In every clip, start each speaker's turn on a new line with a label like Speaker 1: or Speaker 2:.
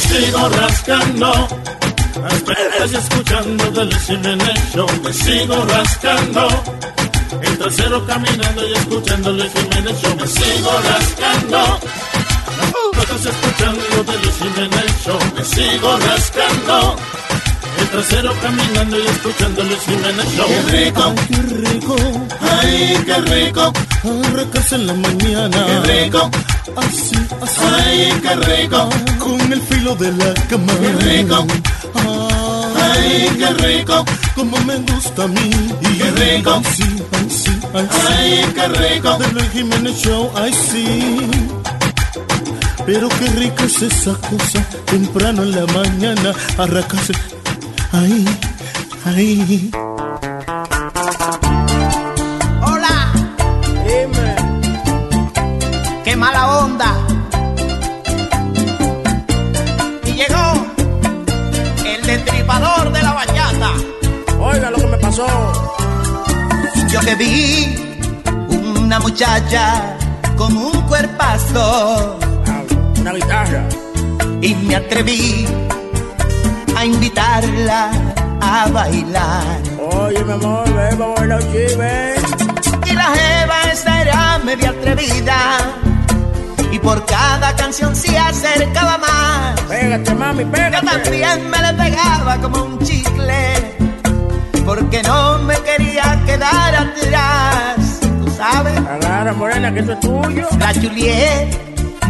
Speaker 1: sigo rascando. Estás escuchando The Listening Show, me sigo rascando. El trasero caminando y escuchando The Listening Show, me sigo rascando. Estás escuchando The Listening Show, me sigo rascando. El trasero caminando y escuchando The Listening Show. Qué rico,
Speaker 2: qué rico,
Speaker 1: ay, qué rico.
Speaker 2: Arrancas en la mañana.
Speaker 1: Qué rico.
Speaker 2: Así, así.
Speaker 1: Ay, qué rico.
Speaker 2: Con el filo de la cama.
Speaker 1: Qué rico.
Speaker 2: Ay,
Speaker 1: qué rico.
Speaker 2: Como me gusta a mí.
Speaker 1: Qué rico.
Speaker 2: Así, así, así.
Speaker 1: Ay, qué rico.
Speaker 2: De Luis Jiménez Show, ay, sí. Pero qué rico es esa cosa. Temprano en la mañana. Arracarse. Ay, ay.
Speaker 3: Hola,
Speaker 4: Dime,
Speaker 3: qué mala onda. Y llegó el destripador de la bachata.
Speaker 4: oiga lo que me pasó.
Speaker 3: Yo que vi una muchacha con un cuerpazo
Speaker 4: Ah, Una guitarra.
Speaker 3: y me atreví a invitarla a bailar.
Speaker 4: Oye, mi amor, ven, vamos a bailar un chivo, ven.
Speaker 3: Y la jeva esa era media atrevida y por cada canción se acercaba más.
Speaker 4: Pégate, mami,
Speaker 3: Yo
Speaker 4: pégate.
Speaker 3: también me le pegaba como un chicle, porque no me quería quedar atrás. Tú sabes,
Speaker 4: Agarra, morena, que esto es tuyo.
Speaker 3: la chulié,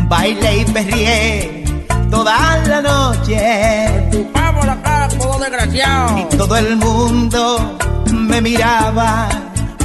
Speaker 3: bailé y perrié toda la noche.
Speaker 4: Chupamos la cara, todo
Speaker 3: Y
Speaker 4: desgraciado.
Speaker 3: todo el mundo me miraba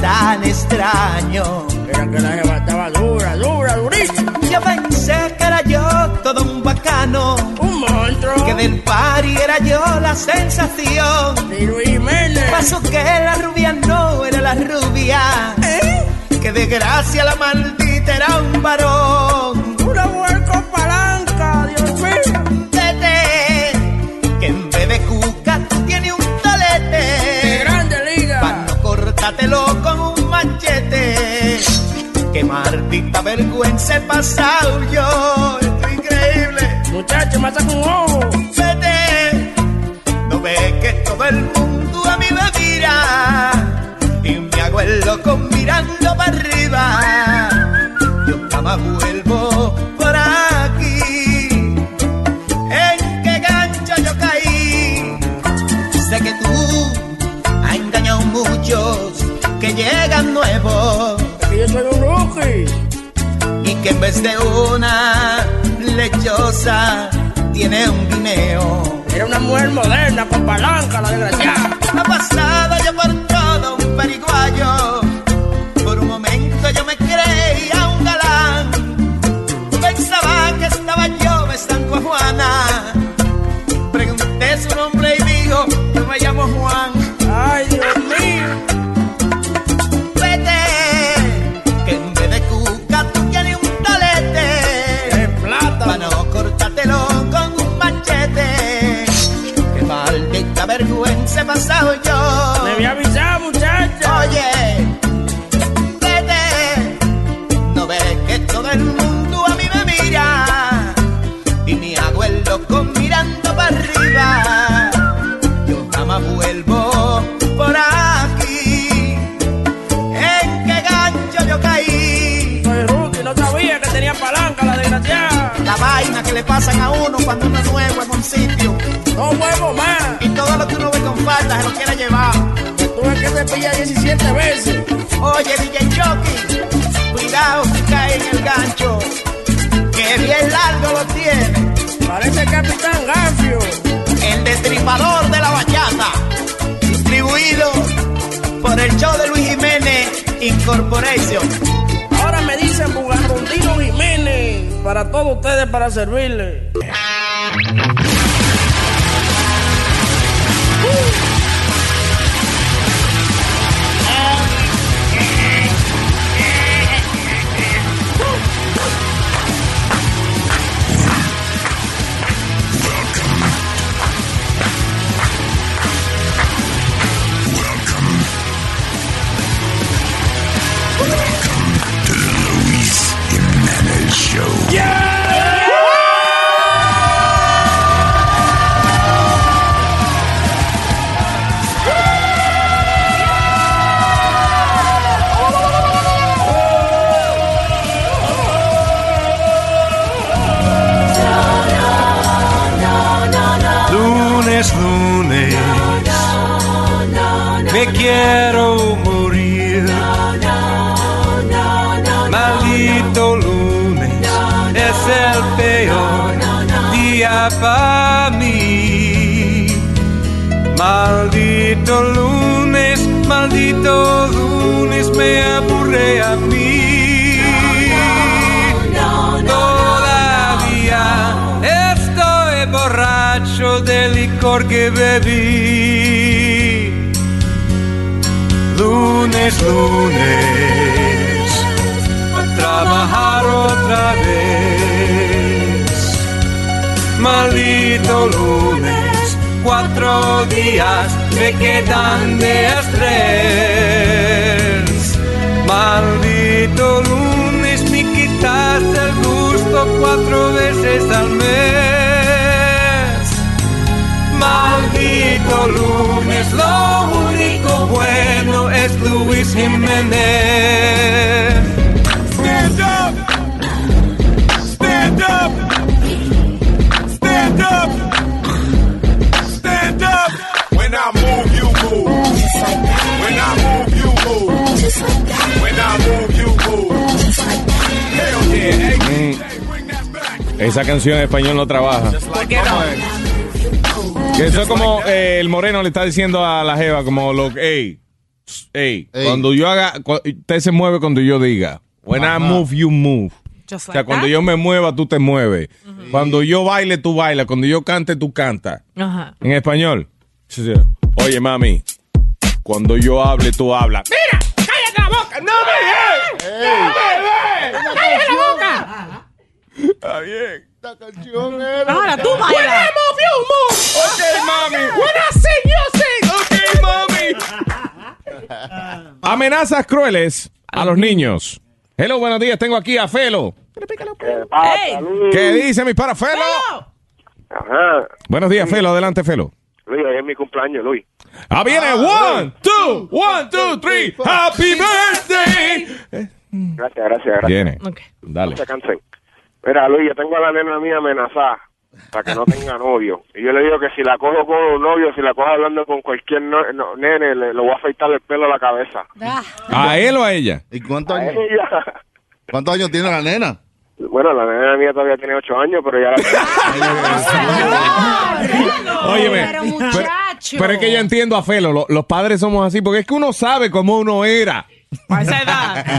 Speaker 3: tan extraño.
Speaker 4: Era que la jeva estaba dura, dura, durísima.
Speaker 3: Yo pensé que era yo todo un bacano,
Speaker 4: Un monstruo.
Speaker 3: que del party era yo la sensación.
Speaker 4: Y Luis Jiménez.
Speaker 3: Pasó que la rubia no era la rubia.
Speaker 4: ¿Eh?
Speaker 3: Que desgracia la maldita era un varón.
Speaker 4: Una mujer con palanca, Dios mío.
Speaker 3: Tete, que en vez de cuca tú tienes un
Speaker 4: De
Speaker 3: tolete.
Speaker 4: grande liga.
Speaker 3: Pa' no cortátelo con un machete. Que maldita vergüenza he pasado yo. Esto es increíble.
Speaker 4: Muchacho, me saca un ojo.
Speaker 3: Vete, no ves que todo el mundo a mí me mira y me hago el loco mirando para arriba. Yo jamás vuelvo por aquí. ¿En qué gancho yo caí? Sé que tú has engañado muchos que llegan nuevos
Speaker 4: Que yo soy un rookie.
Speaker 3: y que en vez de una lechosa tiene un guineo.
Speaker 4: Era una mujer moderna con palanca, la desgraciada.
Speaker 3: Ha pasado yo por todo un periguayo. Por un momento yo me creía un galán. Pensaba que estaba yo besando a Juana. Pregunté su nombre y dijo, yo me llamo Juan.
Speaker 4: Ay, Dios mío.
Speaker 3: Vete, que en vez de cuca tú tienes un
Speaker 4: De
Speaker 3: talete. Pa'
Speaker 4: plátano.
Speaker 3: no cortártelo con un machete. Qué maldita vergüenza he pasado yo.
Speaker 4: Me había avisado, muchacha.
Speaker 3: Oye, vete, no ves que todo el mundo a mí me mira y mi abuelo con mirando para arriba. Yo jamás vuelvo por aquí. ¿En qué gancho yo caí?
Speaker 4: Soy rookie, no sabía que tenía palanca, la desgraciada.
Speaker 3: La vaina que le pasan a uno cuando uno es nuevo en un sitio
Speaker 4: No vuelvo más.
Speaker 3: y todo lo que uno ve con falta se lo quiere llevar.
Speaker 4: Tuve que cepillar 17 veces.
Speaker 3: Oye, DJ Chucky, cuidado que cae en el gancho, que bien largo lo tiene,
Speaker 4: Parece Capitán Garfio.
Speaker 3: el destripador de la bachata, distribuido por el show de Luis Jiménez Incorporation.
Speaker 4: Ahora me dicen Bugarrondino Jiménez. Para todos ustedes, para servirle.
Speaker 5: Luis Jiménez Show. es lunes. Me quiero morir. Maldito lunes es el peor día para mí. Maldito lunes, maldito lunes me aburre a mí. Todavía estoy borracho del licor que bebí. Lunes, lunes, a trabajar otra vez. Maldito lunes, cuatro días me quedan de estrés. Maldito lunes, me quitas el gusto cuatro veces al mes. Maldito lunes, lo único bueno es Luis Jiménez. Stand up, stand up, stand up, stand up. When I move, you move. When I move, you move. When I move, you move. Hell yeah, hey, hey, bring that back.
Speaker 6: Esa canción en español no trabaja.
Speaker 4: ¿Por qué no?
Speaker 6: Que eso es como eh, el moreno le está diciendo a la jeva, como lo hey, tss, hey,
Speaker 7: Ey.
Speaker 6: cuando yo haga, cu- usted se mueve cuando yo diga. When I move, you move.
Speaker 8: Just
Speaker 6: o
Speaker 8: like
Speaker 6: sea, cuando
Speaker 8: that.
Speaker 6: yo me mueva, tú te mueves. Cuando yo baile, tú bailas. Cuando yo cante, tú cantas.
Speaker 8: Ajá.
Speaker 6: En español. Sí, sí. Oye, mami, cuando yo hable, tú hablas. ¡Mira! ¡Cállate la boca! ¡No me ves! ¡No me ves! ¡Cállate la boca! Está bien.
Speaker 7: Esta canción era.
Speaker 8: Ahora tú baila.
Speaker 6: Okay, mami. When I sing, you sing. Okay, mami. Amenazas crueles a los niños. Hello, buenos días. Tengo aquí a Felo.
Speaker 8: ¡Ey!
Speaker 6: ¿Qué dice mi para Felo?
Speaker 9: Ajá.
Speaker 6: Buenos días, Felo. Adelante, Felo.
Speaker 9: Luis, hoy es mi cumpleaños, Luis.
Speaker 6: Ah, viene. One, two, one, two, three. Happy birthday.
Speaker 9: Gracias, gracias, gracias.
Speaker 6: Viene.
Speaker 8: Ok.
Speaker 6: Dale.
Speaker 9: No se cansen. Mira, Luis, yo tengo a la nena mía amenazada para que no tenga novio. Y yo le digo que si la cojo con un novio, si la cojo hablando con cualquier no- no- nene, le, le voy a afeitar el pelo a la cabeza.
Speaker 6: ¿A él o a ella?
Speaker 7: ¿Y cuántos
Speaker 9: A
Speaker 7: años,
Speaker 9: ella.
Speaker 7: cuántos años tiene la nena?
Speaker 9: Bueno, la nena mía todavía tiene ocho años, pero ya la...
Speaker 6: Óyeme.
Speaker 10: Pero
Speaker 6: Pero,
Speaker 10: muchacho.
Speaker 6: pero es que ya entiendo a Felo. lo- los padres somos así porque es que uno sabe cómo uno era.
Speaker 8: A esa edad.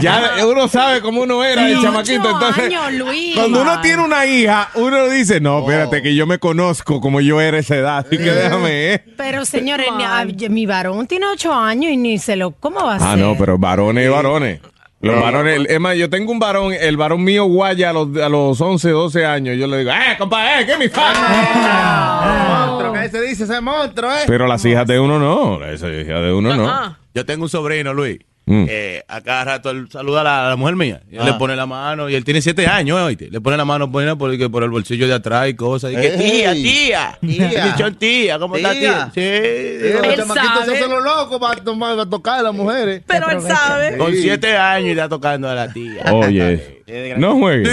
Speaker 6: Ya uno sabe cómo uno era el
Speaker 10: Ocho
Speaker 6: chamaquito. Entonces,
Speaker 10: años, Luis.
Speaker 6: cuando uno
Speaker 10: Ay.
Speaker 6: tiene una hija, uno dice, no, espérate, que yo me conozco como yo era a esa edad, así que déjame, ¿eh?
Speaker 10: Pero señores, ni- ah, yo- mi varón tiene ocho años y ni se lo. ¿Cómo va a ser?
Speaker 6: Ah, no, pero varones y varones. Los varones, el- es más, yo tengo un varón, el varón mío guaya a los, a los 11, 12 años. Yo le digo, ¡eh, compa, eh, que mi fan!
Speaker 7: Ah. Monstruo, ¿qué se dice ese monstruo, eh?
Speaker 6: Pero las hijas de uno no, las hijas de uno no.
Speaker 8: Ah,
Speaker 11: Yo tengo un sobrino, Luis.
Speaker 6: Mm.
Speaker 11: eh, a cada rato él saluda a la, a la mujer mía. Y él le
Speaker 6: Ah.
Speaker 11: pone la mano. Y él tiene siete años, ¿eh? oíste. Le pone la mano por, ahí, por, por el bolsillo de atrás y cosas. Y que, tía,
Speaker 7: Ey.
Speaker 11: tía.
Speaker 7: Tía.
Speaker 11: Dichón, tía. ¿Cómo está,
Speaker 7: Tía.
Speaker 11: tía? Sí.
Speaker 7: Ah. Sí, los
Speaker 8: Él
Speaker 7: chamaquitos se
Speaker 8: sabe.
Speaker 7: hacen los locos para, tomar, para tocar a las mujeres.
Speaker 4: Pero él sabe.
Speaker 11: Con siete años y está tocando a la tía.
Speaker 6: Oye, no
Speaker 11: Sí,
Speaker 6: juegues.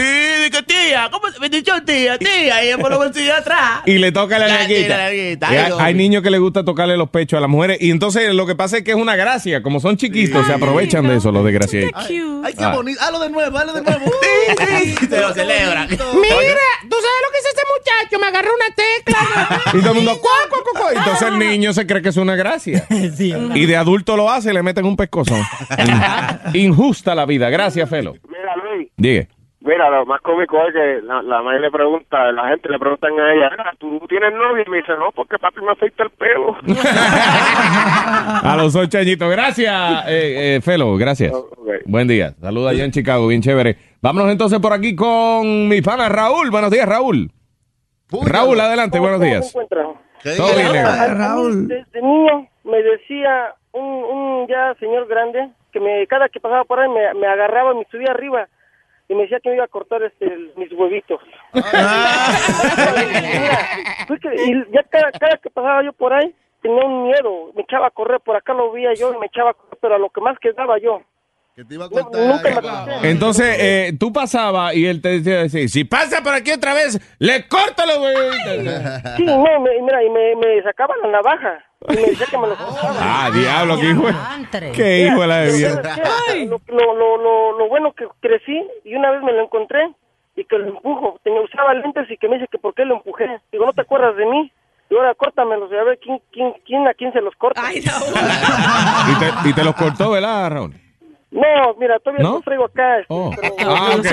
Speaker 11: de que tía, ¿cómo se dichón tía, tía? Y él por los bolsillos de atrás.
Speaker 6: Y le toca la
Speaker 11: Ya,
Speaker 6: larguita.
Speaker 11: la larguita.
Speaker 6: Hay,
Speaker 11: Ay, hombre.
Speaker 6: hay niños que les gusta tocarle los pechos a las mujeres. Y entonces lo que pasa es que es una gracia. Como son chiquitos, se aprovechan de eso los desgraciados.
Speaker 10: Cute.
Speaker 12: Ah.
Speaker 7: Ay, qué bonito. Hazlo de nuevo, hazlo de nuevo.
Speaker 11: Se lo celebran.
Speaker 8: ¿tú sabes lo que hizo este muchacho? Me agarró una tecla.
Speaker 6: Y todo el mundo, "Cuá, cuá, cuá, cuá". Entonces el niño se cree que es una gracia. Y de adulto lo hace y le meten un pescozón. Injusta la vida. Gracias, Felo.
Speaker 9: Mira, Luis,
Speaker 6: Diga.
Speaker 9: Mira, lo más cómico es que la, la madre le pregunta, la gente le preguntan a ella, "Mira, ¿tú tienes novio? Y me dice, no, porque papi me afeita el pelo.
Speaker 11: Ah.
Speaker 6: A los ocho añitos. Gracias, eh, eh, Felo. Gracias.
Speaker 9: Ok.
Speaker 6: Buen día. Saluda allá en Chicago. Bien chévere. Vámonos entonces por aquí con mi pana Raúl. Buenos días, Raúl. Raúl, adelante. Buenos días. Todo bien, negro.
Speaker 7: Ah, Raúl.
Speaker 13: Desde niño me decía un, un ya señor grande que me cada que pasaba por ahí me, me agarraba, me subía arriba y me decía que me iba a cortar este, el- mis huevitos. Mira, fue que- y ya cada, cada que pasaba yo por ahí tenía un miedo, me echaba a correr, por acá lo veía yo y me echaba a correr, pero a lo que más quedaba yo.
Speaker 7: Que te iba a
Speaker 13: No,
Speaker 7: cortar.
Speaker 13: nunca me acosté.
Speaker 6: Entonces, eh, tú pasabas y él te decía, sí, si pasa por aquí otra vez, le corto los huevitos.
Speaker 13: Sí, no, me- mira, y me, me sacaba la navaja. Y me decía que me lo cortaba.
Speaker 6: Ah, diablo, qué hijo. de- Qué
Speaker 13: Mira,
Speaker 6: hijo de la de mierda.
Speaker 13: mira, Lo, lo, lo, lo, lo bueno que crecí y una vez me lo encontré y que lo empujo. Tenía, usaba lentes y que me dice que por qué lo empujé. Digo, ¿no te acuerdas de mí? Y ahora córtamelos y a ver quién, quién, quién a quién se los corta.
Speaker 6: Y te, y te los cortó, ¿verdad, Raúl?
Speaker 13: No, mira, todavía
Speaker 6: ¿No?
Speaker 13: los traigo acá. este,
Speaker 6: Oh.
Speaker 13: pero-
Speaker 6: Ah, ok.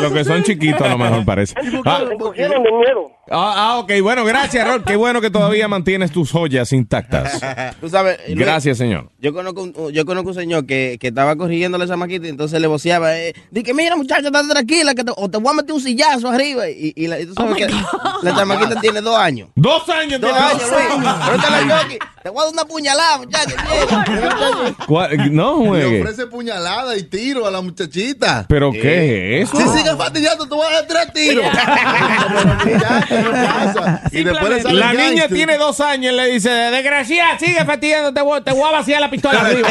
Speaker 6: Los que son chiquitos a lo mejor parece. Ah,
Speaker 13: Me cogieron de miedo.
Speaker 6: ah, ah, ok, bueno, gracias, Raúl. Qué bueno que todavía mantienes tus joyas intactas.
Speaker 12: Tú sabes, Luis,
Speaker 6: Gracias, señor.
Speaker 12: Yo conozco un, yo conozco un señor que, que estaba corrigiendo a la chamaquita y entonces le voceaba. Eh, Dije, mira, muchacha, estate tranquila, que te- o te voy a meter un sillazo arriba. Y, y la, y tú sabes
Speaker 6: Oh
Speaker 12: que la chamaquita tiene dos años.
Speaker 6: Dos años,
Speaker 12: Dos
Speaker 6: tiene.
Speaker 12: años, Luis. Pero te la choque. Te voy a dar una puñalada, muchacha.
Speaker 6: ¿Cuál? No,
Speaker 7: Le
Speaker 6: juegue.
Speaker 7: ofrece puñalada y tiro a la muchachita.
Speaker 6: ¿Pero qué es
Speaker 7: Si
Speaker 6: eso?
Speaker 7: sigues fastidiando, tú vas a dar tres tiros. Y después le sale
Speaker 6: La
Speaker 7: el
Speaker 6: niña
Speaker 7: gangster.
Speaker 6: tiene dos años y le dice, desgraciada, sigue fastidiando, te voy, te voy a vaciar la pistola arriba.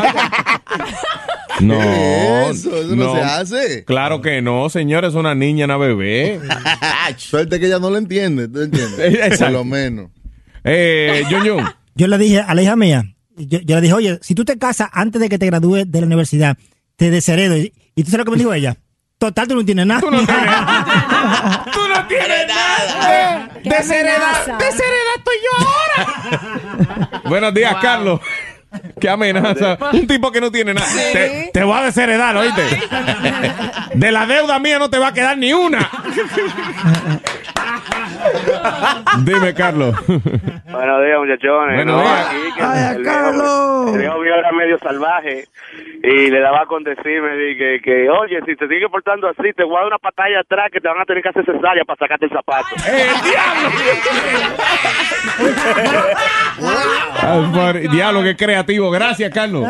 Speaker 6: No,
Speaker 7: Eso, eso no se hace.
Speaker 6: Claro que no, señor, es una niña, una bebé.
Speaker 7: Eh. Suerte que ella no lo entiende, ¿tú entiendes?
Speaker 6: Exacto.
Speaker 7: Por lo menos.
Speaker 6: Eh, John John.
Speaker 14: Yo le dije a la hija mía, yo, yo le dije, oye, si tú te casas antes de que te gradúes de la universidad, te desheredo. Y, y tú sabes lo que me dijo ella. Total, tú no tienes nada.
Speaker 6: ¡Tú no tienes nada!
Speaker 8: Desheredada, desheredada estoy yo ahora.
Speaker 6: Buenos días, Carlos. Qué amenaza. Un tipo que no tiene nada. Te, te voy a desheredar, oíste. De la deuda mía no te va a quedar ni una. Dime, Carlos.
Speaker 9: Buenos días, muchachones.
Speaker 6: Buenos
Speaker 9: No,
Speaker 6: días.
Speaker 9: aquí que el viejo- El viejo mío era medio salvaje y le daba con decirme di que, que, oye, si te sigues portando así, te voy a dar una pantalla atrás que te van a tener que hacer cesárea para sacarte el zapato.
Speaker 6: Al par- Diablo, qué creativo. Gracias, Carlos.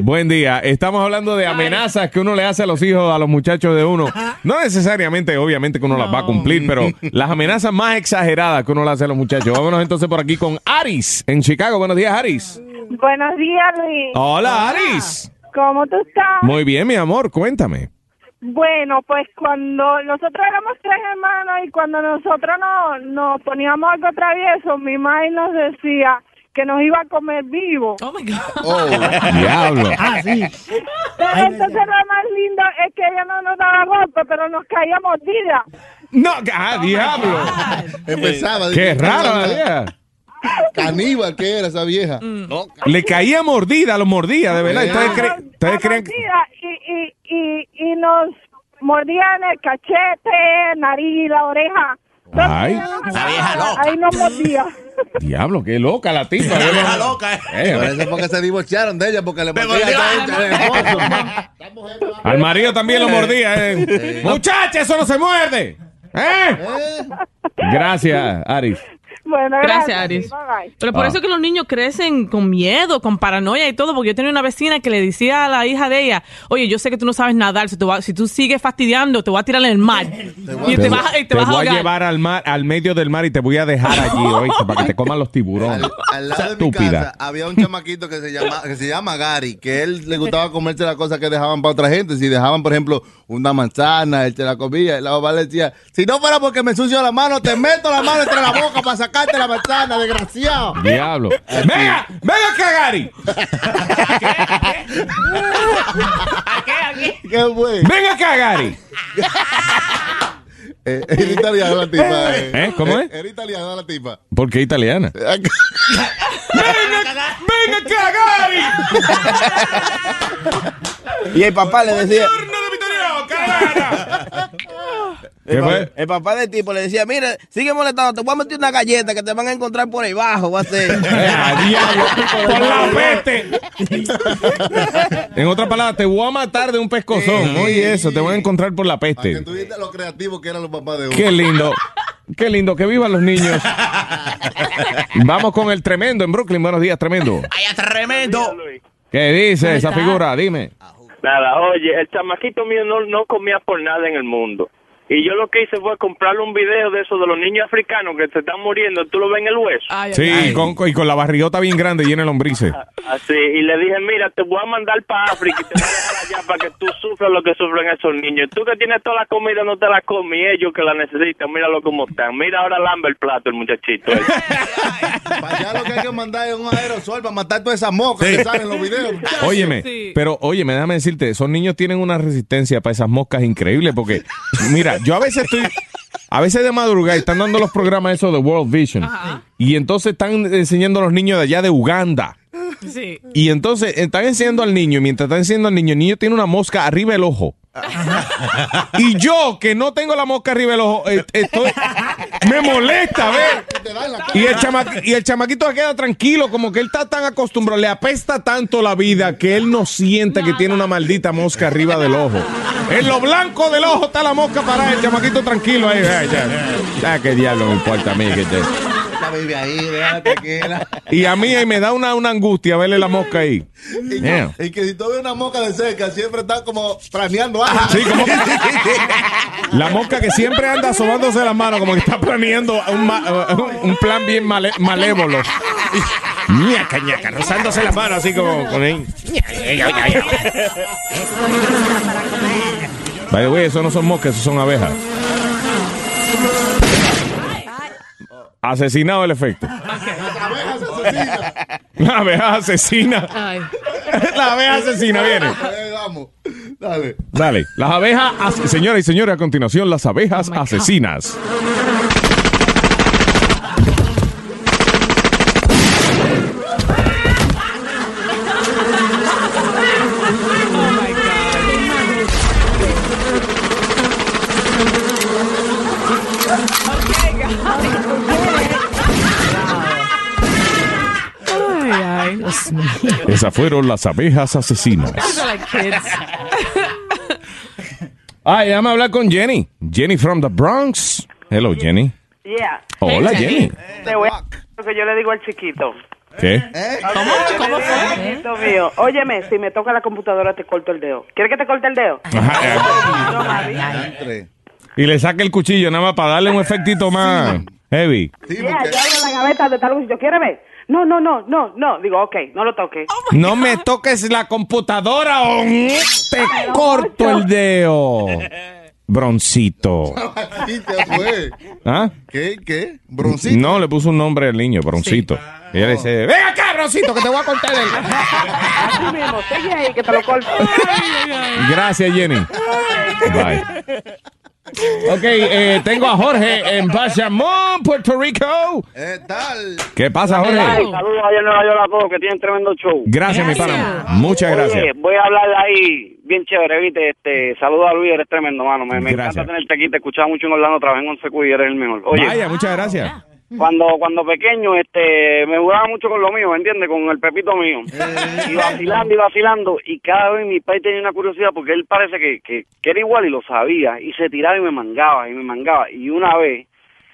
Speaker 6: Buen día. Estamos hablando de amenazas que uno le hace a los hijos, a los muchachos de uno. No necesariamente, obviamente, que uno las va a cumplir, pero las amenazas más exageradas que uno le hace a los muchachos. Vámonos entonces por aquí con Aris en Chicago. Buenos días, Aris.
Speaker 15: Buenos días, Luis.
Speaker 6: Hola, Aris.
Speaker 15: ¿Cómo tú estás?
Speaker 6: Muy bien, mi amor. Cuéntame.
Speaker 15: Bueno, pues cuando nosotros éramos tres hermanos y cuando nosotros no- nos poníamos algo travieso, mi madre nos decía que nos iba a comer vivo. Oh my God.
Speaker 6: Diablo.
Speaker 14: Ah, sí.
Speaker 15: Pero entonces lo más lindo es que ella no nos daba golpe, pero nos caía mordida.
Speaker 6: No, ah, diablo.
Speaker 7: Empezaba. dije,
Speaker 6: Qué rara la vieja.
Speaker 7: Caníbal que era esa vieja.
Speaker 6: Mm. Le caía mordida, lo mordía, de verdad. Ustedes, cre- ustedes creen que...
Speaker 15: Mordida y, y, y, y nos mordía en el cachete, nariz, la oreja.
Speaker 6: Ay, Ah,
Speaker 15: Ahí nos mordía.
Speaker 6: diablo, qué loca la tipa. Yo no- Eh,
Speaker 7: Por eso es porque se divorciaron de ella, porque le mordía
Speaker 6: mordió.
Speaker 7: a esta- a esta-
Speaker 6: Al marido también lo mordía. Eh. Muchacha, eso no se muerde. ¿Eh? Gracias, Aris.
Speaker 15: Bueno,
Speaker 16: gracias,
Speaker 15: gracias,
Speaker 16: Aris.
Speaker 15: bye, bye.
Speaker 16: Pero por
Speaker 6: Ah.
Speaker 16: eso que los niños crecen con miedo, con paranoia y todo, porque yo tenía una vecina que le decía a la hija de ella, oye, yo sé que tú no sabes nadar, si, te va- si tú sigues fastidiando, te voy a tirar en el mar. y te vas, y te
Speaker 6: voy
Speaker 16: vas a
Speaker 6: a
Speaker 16: ahogar.
Speaker 6: llevar al mar, al medio del mar y te voy a dejar allí, oíste, para que te coman los tiburones.
Speaker 7: Al lado de mi casa
Speaker 6: Estúpida.
Speaker 7: había un chamaquito que se llama que se llama Gary, que él le gustaba comerse las cosas que dejaban para otra gente. Si dejaban, por ejemplo, una manzana, él se la comía. Y la mamá le decía, si no fuera porque me ensucio la mano, te meto la mano entre la boca para sacarte la manzana, desgraciado.
Speaker 6: Diablo. ¡Venga! ¡Venga acá, Gary!
Speaker 7: ¡Qué bueno!
Speaker 6: ¡Venga acá, Gary!
Speaker 7: Eh, Era italiana la tipa. eh.
Speaker 6: ¿Eh? ¿Cómo es?
Speaker 7: Era italiana la tipa.
Speaker 6: ¿Por qué italiana?
Speaker 5: ¡Venga acá, Gary!
Speaker 12: Y el papá le decía.
Speaker 6: ¿Qué
Speaker 12: El,
Speaker 6: fue?
Speaker 12: pa- el papá del tipo le decía, mira, sigue molestando, te voy a meter una galleta que te van a encontrar por ahí abajo, va a
Speaker 6: Eh,
Speaker 12: ser.
Speaker 6: diablo, por la En otras palabras, te voy a matar de un pescozón. Oye, eso, te voy a encontrar por la peste.
Speaker 7: Viste lo creativo que eran los papás de uno.
Speaker 6: Qué lindo. Qué lindo, que vivan los niños. Vamos con el tremendo en Brooklyn. Buenos días, tremendo.
Speaker 12: Tremendo.
Speaker 6: ¿Qué dice
Speaker 9: ¿Cómo
Speaker 6: esa
Speaker 9: está?
Speaker 6: figura? Dime.
Speaker 9: Nada, oye, el chamaquito mío no, no comía por nada en el mundo.
Speaker 17: Y yo lo que hice fue comprarle un video de eso de los niños africanos que se están muriendo, tú lo ves en el hueso.
Speaker 6: Sí, y con, con- y con la barrigota bien grande llena de lombrices.
Speaker 17: Así, y le dije, mira, te voy a mandar para África y te voy a dejar allá para que tú sufras lo que sufren esos niños. Tú que tienes toda la comida no te la comes y ellos que la necesitan, míralo cómo están. Mira ahora lambe el plato el muchachito. eh". ese.
Speaker 7: Allá lo que hay que mandar es un aerosol para matar todas esas moscas
Speaker 6: Sí.
Speaker 7: que salen en los videos.
Speaker 6: Óyeme, pero óyeme, déjame decirte, esos niños tienen una resistencia para esas moscas increíble porque, mira, yo a veces estoy, a veces de madrugada están dando los programas esos de World Vision y entonces están enseñando a los niños de allá de Uganda.
Speaker 4: Sí.
Speaker 6: Y entonces están enseñando al niño y mientras están enseñando al niño, el niño tiene una mosca arriba del ojo. Y yo, que no tengo la mosca arriba del ojo, eh, estoy- me molesta ver. Y el, chama- y el chamaquito se queda tranquilo, como que él está tan acostumbrado, le apesta tanto la vida que él no siente que tiene una maldita mosca arriba del ojo. En lo blanco del ojo está la mosca parada, el chamaquito tranquilo ahí. ay, ya, ya, Ah, qué diablo me importa a mí. que te-
Speaker 7: La vive ahí, déjate que la-
Speaker 6: Y a mí ahí me da una, una angustia verle la mosca ahí.
Speaker 7: Y,
Speaker 6: Yeah.
Speaker 7: y que si tú ves una mosca de cerca, siempre está como planeando algo.
Speaker 6: Sí, como La mosca que siempre anda asomándose la mano, como que está planeando un, ma- un plan bien male- malévolo. Ñaca, ñaca, rozándose las manos así como con él. By the way, eso no son moscas, eso son abejas. Asesinado el efecto. La abeja asesina. La abeja asesina viene.
Speaker 7: Eh, vamos. Dale.
Speaker 6: Dale, las abejas, as- señoras y señores, a continuación, las abejas asesinas. Esas fueron las abejas asesinas.
Speaker 4: These are like kids.
Speaker 6: Ah, déjame hablar con Jenny. Jenny from the Bronx. Hello, Jenny.
Speaker 18: Yeah.
Speaker 6: Hola, Jenny.
Speaker 18: Te voy a lo que yo le digo al chiquito.
Speaker 6: ¿Qué?
Speaker 18: ¿Cómo? ¿Cómo Chiquito mío, óyeme, si me toca la computadora te corto el dedo. ¿Quieres que te corte el dedo? No, mami.
Speaker 6: eh, Y le saca el cuchillo nada más para darle un efectito más heavy.
Speaker 18: Yeah, yo abro la gaveta de tal yo ¿Quieres ver? No, no, no, no, no. Digo, ok, no lo toques.
Speaker 6: No me toques la computadora o te corto el dedo. Broncito.
Speaker 19: ¿Ah?
Speaker 7: Sí, te fue.
Speaker 6: ¿Ah?
Speaker 7: Pues, ¿Qué? ¿Qué?
Speaker 6: ¿Broncito? No, le puso un nombre al niño, Broncito. Y él
Speaker 19: Ah.
Speaker 6: dice, "Ve acá, Broncito, que te voy a cortar el...
Speaker 18: Así mismo, sigue ahí que te lo corto.
Speaker 6: Gracias, Jenny. Bye. Ok, eh, tengo a Jorge en Bayamón, Puerto Rico. ¿Qué pasa,
Speaker 20: Ay,
Speaker 6: Jorge?
Speaker 20: saludos allá en Nueva York a todos que tienen tremendo show.
Speaker 6: Gracias, mi pana. Muchas
Speaker 20: Oye,
Speaker 6: gracias.
Speaker 20: voy a hablar ahí bien chévere, viste. Este, saludos a Luis, eres tremendo, mano. Me, me
Speaker 6: Gracias.
Speaker 20: encanta tenerte aquí. Te escuchaba mucho en Orlando, trabajé en Once Cuy, eres el mejor. Oye, Ah.
Speaker 6: Vaya, muchas gracias.
Speaker 20: cuando cuando pequeño este me jugaba mucho con lo mío, ¿me entiendes? Con el pepito mío. Y vacilando y vacilando y cada vez mi padre tenía una curiosidad porque él parece que, que, que era igual y lo sabía y se tiraba y me mangaba y me mangaba y una vez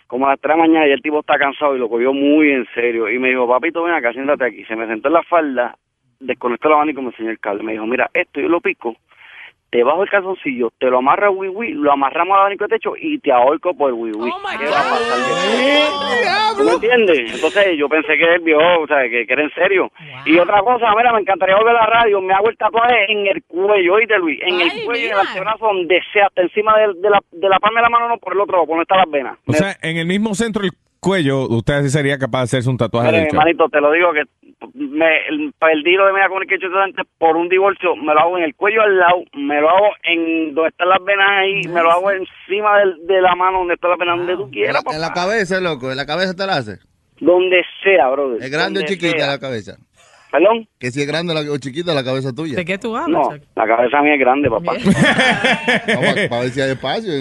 Speaker 20: como a las 3 de la mañana y el tipo está cansado y lo cogió muy en serio y me dijo, papito, ven acá, siéntate aquí. Se me sentó en la falda, desconectó el abanico y me enseñó el cable. Me dijo, mira, esto yo lo pico, te bajo el calzoncillo, te lo amarra wiwi, lo amarramos al abanico de techo y te ahorco por wiwi. ¿Qué va a pasar de
Speaker 6: Eh.
Speaker 20: eso? ¿Tú me entiendes? Entonces yo pensé que él vio, o sea, que, que era en serio. Y otra cosa, mira, me encantaría volver a la radio, me hago el tatuaje en el cuello, oíste Luis, en el cuello, en el antebrazo, donde sea, hasta encima de, de la, de la palma de la mano, no por el otro, por donde están las venas.
Speaker 6: O sea, en el mismo centro del cuello, usted sí sería capaz de hacerse un tatuaje
Speaker 20: Mire,
Speaker 6: del
Speaker 20: mi
Speaker 6: cuello.
Speaker 20: hermanito, te lo digo que me, el, perdí lo de Media Communication antes por un divorcio, me lo hago en el cuello al lado, me lo hago en donde están las venas ahí, me lo hago encima del- de, la mano, donde están las venas, donde tú
Speaker 7: En la,
Speaker 20: quieras, pues,
Speaker 7: en la cabeza, loco. En la cabeza te la hace.
Speaker 20: Donde sea, brother.
Speaker 7: ¿Es grande o
Speaker 20: Donde
Speaker 7: chiquita
Speaker 20: sea.
Speaker 7: la cabeza?
Speaker 20: ¿Perdón?
Speaker 7: Que si es grande la- o chiquita la cabeza tuya.
Speaker 4: ¿De qué tú
Speaker 20: No,
Speaker 4: hablas?
Speaker 20: la cabeza mía es grande, papá.
Speaker 7: Vamos a- para ver si hay espacio.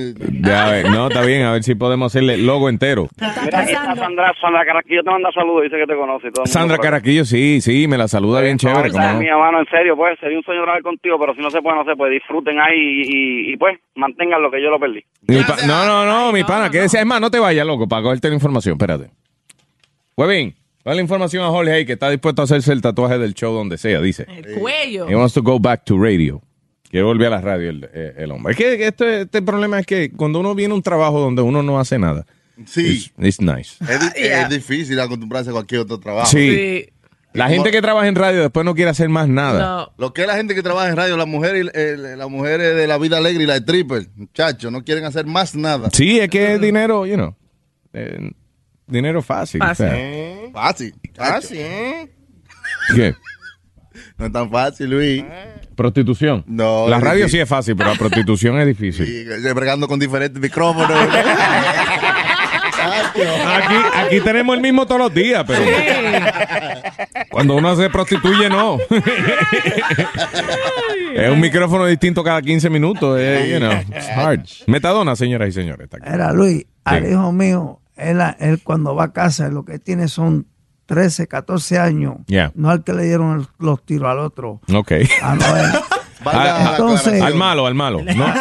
Speaker 6: Ya, a ver, no, está bien, a ver si podemos hacerle logo entero.
Speaker 20: Mira, esta Sandra, Sandra Carrasquillo te manda saludos, dice que te conoce. y Todo el mundo
Speaker 6: Sandra
Speaker 20: por ahí.
Speaker 6: Carraquillo, sí, sí, me la saluda bien chévere.
Speaker 20: Esa
Speaker 6: ¿cómo
Speaker 20: es
Speaker 6: no?
Speaker 20: mi hermano, en serio, pues sería un sueño grabar contigo, pero si no se puede, no se puede. Disfruten ahí y, y- y, pues mantengan lo que yo lo perdí.
Speaker 6: Mi pa- no, no, no, mi pana, que Es más, no te vayas, loco, para cogerte la información. Espérate. Huevín, dale información a Jorge ahí, que está dispuesto a hacerse el tatuaje del show donde sea, dice.
Speaker 4: El cuello.
Speaker 6: He wants to go back to radio. Que que volvió a la radio el, eh, el hombre. Es que, que esto- este problema es que cuando uno viene a un trabajo donde uno no hace nada,
Speaker 7: Sí.
Speaker 6: it's nice.
Speaker 7: Es,
Speaker 20: Ah,
Speaker 7: di- es difícil acostumbrarse a cualquier otro trabajo.
Speaker 6: Sí. La gente que trabaja en radio después no quiere hacer más nada.
Speaker 7: No. Lo que es la gente que trabaja en radio, las mujeres, y- eh, las mujeres de la vida alegre y la de stripper, muchachos, no quieren hacer más nada.
Speaker 6: Sí, es que es dinero, you know, eh, dinero fácil. o sea,
Speaker 7: Eh, Fácil. Fácil,
Speaker 5: ¿eh?
Speaker 6: ¿qué?
Speaker 7: No es tan fácil, Luis.
Speaker 5: Eh.
Speaker 6: Prostitución.
Speaker 7: No.
Speaker 6: la
Speaker 7: es
Speaker 6: radio sí
Speaker 7: difícil.
Speaker 6: es fácil, pero la prostitución es difícil.
Speaker 7: Y, eh, bregando con diferentes micrófonos.
Speaker 6: Aquí, aquí tenemos el mismo todos los días, pero cuando uno se prostituye, no. es un micrófono distinto cada 15 minutos. eh, you know, it's hard. Metadona, señoras y señores. está aquí.
Speaker 21: Era Luis, al hijo mío, él, él cuando va a casa, lo que tiene son 13, 14 años.
Speaker 6: Yeah.
Speaker 21: No al que le dieron el- los tiros al otro.
Speaker 6: Ok. eh.
Speaker 21: Valga la
Speaker 6: Al- al-
Speaker 21: aclaración.
Speaker 6: al malo, al malo. ¿no?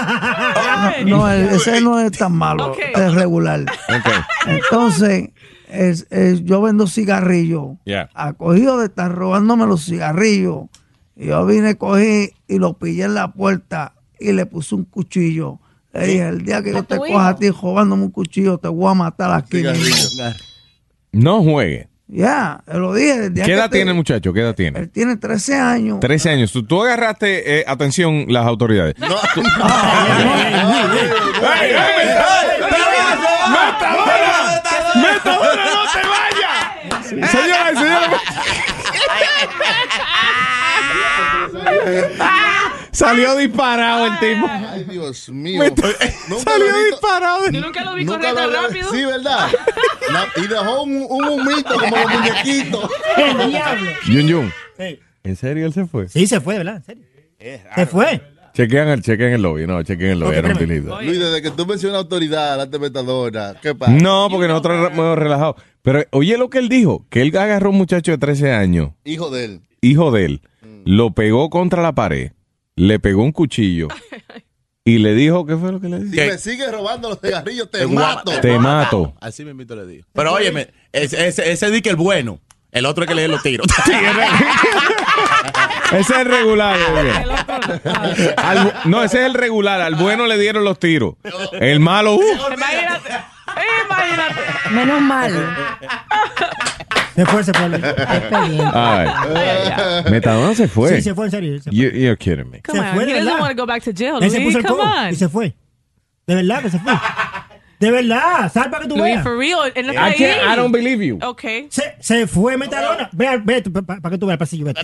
Speaker 21: No, el- ese no es tan malo, es regular.
Speaker 6: Ok.
Speaker 21: Entonces, es- es- yo vendo cigarrillos.
Speaker 6: Yeah.
Speaker 21: Acogido de estar robándome los cigarrillos. Y yo vine, cogí y lo pillé en la puerta y le puse un cuchillo. Le dije, el día que yo te coja a ti robándome un cuchillo, te voy a matar aquí. mismo".
Speaker 6: No juegue.
Speaker 21: Ya, te lo dije. El día
Speaker 6: ¿Qué
Speaker 21: que
Speaker 6: edad
Speaker 21: te-
Speaker 6: tiene el muchacho? ¿Qué edad tiene?
Speaker 21: Tiene 13 años.
Speaker 6: 13 años. Tú, tú agarraste, eh, atención, las autoridades.
Speaker 5: ¡Metadona, no te vayas! Señoras y señores.
Speaker 6: Salió disparado el tipo.
Speaker 7: Ay, Dios mío.
Speaker 5: Me to-
Speaker 7: Nunca
Speaker 5: Salió
Speaker 7: lo he visto-
Speaker 5: disparado. Yo nunca lo vi
Speaker 7: Nunca
Speaker 5: correr tan
Speaker 7: lo había-
Speaker 5: rápido.
Speaker 7: Sí, ¿verdad? Na- y dejó un, un humito como los muñequitos.
Speaker 14: El diablo.
Speaker 6: Yun Yun.
Speaker 14: Sí.
Speaker 6: ¿En serio él se fue?
Speaker 14: Sí, se fue, ¿verdad? ¿En serio? Se fue.
Speaker 6: Chequean el, chequean el lobby. No, chequean el lobby. Era un delito.
Speaker 7: Luis, desde que tú mencionas autoridad, la metadona, ¿qué pasa?
Speaker 6: No, porque nosotros hemos relajado. Pero oye lo que él dijo, que él agarró a un muchacho de 13 años,
Speaker 7: Hijo de él. Mm.
Speaker 6: hijo de él, lo pegó contra la pared, le pegó un cuchillo y le dijo, ¿qué fue lo que le
Speaker 7: Si
Speaker 6: dijo?
Speaker 7: me sigues robando los cigarrillos, te
Speaker 6: Te
Speaker 7: mato.
Speaker 6: guapo. Te mato.
Speaker 11: Así me invito le digo. Pero óyeme, ese, ese, ese dique el bueno. El otro es que le dé los tiros.
Speaker 6: Ese es el regular. oye. Al bu- no, ese es el regular. Al bueno le dieron los tiros. El malo, uh,
Speaker 16: Imagínate. Imagínate.
Speaker 10: Menos mal.
Speaker 14: Se fue, se fue. Luis. Está bien.
Speaker 6: Ay. Metadona se fue.
Speaker 14: Sí, se fue, en serio. Se,
Speaker 6: You- you're kidding me.
Speaker 14: se
Speaker 16: Come on,
Speaker 14: fue, de
Speaker 16: he doesn't
Speaker 14: verdad.
Speaker 16: want to go back to jail.
Speaker 14: Él se
Speaker 16: Luis,
Speaker 14: puso el
Speaker 16: come
Speaker 14: codo
Speaker 16: on.
Speaker 14: y se fue. De verdad que se fue. De verdad, salva que tú
Speaker 16: Luis,
Speaker 14: veas.
Speaker 16: for real. Él no está
Speaker 14: I can't-
Speaker 16: ahí.
Speaker 14: I don't believe you.
Speaker 16: Okay.
Speaker 14: Se, se fue Metadona. Ve, al- ve, para que tú veas el pasillo. Vete.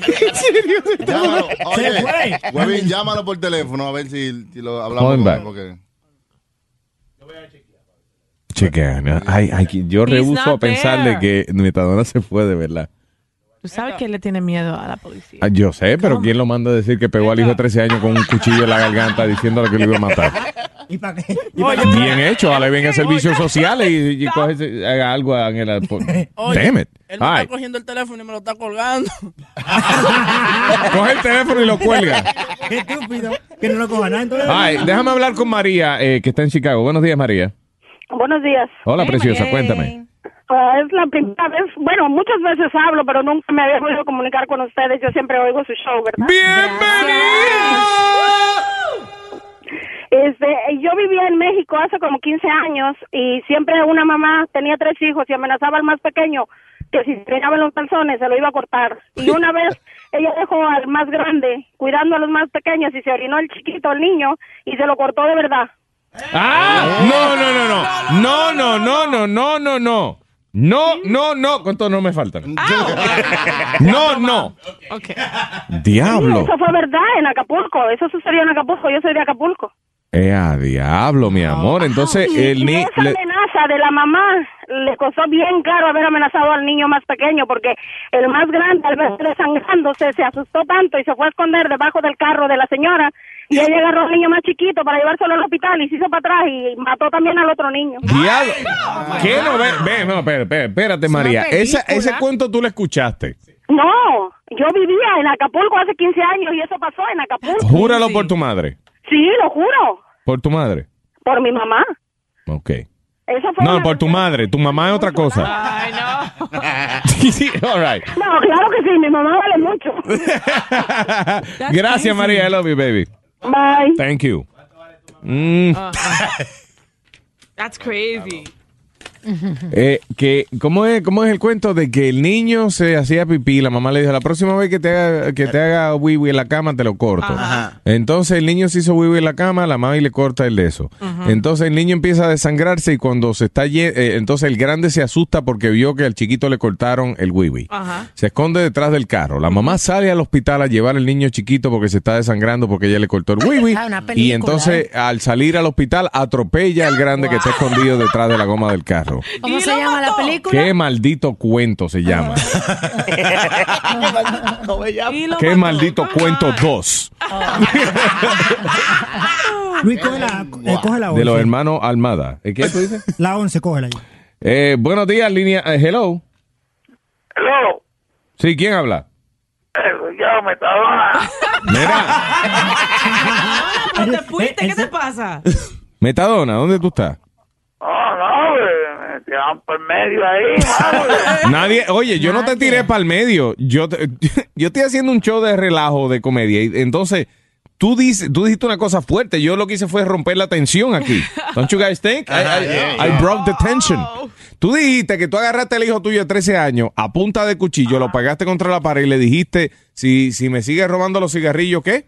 Speaker 7: Llámalo.
Speaker 14: Se fue.
Speaker 7: Oye, Huevín, llámalo por teléfono a ver si, si lo hablamos.
Speaker 6: Call him
Speaker 7: con él,
Speaker 6: back.
Speaker 7: porque-
Speaker 6: Chequean. ¿no? Ay, ay, que yo
Speaker 16: He's
Speaker 6: rehuso
Speaker 16: not
Speaker 6: a pensar de que Metadona se fue de verdad.
Speaker 16: Tú sabes que él le tiene miedo a la policía.
Speaker 6: Ah, Yo sé, pero ¿quién lo manda a decir que pegó al hijo de 13 años con un cuchillo en la garganta diciéndole que lo iba a matar?
Speaker 14: ¿Y para qué?
Speaker 6: Bien hecho, ahora venga a servicios sociales y, y coge ese- haga algo en el...
Speaker 4: Oye,
Speaker 6: Damn it.
Speaker 4: Él me
Speaker 6: All
Speaker 4: está
Speaker 6: right.
Speaker 4: cogiendo el teléfono y me lo está colgando.
Speaker 6: Coge el teléfono y lo cuelga.
Speaker 14: Qué estúpido. Que no lo coja nada. Entonces,
Speaker 6: Ay, déjame hablar con María, eh, que está en Chicago. Buenos días, María.
Speaker 22: Buenos días.
Speaker 6: Hola, preciosa, cuéntame.
Speaker 22: Ah, es la primera vez, bueno, muchas veces hablo, pero nunca me había podido comunicar con ustedes. Yo siempre oigo su show, ¿verdad? Este, yo vivía en México hace como 15 años y siempre una mamá tenía tres hijos y amenazaba al más pequeño que si estrellaban los calzones se lo iba a cortar. Y una vez ella dejó al más grande cuidando a los más pequeños y se orinó el chiquito, el niño, y se lo cortó de verdad.
Speaker 6: Ah, no, no, no, no. No, no, no, no, no, no, no. No, no, no. ¿Cuántos no me faltan?
Speaker 22: Ah.
Speaker 6: No, no. Diablo.
Speaker 22: Eso fue verdad en Acapulco, eso sucedió en Acapulco, yo soy de Acapulco.
Speaker 6: Eh, a diablo, mi amor. Entonces, Eh, el
Speaker 22: Y
Speaker 6: ni...
Speaker 22: esa
Speaker 6: le-
Speaker 22: amenaza de la mamá le costó bien caro haber amenazado al niño más pequeño porque el más grande al verse sangrándose se asustó tanto y se fue a esconder debajo del carro de la señora y ella agarró al niño más chiquito para llevárselo al hospital y se hizo para atrás y mató también al otro niño.
Speaker 6: Diablo. ¿Qué no? Ve, ve, no, espérate, espérate, espérate, María. Esa-
Speaker 22: película.
Speaker 6: ese cuento tú lo escuchaste.
Speaker 22: No, yo vivía en Acapulco hace 15 años y eso pasó en Acapulco.
Speaker 6: Júralo por tu madre.
Speaker 22: Sí, lo juro,
Speaker 6: Por tu madre.
Speaker 22: por mi mamá.
Speaker 6: Ok.
Speaker 22: Eso fue
Speaker 6: No,
Speaker 22: una- Ah.
Speaker 6: por tu madre. Tu mamá es otra cosa. Ay, no. All right.
Speaker 22: No, claro que sí, mi mamá vale mucho.
Speaker 6: Gracias, María. I love you, baby.
Speaker 22: Bye.
Speaker 6: Thank you.
Speaker 16: Uh,
Speaker 6: Mm.
Speaker 16: Ah, That's crazy.
Speaker 6: Eh, que, ¿cómo, es, ¿Cómo es el cuento de que el niño se hacía pipí? La mamá le dijo, la próxima vez que te haga, que te haga wiwi en la cama, te lo corto.
Speaker 5: Ajá.
Speaker 6: Entonces el niño se hizo wiwi en la cama, la mami le corta el de eso.
Speaker 5: Ujú.
Speaker 6: Entonces el niño empieza a desangrarse y cuando se está... lle- eh, entonces el grande se asusta porque vio que al chiquito le cortaron el wiwi.
Speaker 5: Ajá.
Speaker 6: Se esconde detrás del carro. La mamá sale al hospital a llevar al niño chiquito porque se está desangrando porque ella le cortó el wiwi.
Speaker 5: Ah, una película, ¡Ah!
Speaker 6: Y entonces al salir al hospital atropella al grande que está escondido detrás de la goma del carro.
Speaker 10: ¿Cómo se llama la película?
Speaker 6: Qué maldito cuento se llama. Qué maldito cuento 2
Speaker 4: Ah,
Speaker 14: Luis, coge la, eh, coge la
Speaker 6: de los
Speaker 14: 11.
Speaker 6: hermanos Almada. ¿Eh, ¿Qué tú dices?
Speaker 14: La 11, cógela ahí.
Speaker 6: Eh, buenos días, línea. eh, hello.
Speaker 9: Hello.
Speaker 6: Sí, ¿quién habla?
Speaker 9: Ya me estaba.
Speaker 6: Mira,
Speaker 16: ¿Te fuiste? ¿Qué te pasa?
Speaker 6: Metadona, ¿dónde tú estás?
Speaker 9: No, no, eh, te dan por medio ahí, mano.
Speaker 6: Nadie, oye, yo no te tiré para el medio. Yo, te- yo estoy haciendo un show de relajo, de comedia. Y entonces, tú, dices, tú dijiste una cosa fuerte. Yo lo que hice fue romper la tensión aquí. Don't you guys think? I, I-
Speaker 5: Yeah,
Speaker 6: I
Speaker 5: yeah.
Speaker 6: broke the tension. Tú dijiste que tú agarraste al hijo tuyo de 13 años a punta de cuchillo, lo pagaste contra la pared y le dijiste, si, si me sigues robando los cigarrillos, ¿qué?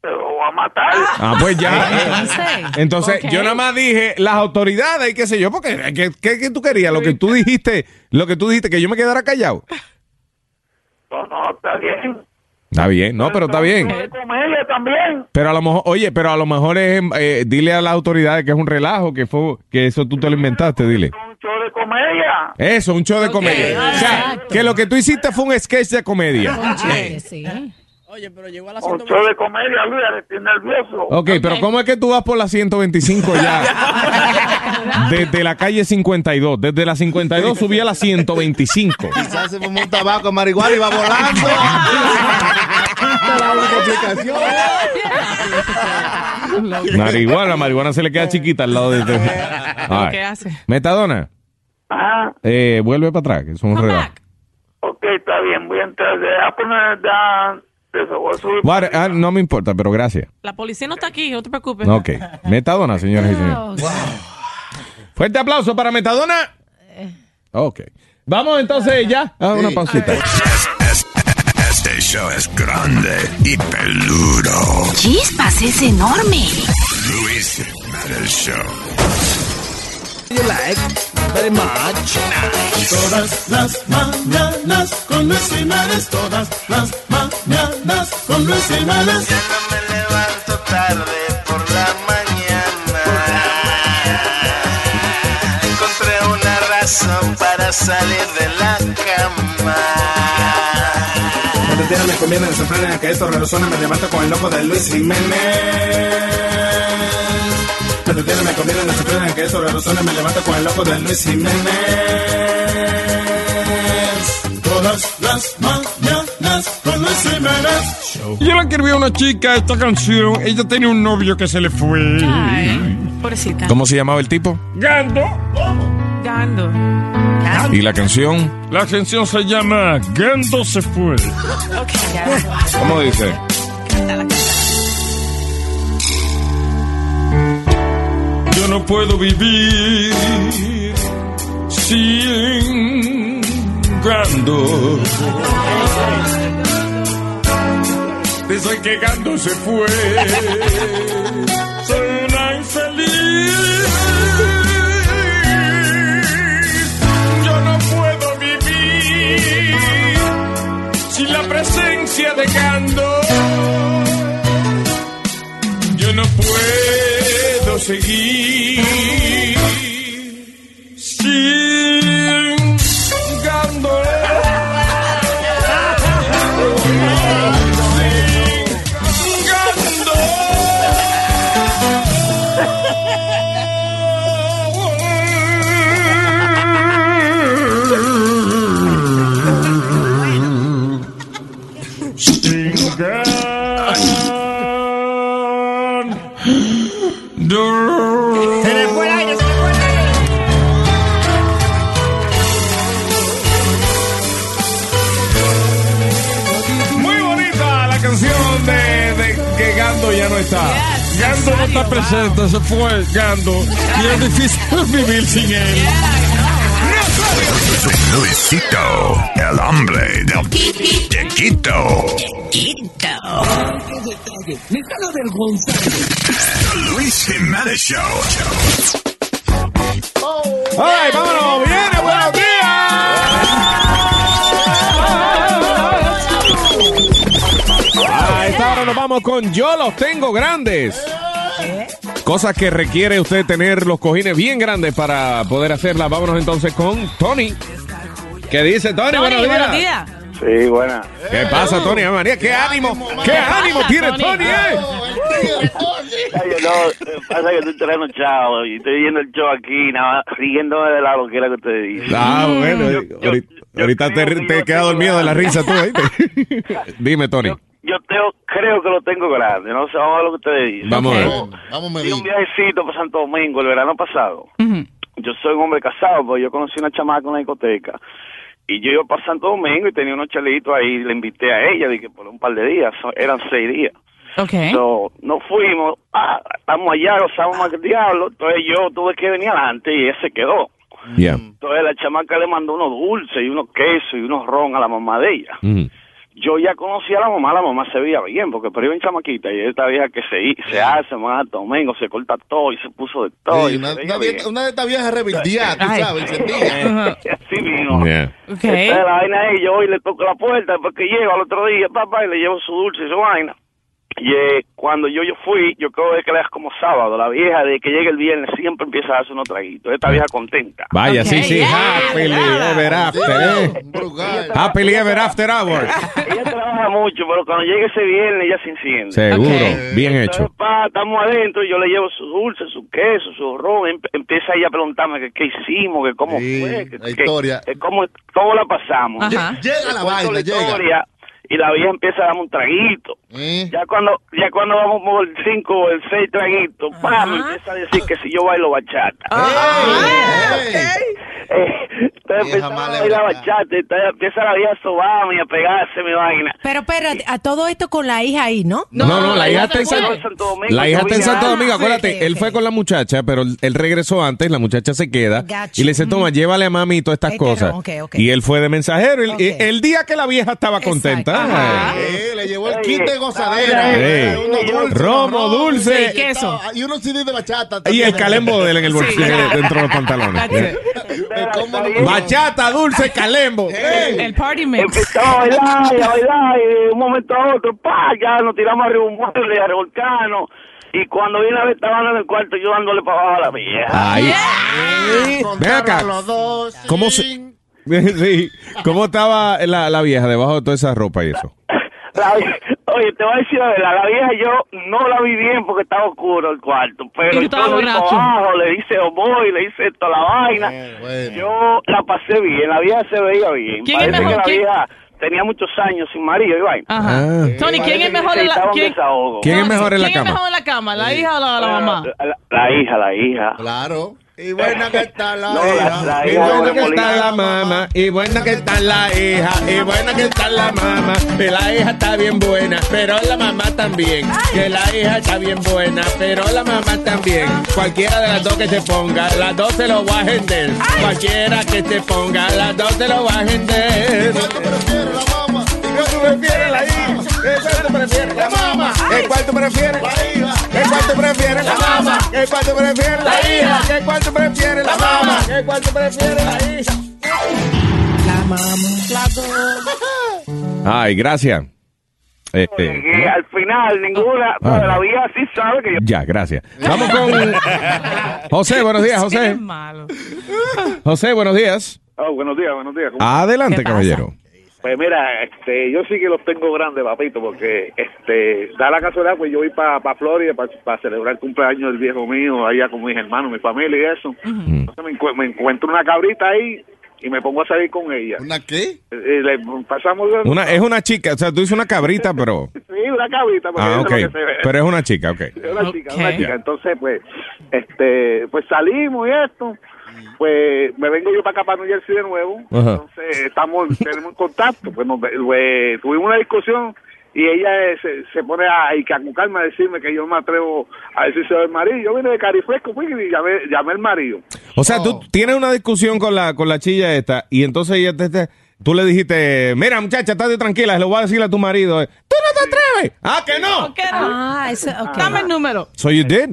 Speaker 6: Te voy a matar. Ah, pues
Speaker 5: Eh,
Speaker 6: ya. Entonces, yo nada más dije las autoridades y qué sé yo, porque ¿qué, qué- qué tú querías? Lo que tú dijiste, lo que tú dijiste, que yo me quedara callado.
Speaker 9: No, no, está bien.
Speaker 6: Está bien, no, pero está bien.
Speaker 9: Puede comerle también.
Speaker 6: Pero a lo mejor, oye, pero a lo mejor es, eh, dile a las autoridades que es un relajo, que fue, que eso tú te lo inventaste, dile.
Speaker 9: Yo de comedia.
Speaker 6: Eso, un show de comedia. O sea, que lo que tú hiciste fue un sketch de comedia.
Speaker 9: Un show de comedia, Luis, estoy nervioso.
Speaker 6: Ok, pero ¿cómo es que tú vas por la 125 ya? Desde la calle 52. Desde la 52 subí a la 125.
Speaker 7: Quizás se fumó un tabaco de marihuana y va volando. Esta es la única explicación.
Speaker 6: Marihuana, la marihuana se le queda chiquita al lado de... de- All right.
Speaker 5: ¿Qué hace?
Speaker 6: Metadona, eh, vuelve para atrás, que es un relajo.
Speaker 9: Ah, Ok, está bien, voy a entrar. Deja poner, deja, eso, voy a subir.
Speaker 6: Vale, ah, no me importa, pero gracias.
Speaker 16: La policía no está aquí, no te
Speaker 23: Pues
Speaker 16: preocupes.
Speaker 6: Ok. Metadona, señoras y señores.
Speaker 16: Wow.
Speaker 6: Fuerte aplauso para Metadona.
Speaker 23: Eh.
Speaker 6: Ok. Vamos entonces ya a una pausita.
Speaker 5: Este show es grande y peludo.
Speaker 1: Chispas, es enorme.
Speaker 5: Luis Metal Show.
Speaker 2: You like very much. Todas las mañanas con Luis Jiménez, todas las mañanas con Luis Jiménez.
Speaker 23: encontré una razón para salir de la cama. Cuando tiran las comienzan me sorprenden que esto resuena, me levanto con el loco de Luis Jiménez. Cuando tiran me convienen, me sorprenden que esto resuena, me levanto con el loco de Luis Jiménez.
Speaker 2: Todas las mañanas con Luis Jiménez.
Speaker 24: Yo la escribí a una chica esta canción. Ella tenía un novio que se le fue.
Speaker 16: Pobrecita.
Speaker 6: ¿Cómo se llamaba el tipo?
Speaker 24: Gando.
Speaker 16: Gando.
Speaker 6: ¿Y la canción?
Speaker 24: La canción se llama Gando se fue.
Speaker 16: Ok, ya.
Speaker 6: ¿Cómo dice?
Speaker 24: Yo no puedo vivir sin Gando. Desde que Gando se fue, soy una infeliz. Yo no puedo vivir sin la presencia de Gando. Yo no puedo seguir sin Gando.
Speaker 6: está. Gando no está presente, se fue Gando. Y es difícil vivir sin él.
Speaker 3: Luisito, el hombre del Quito. Luis Jiménez Show.
Speaker 6: ¡Ay, vámonos! ¡Viene, buenos días! A esta hora nos vamos con Yo los tengo grandes. Cosas que requiere usted tener los cojines bien grandes para poder hacerlas. Vámonos entonces con Tony. ¿Qué dice Tony?
Speaker 16: Tony,
Speaker 6: buenos días.
Speaker 16: buenos días.
Speaker 6: Sí, buena. ¿Qué pasa, Tony? Ay, María, qué ánimo, qué ánimo tiene Tony, eh.
Speaker 17: Ay, yo no, eh, pasa que estoy trayendo chavo y estoy viendo el show aquí, nada más, riéndome de la loquera que usted dice.
Speaker 6: Ah, bueno.
Speaker 17: Yo,
Speaker 24: Mm.
Speaker 6: ahorita- ahorita te, te queda dormido de la risa tú, ¿oíste? Dime, Tony.
Speaker 17: yo teo- creo que lo tengo grande, no sé, vamos a ver lo que ustedes dicen.
Speaker 6: Vamos a ver.
Speaker 17: Vamos un viajecito para Santo Domingo el verano pasado. Yo soy un hombre casado, pero yo conocí una chamaca en una discoteca. Y yo iba para Santo Domingo y tenía unos chelitos ahí, y le invité a ella, dije, por un par de días, so- eran seis días. So, nos fuimos, ah, estamos allá, gozamos más que el diablo. Entonces yo tuve que venir adelante y ella se quedó.
Speaker 6: Yeah.
Speaker 17: Entonces la chamaca le mandó unos dulces y unos quesos y unos ron a la mamá de ella. Yo ya conocía a la mamá, la mamá se veía bien, porque pero iba en chamaquita y esta vieja que se, hi- se hace, más domingo, se corta todo y se puso de todo.
Speaker 7: Sí,
Speaker 17: y
Speaker 7: una,
Speaker 17: se
Speaker 7: una
Speaker 17: veía
Speaker 7: vie- una de estas viejas rebeldía, tú sabes, encendida.
Speaker 17: Así mismo.
Speaker 7: Ok.
Speaker 17: Entonces, la vaina es, yo voy y le toco la puerta porque llego al otro día, papá, y le llevo su dulce y su vaina. Y eh, cuando yo, yo fui, yo creo que era como sábado, la vieja de que llega el viernes siempre empieza a darse unos traguitos. Esta vieja contenta.
Speaker 6: Vaya, sí, sí.
Speaker 17: yeah,
Speaker 6: happily
Speaker 17: yeah.
Speaker 6: ever after, eh. Happily ever after hours.
Speaker 17: Ella trabaja mucho, pero cuando llegue ese viernes ya se enciende.
Speaker 6: Seguro, bien hecho.
Speaker 17: Pa, estamos adentro y yo le llevo su dulce, su queso, su ron. Em- empieza ella a preguntarme que qué hicimos, que cómo fue, que,
Speaker 7: la historia.
Speaker 17: que- que cómo, cómo la pasamos.
Speaker 7: Ajá. Lle- llega la
Speaker 17: Le cuento
Speaker 7: vaina, llega.
Speaker 17: historia Y la vieja empieza a darme un traguito.
Speaker 7: ¿Eh?
Speaker 17: Ya cuando ya cuando vamos por el cinco o el seis traguitos, pa, me empieza a decir que si yo bailo bachata. Eh, entonces empezaba a bailar bachata, entonces empieza la vieja a sobarme y a pegarse mi vaina.
Speaker 10: Pero espérate, a todo esto con la hija ahí, ¿no?
Speaker 6: No, no, la hija está en Santo
Speaker 17: Domingo.
Speaker 6: La hija está en Santo Domingo, acuérdate,
Speaker 10: Ah, ok,
Speaker 6: él fue con la muchacha, pero él él regresó antes, la muchacha se queda
Speaker 10: Gotcha.
Speaker 6: y le dice, toma, llévale a mami y todas estas
Speaker 10: Este
Speaker 6: cosas.
Speaker 10: ron, ok, ok.
Speaker 6: Y él fue de mensajero el, el día que la vieja estaba contenta. eh,
Speaker 7: Eh, le llevó el kit de gozadera.
Speaker 6: eh,
Speaker 7: Unos dulces,
Speaker 6: Romo, dulce
Speaker 7: y estaba- Y unos CD de bachata.
Speaker 6: y el
Speaker 7: también.
Speaker 6: calembo de él en el
Speaker 7: Sí.
Speaker 6: bolsillo eh, dentro de los pantalones. eh. Bachata, dulce, calembo.
Speaker 16: El party mix.
Speaker 17: Empezaba a bailar y a bailar y de un momento a otro, pa, ya nos tiramos arriba un mueble, a revolcarnos. Y cuando vine a ver, estaban en el cuarto yo dándole para abajo a la vieja.
Speaker 6: Ahí. Ven acá. ¿Cómo se- Sí. ¿Cómo estaba la, la vieja debajo de toda esa ropa y eso?
Speaker 17: La vie- oye, te voy a decir la verdad, la vieja yo no la vi bien porque estaba oscuro el cuarto, pero
Speaker 16: Y tú
Speaker 17: yo
Speaker 16: estabas
Speaker 17: lo hice
Speaker 16: borracho.
Speaker 17: abajo, le hice oboy, le hice toda la vaina.
Speaker 8: Eh,
Speaker 17: Yo la pasé bien, la vieja se veía bien.
Speaker 16: ¿Quién es
Speaker 17: Parece
Speaker 16: mejor?
Speaker 17: que la
Speaker 16: ¿Quién-
Speaker 17: vieja tenía muchos años sin marido y vaina.
Speaker 6: Ah.
Speaker 16: Tony, ¿quién
Speaker 17: Parece
Speaker 16: es mejor
Speaker 17: que
Speaker 16: en la
Speaker 17: necesitaba un
Speaker 16: quién,
Speaker 17: desahogo.
Speaker 6: ¿Quién es mejor en la
Speaker 16: quién es
Speaker 6: cama?
Speaker 16: mejor en la cama? ¿La hija o la,
Speaker 25: Ah,
Speaker 16: la mamá?
Speaker 17: La, la hija, la hija.
Speaker 7: Claro. Y buena que está la
Speaker 17: hija. La
Speaker 6: Y
Speaker 17: hija
Speaker 6: buena
Speaker 17: de
Speaker 6: que está
Speaker 17: Molina.
Speaker 6: la mamá, y buena que está la hija, y buena que está la mamá, que la hija está bien buena, pero la mamá también, que la hija está bien buena, pero la mamá también. Cualquiera de las dos que se ponga, las dos se lo va a vender. Cualquiera que se ponga, las dos se lo va a vender. ¿Cuál tú prefieres, la hija? ¿Cuál tú prefieres, la mamá? ¿Cuál tú prefieres, la hija? ¿Cuál tú prefieres, la mamá? ¿Cuál tú prefieres, la hija? ¿Cuál tú prefieres, la mamá? ¿Cuál tú prefieres, la hija? Ay, gracias. Eh, eh,
Speaker 17: Que al final ninguna,
Speaker 6: Ah.
Speaker 17: pero la vieja sí sabe que yo...
Speaker 6: ya, gracias. Vamos con José, buenos días, José. José, buenos días.
Speaker 8: Ah, buenos días, buenos días. ¿Cómo-
Speaker 6: Adelante, caballero.
Speaker 8: Pues mira, este, yo sí que los tengo grandes, papito, porque este, da la casualidad, pues yo voy para Florida para celebrar el cumpleaños del viejo mío, allá con mis hermanos, mi familia y eso. Entonces me, encu- me encuentro una cabrita ahí y me pongo a salir con ella. ¿Una qué? le pasamos...
Speaker 6: Una, es una chica, o sea, tú dices una cabrita, pero...
Speaker 8: Sí, una cabrita, porque
Speaker 6: Ah,
Speaker 8: eso
Speaker 6: ok.
Speaker 8: es lo que se ve.
Speaker 6: Pero es una chica, ok.
Speaker 8: Es una chica, una chica. Entonces, pues, este, pues salimos y esto. Pues me vengo yo para acá para New Jersey de nuevo. Eh,
Speaker 6: Ajá.
Speaker 8: Entonces, estamos, tenemos un contacto. Pues, nos- pues, tuvimos una discusión y ella eh, se, se pone a icacucarme a decirme que yo me atrevo a decirse del marido. Yo vine de Carifresco, fui y llamé, llamé al marido.
Speaker 6: O sea, tú tienes una discusión con la, con la chilla esta y entonces ella te- te- tú le dijiste, mira muchacha, estate tranquila, se lo voy a decir a tu marido. eh". ¡Tú no te atreves! ¡Ah, que no!
Speaker 10: Ah, eso, ok. Dame el número.
Speaker 6: So you did.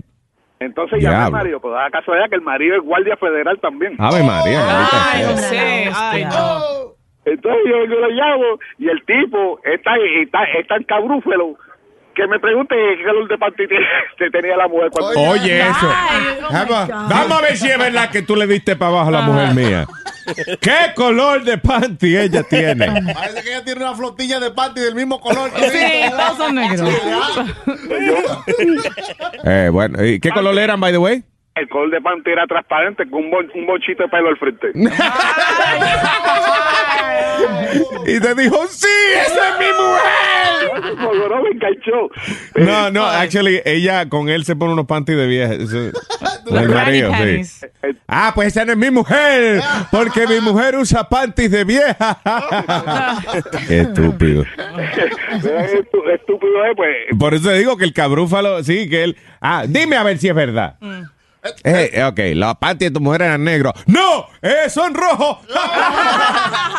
Speaker 8: Entonces llamé al
Speaker 6: Diablo.
Speaker 8: marido, pues, pero da la casualidad que el marido es guardia federal también.
Speaker 6: Ave María.
Speaker 8: Oh, Ay,
Speaker 6: ahorita-
Speaker 16: ay,
Speaker 8: no. Entonces yo, yo lo llamo y el tipo está, está, está en cabrúfelo que me pregunte qué calor de partido tenía la mujer. Cuando
Speaker 6: Oye, eso.
Speaker 8: Oh
Speaker 6: Vamos, vamos a ver si es verdad que tú le diste para abajo a la mujer mía. ¿Qué color de panty ella tiene?
Speaker 7: Parece que ella tiene una flotilla de panty del mismo color que
Speaker 16: Sí, todos son negros.
Speaker 6: Eh, bueno, ¿y qué color eran, by the way?
Speaker 8: El color de panty era transparente con un, bon- un bochito de pelo al frente.
Speaker 6: Y te dijo, sí, esa es mi
Speaker 8: mujer. No, no, me enganchó.
Speaker 6: No, no, actually, ella con él se pone unos panties de vieja. Eso- El marido, sí. Ah, pues esa no es mi mujer, porque mi mujer usa panties de vieja. Qué estúpido.
Speaker 8: Mira qué estu- estúpido es, pues.
Speaker 6: Por eso te digo que el cabrúfalo, sí, que él. Ah, dime a ver si es verdad. Eh, ok, la panties de tu mujer eran negros. ¡No! eh, ¡Son rojos!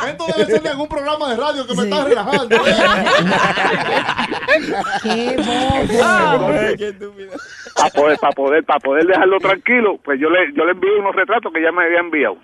Speaker 7: Esto debe ser de algún programa de radio que me está relajando. ¿eh?
Speaker 10: Qué
Speaker 8: Para poder, para poder, para poder dejarlo tranquilo, pues yo le, yo le envié unos retratos que ya me había enviado.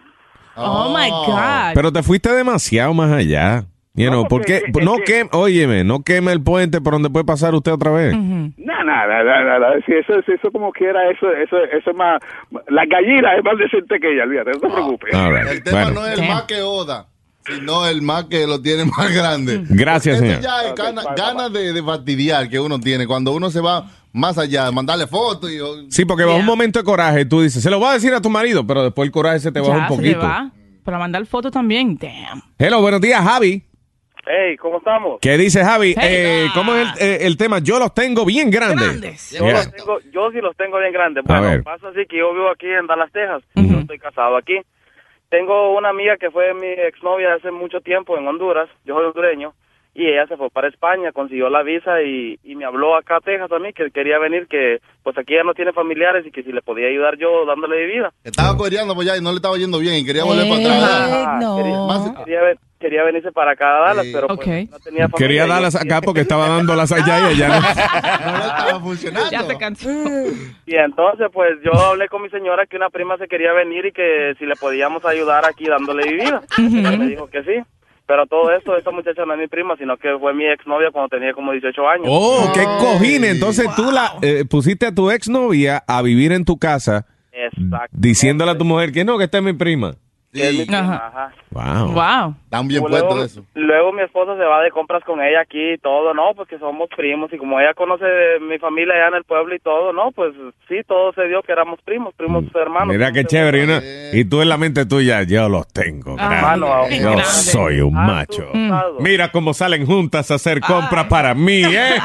Speaker 16: Oh, my God.
Speaker 6: Pero te fuiste demasiado más allá. You know, porque no quema, óyeme, no quema el puente por donde puede pasar usted otra vez.
Speaker 8: Nada, nada, nada, nada. Si eso, si eso como quiera, eso, eso, eso es más. La gallina es más decente que ella, olvídate,
Speaker 16: Oh.
Speaker 8: no te preocupes.
Speaker 6: All right.
Speaker 7: El tema
Speaker 6: Bueno.
Speaker 7: no es el más que Oda, sino el más que lo tiene más grande.
Speaker 6: Gracias,
Speaker 7: Eso
Speaker 6: señor.
Speaker 7: ya es gana- ganas de, de fastidiar que uno tiene cuando uno se va más allá, mandarle fotos y...
Speaker 6: Sí, porque va un momento de coraje, tú dices, se lo voy a decir a tu marido, pero después el coraje se te baja
Speaker 16: Ya,
Speaker 6: un
Speaker 16: se te
Speaker 6: poquito.
Speaker 16: va. Para mandar fotos también. Damn.
Speaker 6: Hello, buenos días, Javi.
Speaker 25: Hey, ¿cómo estamos?
Speaker 6: ¿Qué dice Javi?
Speaker 25: Hey,
Speaker 6: Eh, ¿Cómo es el, eh, el tema? Yo los tengo bien grandes.
Speaker 25: Yo,
Speaker 6: Yeah.
Speaker 25: los tengo, yo sí los tengo bien grandes.
Speaker 6: A
Speaker 25: Bueno,
Speaker 6: ver.
Speaker 25: pasa así que yo vivo aquí en Dallas, Texas. Yo estoy casado aquí. Tengo una amiga que fue mi exnovia hace mucho tiempo en Honduras. Yo soy hondureño. Y ella se fue para España, consiguió la visa y, y me habló acá a Texas a mí que quería venir, que pues aquí ella no tiene familiares y que si le podía ayudar yo dándole de vida.
Speaker 7: Estaba coreando por allá y no le estaba yendo bien y quería volver para atrás.
Speaker 25: Ajá, quería, quería ven- quería venirse para acá a Dallas, pero pues no tenía familia.
Speaker 6: Ah. Quería
Speaker 25: y-
Speaker 6: darlas acá porque estaba dándolas allá y allá. no.
Speaker 16: Ya se cansó.
Speaker 25: Y entonces, pues yo hablé con mi señora que una prima se quería venir y que si le podíamos ayudar aquí dándole vivida. Ella Me dijo que sí. Pero todo esto, esta muchacha no es mi prima, sino que fue mi exnovia cuando tenía como 18 años.
Speaker 6: Oh, qué cojines. Entonces tú la eh, pusiste a tu exnovia a vivir en tu casa
Speaker 25: Exacto.
Speaker 6: diciéndole a tu mujer que no, que esta es mi prima.
Speaker 25: Que es mi prima, ajá.
Speaker 6: Wow.
Speaker 16: Wow.
Speaker 7: Están bien
Speaker 25: Luego-
Speaker 7: puestos eso.
Speaker 25: Luego mi esposa se va de compras con ella aquí y todo, ¿no? Pues que somos primos y como ella conoce de mi familia allá en el pueblo y todo, ¿no? Pues sí, todo se dio que éramos primos, primos
Speaker 6: Mm.
Speaker 25: hermanos.
Speaker 6: Mira qué chévere. Y, una- y tú en la mente tuya, yo los tengo.
Speaker 25: Ah,
Speaker 6: grandes.
Speaker 25: mano, ah,
Speaker 6: yo
Speaker 25: grande.
Speaker 6: soy un macho. Mira cómo salen juntas a hacer compras para mí, ¿eh?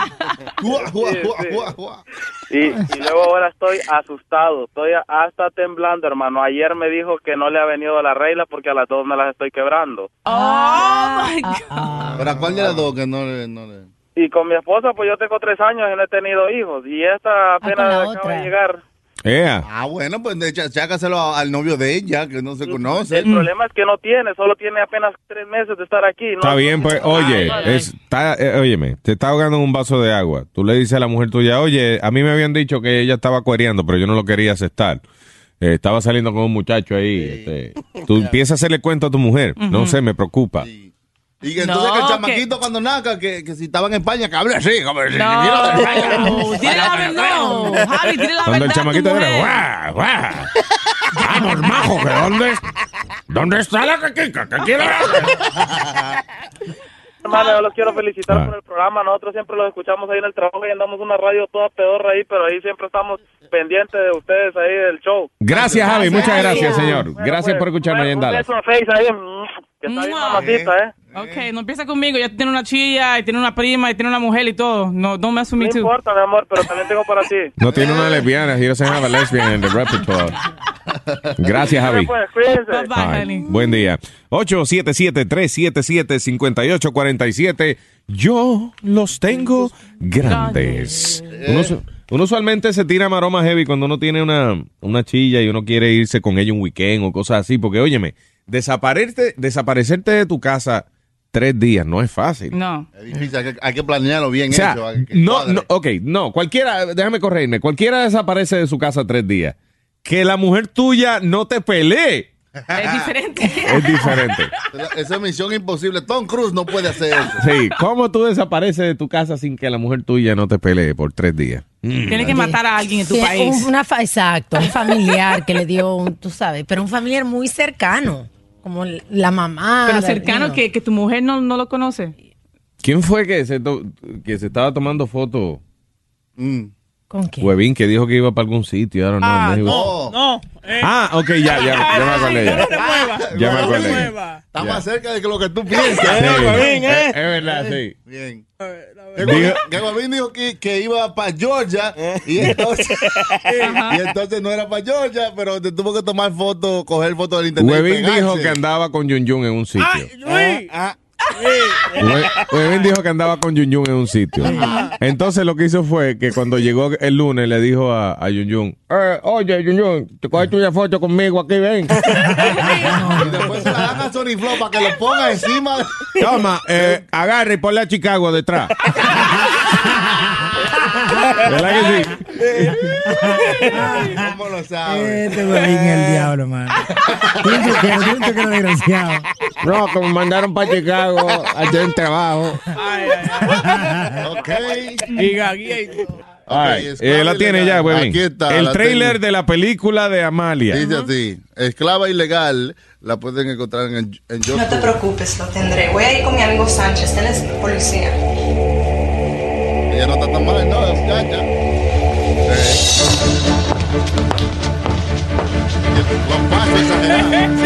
Speaker 25: Y, y luego ahora estoy asustado, estoy hasta temblando, hermano. Ayer me dijo que no le ha venido la regla porque a las dos me las estoy quebrando.
Speaker 16: Oh, my God.
Speaker 7: ¿Para cuál de las dos que no le... No le...
Speaker 25: Y con mi esposa, pues yo tengo tres años y no he tenido hijos. Y esta apenas acaba de llegar.
Speaker 7: Ah, bueno, pues de hecho, chácaselo a- al novio de ella, que no se conoce.
Speaker 25: El problema es que no tiene, solo tiene apenas tres meses de estar aquí. ¿no? Ah,
Speaker 6: Está bien, pues, oye, es- está, eh, óyeme, te está ahogando en un vaso de agua. Tú le dices a la mujer tuya, oye, a mí me habían dicho que ella estaba cuereando, pero yo no lo quería aceptar. Eh, estaba saliendo con un muchacho ahí. este. Tú empiezas a hacerle cuento a tu mujer. No
Speaker 7: Ujú.
Speaker 6: sé, me preocupa.
Speaker 7: Y que entonces
Speaker 16: No,
Speaker 7: que el
Speaker 16: que-
Speaker 7: chamaquito cuando naca, que, que si estaba en España, que hable así, como si-
Speaker 16: No.
Speaker 7: mira de España.
Speaker 16: Dile la verdad. No, Javi, dile la
Speaker 6: Cuando el
Speaker 16: verdad. a tu
Speaker 6: chamaquito
Speaker 16: mujer.
Speaker 4: eh.
Speaker 6: era, guau, guau. Vamos, majo, que dónde, es- ¿dónde está la caquica? ¿Qué quiere
Speaker 25: Hermano, yo los quiero felicitar
Speaker 6: Ah.
Speaker 25: por el programa. Nosotros siempre los escuchamos ahí en el trabajo y andamos una radio toda pedorra ahí, pero ahí siempre estamos pendientes de ustedes ahí del show.
Speaker 6: Gracias, Javi. Muchas gracias,
Speaker 25: Gracias.
Speaker 6: señor.
Speaker 25: Bueno,
Speaker 6: gracias
Speaker 25: pues,
Speaker 6: por escucharnos ahí en
Speaker 25: un
Speaker 6: Dallas.
Speaker 25: beso a Face ahí. mm, Que está bien
Speaker 16: Mua.
Speaker 25: mamacita, ¿eh?
Speaker 16: Ok, no empieza conmigo. Ya tiene una chilla, y tiene una prima, y tiene una mujer y todo. No, don't mess with me
Speaker 25: No
Speaker 16: too.
Speaker 25: importa, mi amor, pero también tengo para ti.
Speaker 6: No tiene una lesbiana. He doesn't have a lesbian in the repertoire. Gracias, Javi.
Speaker 25: Pues, cuídense.
Speaker 6: Ay, buen día. 877-377-5847. Yo los tengo grandes. Uno, usu- uno usualmente se tira maroma heavy cuando uno tiene una, una chilla y uno quiere irse con ella un weekend o cosas así. Porque, óyeme, desaparecerte, desaparecerte de tu casa tres días no es fácil.
Speaker 16: No.
Speaker 7: Es difícil, hay que, hay que planearlo bien
Speaker 6: O sea,
Speaker 7: hecho. hay que-
Speaker 6: no, no, ok, no, cualquiera, déjame corregirme, cualquiera desaparece de su casa tres días. Que la mujer tuya no te pelee
Speaker 16: Es diferente.
Speaker 6: es diferente.
Speaker 7: Esa es misión imposible. Tom Cruise no puede hacer eso.
Speaker 6: Sí, ¿cómo tú desapareces de tu casa sin que la mujer tuya no te pelee por tres días? Mm.
Speaker 16: Tienes que matar a alguien en tu
Speaker 10: Sí,
Speaker 16: país.
Speaker 10: un- una fa- exacto, un familiar que le dio, un, tú sabes, pero un familiar muy cercano, como l- la mamá.
Speaker 16: Pero
Speaker 10: Ah, la-
Speaker 16: cercano
Speaker 10: no.
Speaker 16: que, que tu mujer no, no lo conoce.
Speaker 6: ¿Quién fue que se, to- que se estaba tomando foto?
Speaker 10: ¿Con
Speaker 6: Huevín, que dijo que iba para algún sitio. I don't know,
Speaker 4: Mm. Ah,
Speaker 6: México.
Speaker 4: no, no. eh.
Speaker 6: Ah, ok, ya, ya, ya me acordé.
Speaker 4: No te
Speaker 6: Ya,
Speaker 4: muevas.
Speaker 6: Ya me
Speaker 4: No te
Speaker 6: acordé.
Speaker 4: muevas.
Speaker 7: Está más cerca de que lo que tú piensas.
Speaker 6: Sí.
Speaker 7: Guavín,
Speaker 6: Es- es verdad, sí.
Speaker 7: Bien. Que Guavín- que Guavín dijo que, que iba para Georgia y
Speaker 4: Eh.
Speaker 7: entonces, y entonces no era para Georgia, pero te tuvo que tomar foto, coger foto del internet. y
Speaker 6: Huevín
Speaker 7: pegarse. Ah,
Speaker 6: dijo que andaba con Yun Yun en un sitio.
Speaker 4: Luis.
Speaker 6: Hue- Huevín dijo que andaba con Yun Yun en un sitio. Entonces lo que hizo fue que cuando llegó el lunes le dijo a, a Yun Yun, "Eh, oye Yun Yun, te cogiste una foto conmigo aquí, ven.
Speaker 7: Y después se la dan a Sony Flow para que lo ponga encima.
Speaker 6: Toma, eh, agarra y ponle a Chicago detrás. ¿Verdad que sí?
Speaker 7: ¿Cómo lo sabes?
Speaker 14: Este güey es el diablo, man. Tiene un truquero, tiene un truquero desgraciado.
Speaker 6: No, como mandaron para Chicago, allá en trabajo.
Speaker 7: Ok.
Speaker 4: Y gaguía y todo.
Speaker 6: Ay,
Speaker 7: Ok,
Speaker 6: eh, la tiene ya, Huevín.
Speaker 7: Aquí está,
Speaker 6: el
Speaker 7: la
Speaker 6: trailer
Speaker 7: tengo.
Speaker 6: de la película de Amalia.
Speaker 7: Dice así, esclava ilegal, la pueden encontrar en, en YouTube.
Speaker 13: No te preocupes, lo tendré. Voy a ir con mi amigo Sánchez, él es policía.
Speaker 7: Ella no está tan mal, no, es cacha.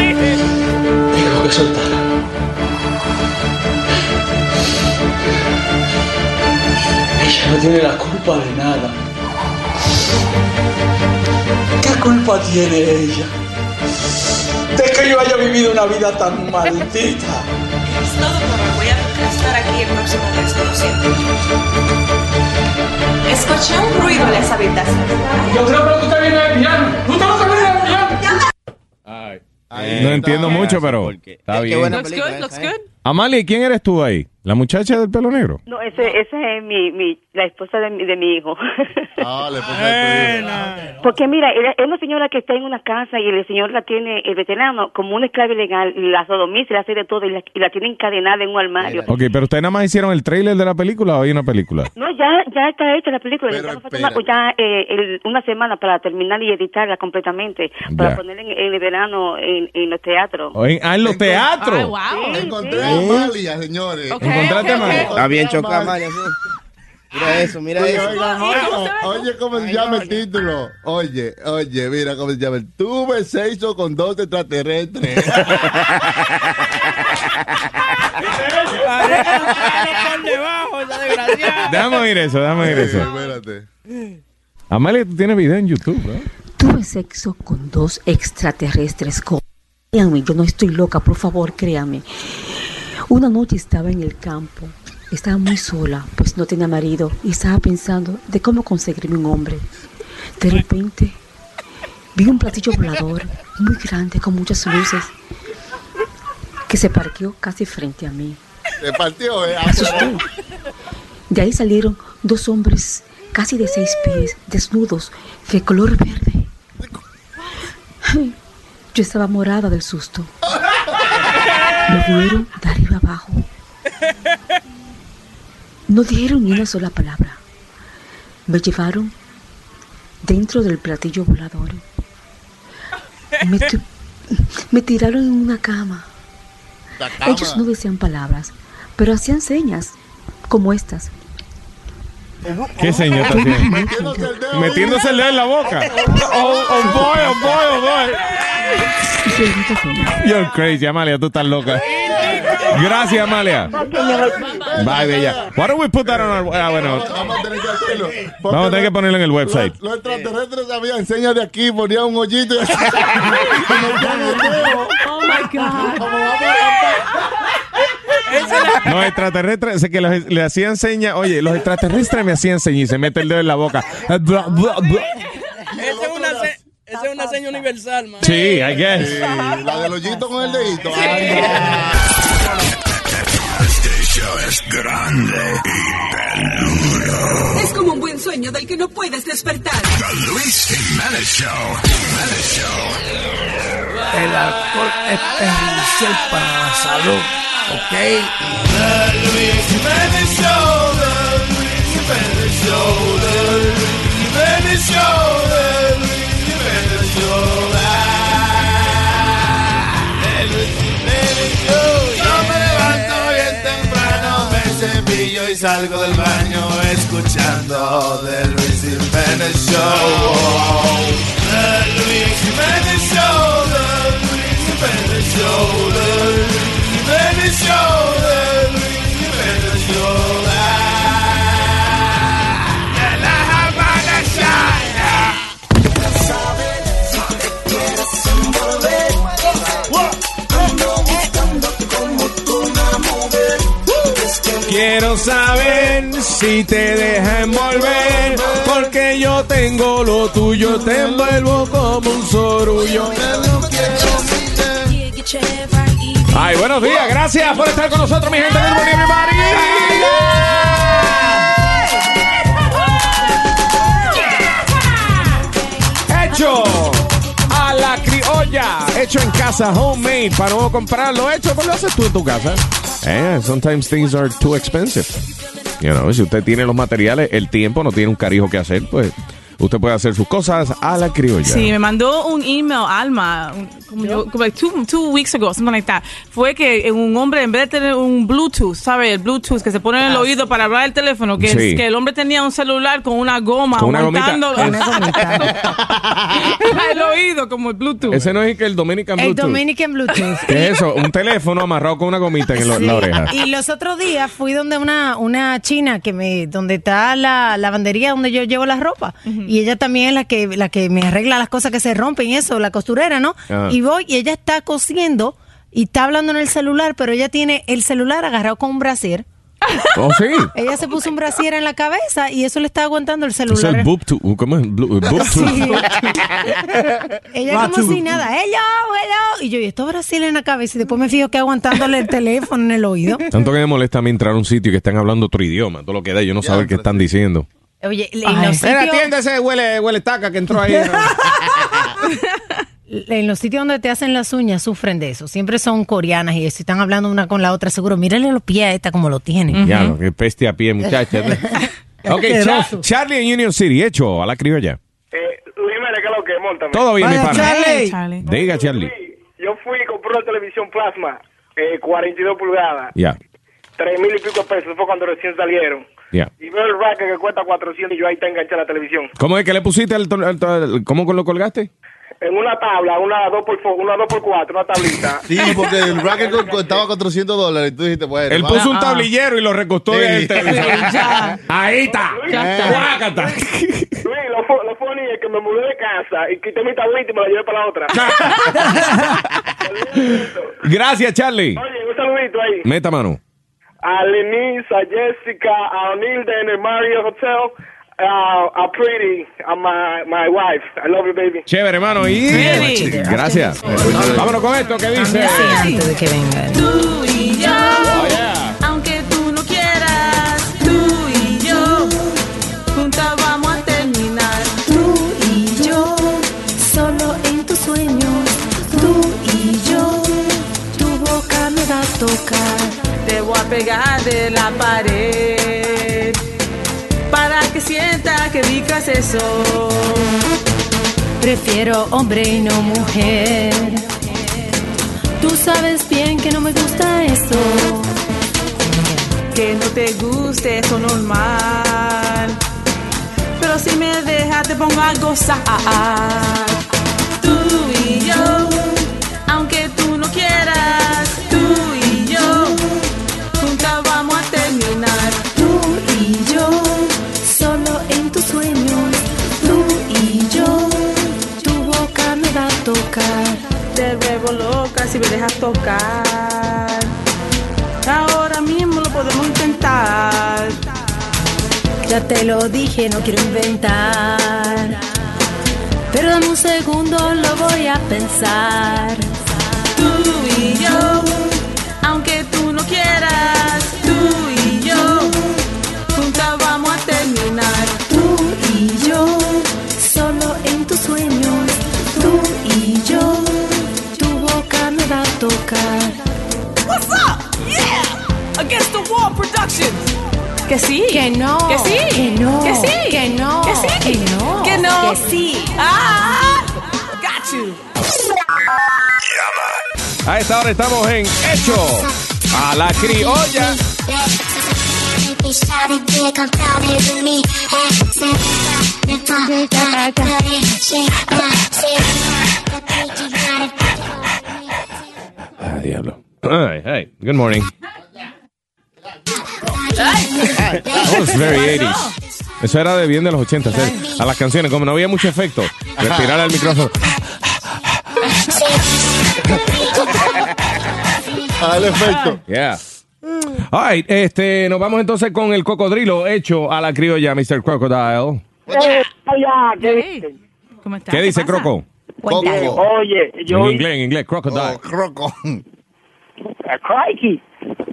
Speaker 13: Tengo que soltar. Ella no tiene la culpa de nada. ¿Qué culpa tiene ella? De que yo haya vivido una vida tan maldita.
Speaker 22: Es todo, pero voy a estar aquí el próximo mes, lo siento.
Speaker 13: Escuché un ruido en esa habitación.
Speaker 23: Yo creo que tú te vienes de piano. Tú te vas a venir de piano.
Speaker 6: no entiendo mucho, pero está bien.
Speaker 16: Looks good, looks good.
Speaker 6: Amalia, ¿y ¿quién eres tú ahí? ¿La muchacha del pelo negro?
Speaker 12: No, ese, ese es mi, mi, la esposa de mi, de mi hijo.
Speaker 7: Ah, le puse
Speaker 12: Porque mira, era- es una señora que está en una casa y el señor la tiene, el veterano, como una esclava ilegal, y la sodomiza, y la hace de todo y la, y la tiene encadenada en un armario.
Speaker 6: Ok, pero ustedes nada más hicieron el trailer de la película o hay una película.
Speaker 12: No, ya, ya está hecha la película. Le estamos faltando ya eh, el- una semana para terminar y editarla completamente, para
Speaker 6: Ya.
Speaker 12: ponerla en, en el verano en, en los teatros. Ah,
Speaker 6: O en- ah, en los teatros.
Speaker 7: Encontré a Amalia, señores.
Speaker 6: Encontraste a Amalia.
Speaker 7: Está bien chocada Amalia,
Speaker 15: Mira eso, mira
Speaker 7: Oye,
Speaker 15: eso.
Speaker 7: oiga, oye, oye, cómo se llama el título. Oye, oye, mira cómo se llama. Tuve sexo con dos extraterrestres.
Speaker 4: Por debajo, esa desgraciada.
Speaker 6: Déjame oír eso, déjame oír eso. Amalia, tú tienes video en YouTube, ¿no?
Speaker 26: Tuve sexo con dos extraterrestres. co- Créanme, yo no estoy loca, por favor, créanme. Una noche estaba en el campo, estaba muy sola, pues no tenía marido, y estaba pensando de cómo conseguirme un hombre. De repente, vi un platillo volador muy grande con muchas luces que se parqueó casi frente a mí.
Speaker 7: Se partió, eh.
Speaker 26: Me asusté. De ahí salieron dos hombres casi de seis pies, desnudos, de color verde. Ay, Yo estaba morada del susto. Me vieron de arriba abajo. No dijeron ni una sola palabra. Me llevaron dentro del platillo volador. Me, tu- me tiraron en una cama. Ellos no decían palabras, pero hacían señas como estas.
Speaker 6: ¿Qué señor está haciendo? Metiéndose el dedo en la boca. Oh, oh boy, oh boy, oh boy. You're crazy, Amalia. Tú estás loca. Gracias, Amalia. Bye, bella. Why don't we put that on our... Ah, bueno.
Speaker 7: Vamos a tener que hacerlo. Porque
Speaker 6: Vamos a tener que ponerlo en el website.
Speaker 7: Los extraterrestres habían señas de aquí, ponían un hoyito y hacían- Como
Speaker 16: Oh my God.
Speaker 6: Los extraterrestres, sé que los- le hacían señas, oye, los extraterrestres me hacían señas y se mete el dedo en la boca. Ah, bla, bla, bla.
Speaker 3: Esa es una, se- esa es una seña universal, man.
Speaker 6: Sí, I guess.
Speaker 7: La del hoyito con el dedito.
Speaker 27: Este show es grande y peludo.
Speaker 9: Es como un buen sueño del que no puedes despertar.
Speaker 27: The Luis Jimenez Show. Jimenez Show.
Speaker 21: El alcohol es perjudicial para la salud, ¿ok?
Speaker 23: The Luis Jiménez Show, The Luis Jiménez Show, The Luis Jiménez Show, The Luis Jiménez Show. Ah, The Luis Jiménez Show. Yo me levanto bien temprano, me cepillo y salgo del baño escuchando The Luis Jiménez Show. The Luis Jiménez Show, The Luis Jiménez Show, The Luis Jiménez Show, The Luis Jiménez Show. Ah, de la Habana Shaya.
Speaker 6: Quiero saber si te deja envolver, porque yo tengo lo tuyo, te envuelvo como un sorullo. Ay, buenos días, gracias por estar con nosotros, mi gente. Good morning, everybody. Hecho a la criolla, hecho en casa, homemade, para no comprarlo, hecho, pues lo haces tú en tu casa. Eh, sometimes things are too expensive. You know, si usted tiene los materiales, el tiempo, no tiene un carijo que hacer, pues usted puede hacer sus cosas a la criolla.
Speaker 16: Sí, me mandó un email, Alma, un- como yo- como like two, two weeks ago, something like that. Fue que un hombre, en vez de tener un Bluetooth, ¿sabe? El Bluetooth que se pone
Speaker 4: Ah,
Speaker 16: en el oído para hablar el teléfono, que,
Speaker 6: Sí.
Speaker 16: que el hombre tenía un celular con una goma
Speaker 6: Con una gomita.
Speaker 16: aguantándolo
Speaker 6: Con una
Speaker 16: al oído, como el Bluetooth.
Speaker 6: Ese no es que el Dominican
Speaker 10: El
Speaker 6: Bluetooth.
Speaker 10: Dominican Bluetooth.
Speaker 6: ¿Qué es eso? Un teléfono amarrado con una gomita en lo-
Speaker 10: Sí,
Speaker 6: la oreja.
Speaker 10: Y los otros días fui donde una, una china que me, donde está la lavandería donde yo llevo la ropa. Y ella también es la que, la que me arregla las cosas que se rompen y eso, la costurera, ¿no?
Speaker 28: Ajá.
Speaker 10: Y voy y ella está cosiendo y está hablando en el celular, pero ella tiene el celular agarrado con un brasier.
Speaker 6: ¿Oh, sí?
Speaker 10: Ella se puso un brasier en la cabeza y eso le está aguantando el
Speaker 6: Es
Speaker 10: celular.
Speaker 6: el Bluetooth. ¿Cómo es? Blu- uh, Bluetooth.
Speaker 10: Sí. Ella como
Speaker 6: Bluetooth.
Speaker 10: si nada, hello, hello. Y yo, y esto Brasil en la cabeza. Y después me fijo que aguantándole el teléfono en el oído.
Speaker 6: Tanto que me molesta a mí entrar a un sitio y que están hablando otro idioma. Todo lo que da, yo no saber qué están diciendo.
Speaker 10: Oye, en
Speaker 6: Ay.
Speaker 10: los
Speaker 21: Mira,
Speaker 10: sitios-
Speaker 21: atiéndese, huele, huele taca que entró ahí.
Speaker 10: en los sitios donde te hacen las uñas sufren de eso. Siempre son coreanas y eso, y están hablando una con la otra. Seguro, mírale los pies a esta como lo tiene.
Speaker 6: Ya, lo que peste a pie, muchachas. ok, Cha- Charlie en Union City, hecho a la criolla.
Speaker 8: Jiménez, Eh, ¿qué es lo que monta?
Speaker 6: Todo bien, mi
Speaker 8: Vaya,
Speaker 6: pana.
Speaker 8: Charlie.
Speaker 6: Diga, Charlie.
Speaker 8: Yo fui y compré una televisión plasma, eh, 42 pulgadas,
Speaker 6: Ya,
Speaker 8: tres mil y pico pesos, fue cuando recién salieron.
Speaker 6: ya.
Speaker 8: Y veo el rack que cuesta 400 y yo ahí está enganchada la televisión.
Speaker 6: ¿Cómo es que le pusiste el, to- el to- el- cómo lo colgaste?
Speaker 8: En una tabla, una 2x4, una 2x4, una tablita.
Speaker 7: Sí, porque el racket co- costaba 400 dólares. Y tú dijiste, bueno.
Speaker 6: Él
Speaker 7: vamos.
Speaker 6: puso
Speaker 16: Ah,
Speaker 6: un tablillero y lo recostó
Speaker 7: Sí.
Speaker 6: del televisor.
Speaker 7: Sí, ya.
Speaker 6: Ahí está. Eh,
Speaker 7: Ya está.
Speaker 6: Guácata.
Speaker 8: Luis, lo, fu- lo funny es que me mudé de casa y quité mi tablita y me la llevé para la otra.
Speaker 6: Gracias, Charlie.
Speaker 8: Oye, un saludito ahí.
Speaker 6: Meta mano.
Speaker 8: A Lenise, a Jessica, a Onilda en el Mario Hotel, a, a Pretty, a my, my wife. I love you, baby.
Speaker 6: Chévere, hermano. Y
Speaker 8: Sí.
Speaker 6: gracias. Vámonos con esto que dice.
Speaker 10: Antes de que venga.
Speaker 9: Tú y yo, aunque tú no quieras, tú y yo, juntas vamos a terminar. Tú y yo, solo en tus sueños, tú y yo, tu boca me va a tocar. Te voy a pegar de la pared, para que sienta que digas eso.
Speaker 28: Prefiero hombre y no mujer.
Speaker 9: Tú sabes bien que no me gusta eso. Que no te guste eso normal. Pero si me dejas te pongo a gozar. Tú y yo,
Speaker 16: vuelvo loca si me dejas tocar. Ahora mismo lo podemos intentar.
Speaker 18: Ya te lo dije, no quiero inventar. Pero dame un segundo, lo voy a pensar.
Speaker 9: Tú y yo, aunque tú no quieras, tú y yo, juntas vamos a terminar.
Speaker 18: Tú y yo, solo en tus sueños. Tú y yo, tu boca me va a tocar.
Speaker 16: What's up? Yeah! Against the Wall Productions. Que sí.
Speaker 10: Que no.
Speaker 16: Que sí.
Speaker 10: Que no.
Speaker 16: Que sí.
Speaker 10: Que no.
Speaker 16: Que sí.
Speaker 10: Que no.
Speaker 16: Que no.
Speaker 10: Que sí.
Speaker 16: Ah, got you.
Speaker 6: A esta hora estamos en Hecho a la Criolla. Ah, diablo. Hey, hey, good morning. That was very 80s. Eso era de bien de los 80, ¿eh? A las canciones, como no había mucho efecto, respirar al micrófono.
Speaker 7: Al efecto.
Speaker 6: Yeah. All right, este, nos vamos entonces con el cocodrilo hecho a la criolla, Mr. Crocodile.
Speaker 17: Eh, hola, ¿qué dices?
Speaker 16: ¿Cómo estás?
Speaker 6: ¿Qué dice Croco?
Speaker 17: Oye, Oye, yo...
Speaker 6: En inglés, en inglés, Crocodile.
Speaker 7: Croco.
Speaker 17: Crikey.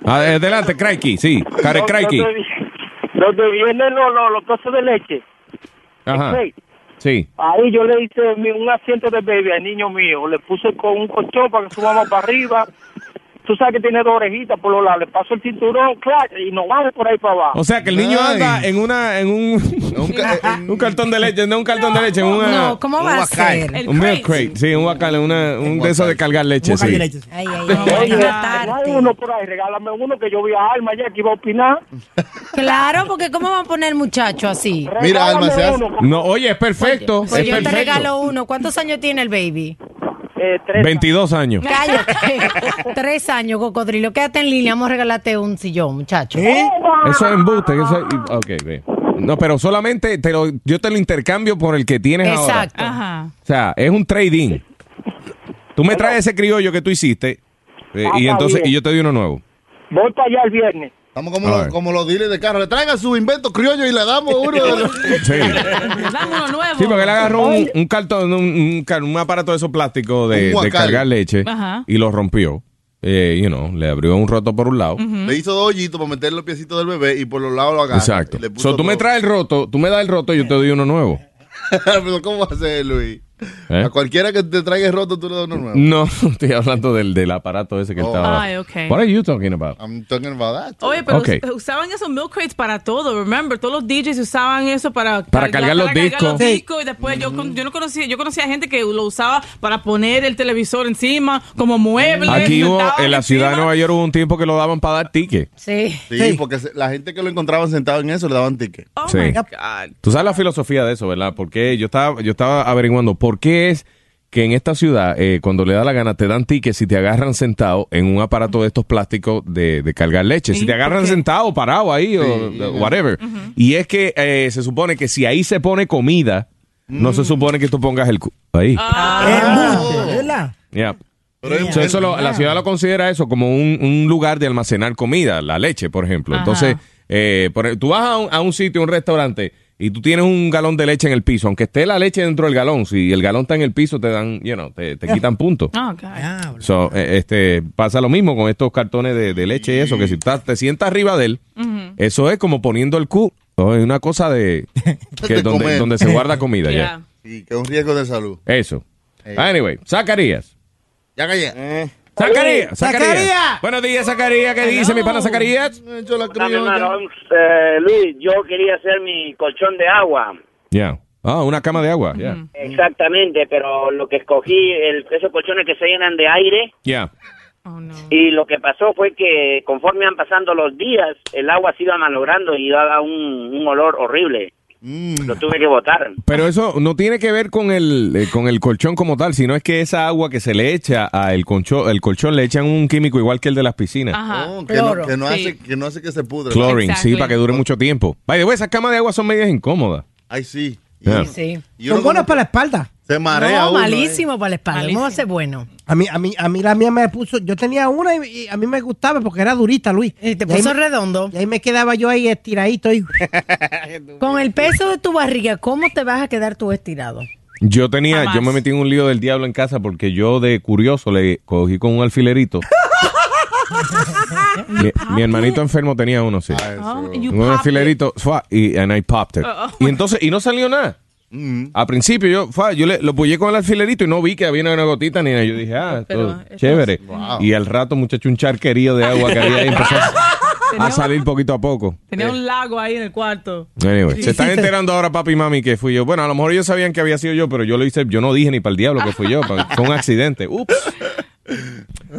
Speaker 6: Adelante, Crikey, sí. Care
Speaker 17: Donde-
Speaker 6: Crikey.
Speaker 17: donde vi- Donde vienen los, los, los cosas de leche.
Speaker 6: Ajá.
Speaker 17: Crate.
Speaker 6: Sí.
Speaker 17: Ahí yo le hice mi- un asiento de bebé al niño mío. Le puse con un colchón para que subamos para arriba. Tú sabes que tiene dos orejitas por los lados. Le paso el cinturón, clac, y nos vamos por ahí para abajo.
Speaker 6: O sea que el niño
Speaker 7: Ay.
Speaker 6: anda en una en un un,
Speaker 7: eh,
Speaker 6: cartón de leche, no un cartón de leche, en una
Speaker 10: No, ¿cómo va a ser?
Speaker 6: un milk crate, sí, un guacal, una un de esos de cargar leche, sí.
Speaker 10: Ay, ay, ay,
Speaker 17: Oye,
Speaker 10: ay.
Speaker 17: no hay uno por ahí, regálame uno que yo vi a Alma ya que iba a opinar.
Speaker 10: Claro, porque ¿cómo van a poner el muchacho así?
Speaker 7: Mira, Alma, se hace.
Speaker 17: Regálame uno.
Speaker 6: No, oye, es perfecto,
Speaker 10: Pues
Speaker 6: es
Speaker 10: yo te
Speaker 6: perfecto.
Speaker 10: regalo uno. ¿Cuántos años tiene el baby?
Speaker 17: Eh, tres.
Speaker 6: 22 años.
Speaker 10: Cállate. Tres años, cocodrilo. Quédate en línea. Vamos a regalarte un sillón, muchacho.
Speaker 6: Eso es embuste, eso es- okay, bien. No, pero solamente te lo, yo te lo intercambio por el que tienes ahora.
Speaker 10: Exacto.
Speaker 16: Ajá.
Speaker 6: O sea, es un trading. Tú me traes ese criollo que tú hiciste eh,
Speaker 17: Ah,
Speaker 6: y
Speaker 17: está
Speaker 6: entonces
Speaker 17: bien.
Speaker 6: y yo te doy uno nuevo.
Speaker 17: Voy para allá el viernes.
Speaker 7: Estamos como,
Speaker 6: All
Speaker 7: los,
Speaker 6: right.
Speaker 7: como los dealers de carro. Le traigan su invento criollo y le damos uno de los...
Speaker 6: Sí.
Speaker 16: Dame uno nuevo.
Speaker 6: Sí, porque él agarró un, un cartón, un, un car- un aparato de esos plásticos de,
Speaker 7: Un
Speaker 6: de
Speaker 7: guacal.
Speaker 6: cargar leche
Speaker 16: Ajá.
Speaker 6: y lo rompió. Eh, you know, le abrió un roto por un lado.
Speaker 16: Mm.
Speaker 7: Le hizo dos hoyitos para meter los piecitos del bebé y por los lados lo agarra.
Speaker 6: Exacto.
Speaker 7: Le puso
Speaker 6: So, tú me
Speaker 7: todo.
Speaker 6: traes el roto, tú me das el roto y yo te doy uno nuevo.
Speaker 7: Pero ¿cómo va a ser, Luis?
Speaker 6: ¿Eh?
Speaker 7: A cualquiera que te traiga el roto, tú le das uno nuevo.
Speaker 6: No, estoy hablando del, del aparato ese que
Speaker 7: Oh.
Speaker 6: estaba.
Speaker 16: Ay, ok.
Speaker 6: What are you talking about?
Speaker 7: I'm talking about that.
Speaker 16: Oye, pero
Speaker 6: Ok.
Speaker 16: us- usaban esos milk crates para todo, remember, todos los DJs usaban eso para,
Speaker 6: Para cargar los discos.
Speaker 16: los discos, y después yo, con- yo no conocía, yo conocía gente que lo usaba para poner el televisor encima como mueble.
Speaker 6: Aquí
Speaker 16: lo
Speaker 6: hubo, eh,
Speaker 16: daban
Speaker 6: en la ciudad de
Speaker 16: encima.
Speaker 6: Nueva York hubo un tiempo que lo daban para dar ticket.
Speaker 10: Sí.
Speaker 7: Sí, porque se- la gente que lo encontraba sentado en eso le daban ticket.
Speaker 16: Oh
Speaker 6: Sí.
Speaker 16: my God.
Speaker 6: Tú sabes la filosofía de eso, ¿verdad? Porque yo estaba, yo estaba averiguando por qué es que en esta ciudad, eh, cuando le da la gana, te dan tickets si te agarran sentado en un aparato de estos plásticos de, de cargar leche. Si te agarran sentado, parado ahí o o whatever. Y es que eh, se supone que si ahí se pone comida, no se supone que tú pongas el... cu- Ahí.
Speaker 7: Oh.
Speaker 14: Embuste, ¿verdad?
Speaker 6: Yeah.
Speaker 7: Pero es
Speaker 6: So, eso lo- la ciudad lo considera eso como un, un lugar de almacenar comida, la leche, por ejemplo. Entonces, eh, por- tú vas a un, a un sitio, un restaurante, y tú tienes un galón de leche en el piso, aunque esté la leche dentro del galón, si el galón está en el piso, te dan, you know, te, te quitan puntos.
Speaker 16: Oh,
Speaker 7: Ah,
Speaker 16: God.
Speaker 6: So, eh, este, pasa lo mismo con estos cartones de, de leche y eso, que si estás- te sientas arriba de él, eso es como poniendo el cu. Oh, Es una cosa de... que
Speaker 7: De
Speaker 6: donde,
Speaker 7: comer.
Speaker 6: donde se guarda comida, ya.
Speaker 16: Yeah.
Speaker 7: Y que es un riesgo de salud.
Speaker 6: Eso. Anyway, Zacarías.
Speaker 7: Ya callé.
Speaker 6: Zacarías, Zacarías.
Speaker 14: Zacarías.
Speaker 6: Buenos días, Zacarías. ¿Qué dice mi pana Zacarías?
Speaker 7: Me he hecho la
Speaker 17: Dame,
Speaker 7: criolla.
Speaker 17: hermano, eh, Luis, yo quería hacer mi colchón de agua.
Speaker 20: Mm.
Speaker 6: Ya. Ah, una cama de agua. Ya.
Speaker 17: Exactamente, pero lo que escogí, el, esos colchones que se llenan de aire,
Speaker 6: Ya.
Speaker 16: Oh, no.
Speaker 17: y lo que pasó fue que conforme iban pasando los días, el agua se iba malogrando y daba un, un olor horrible.
Speaker 6: Mm.
Speaker 17: Lo tuve que botar.
Speaker 6: Pero eso no tiene que ver con el eh, con el colchón como tal, sino es que esa agua que se le echa al colchón, el colchón le echan un químico igual que el de las piscinas.
Speaker 16: Ajá.
Speaker 7: No, Oh, que, no,
Speaker 10: Cloro,
Speaker 7: que, no
Speaker 16: sí.
Speaker 7: hace, que no hace que se pudre.
Speaker 6: Chlorine, Eh. sí,
Speaker 16: Exactly.
Speaker 6: para que dure mucho tiempo. By the way, esas camas de agua son medias incómodas.
Speaker 7: Ay, sí.
Speaker 6: Yeah.
Speaker 10: Sí.
Speaker 7: Y uno
Speaker 11: Son buenas
Speaker 7: como-
Speaker 11: para la espalda.
Speaker 7: Se marea
Speaker 10: No,
Speaker 7: uno,
Speaker 10: malísimo para la espalda. ¿Cómo va a ser bueno?
Speaker 1: A mí, a mí, a mí la mía me puso, yo tenía una y, y a mí me gustaba porque era durita, Luis. Y te
Speaker 10: puso redondo.
Speaker 1: Y ahí me quedaba yo ahí estiradito. ahí.
Speaker 10: Con el peso de tu barriga, ¿cómo te vas a quedar tú estirado?
Speaker 6: Yo tenía,
Speaker 10: Jamás.
Speaker 6: yo me metí en un lío del diablo en casa porque yo de curioso le cogí con un alfilerito. mi, mi hermanito enfermo tenía uno, sí.
Speaker 16: Oh, you
Speaker 6: un
Speaker 16: popped it.
Speaker 6: alfilerito, fua, y and I popped it.
Speaker 16: Oh.
Speaker 6: Y entonces, y no salió nada. A principio yo, fua, yo le, lo puyé con el alfilerito y no vi que había una gotita ni nada. Yo dije, ah,
Speaker 16: Pero
Speaker 6: todo
Speaker 16: esto
Speaker 6: chévere.
Speaker 16: es- Wow.
Speaker 6: Y al rato, muchacho, un charquerío de agua que había ahí empezó a- a salir poquito a poco.
Speaker 16: Tenía un lago ahí en el cuarto.
Speaker 6: Anyway, se están
Speaker 16: Sí.
Speaker 6: enterando ahora papi y mami que fui yo. Bueno, a lo mejor ellos sabían que había sido yo, pero yo lo hice, yo no dije ni para el diablo que fui yo, pa- fue un accidente. Ups.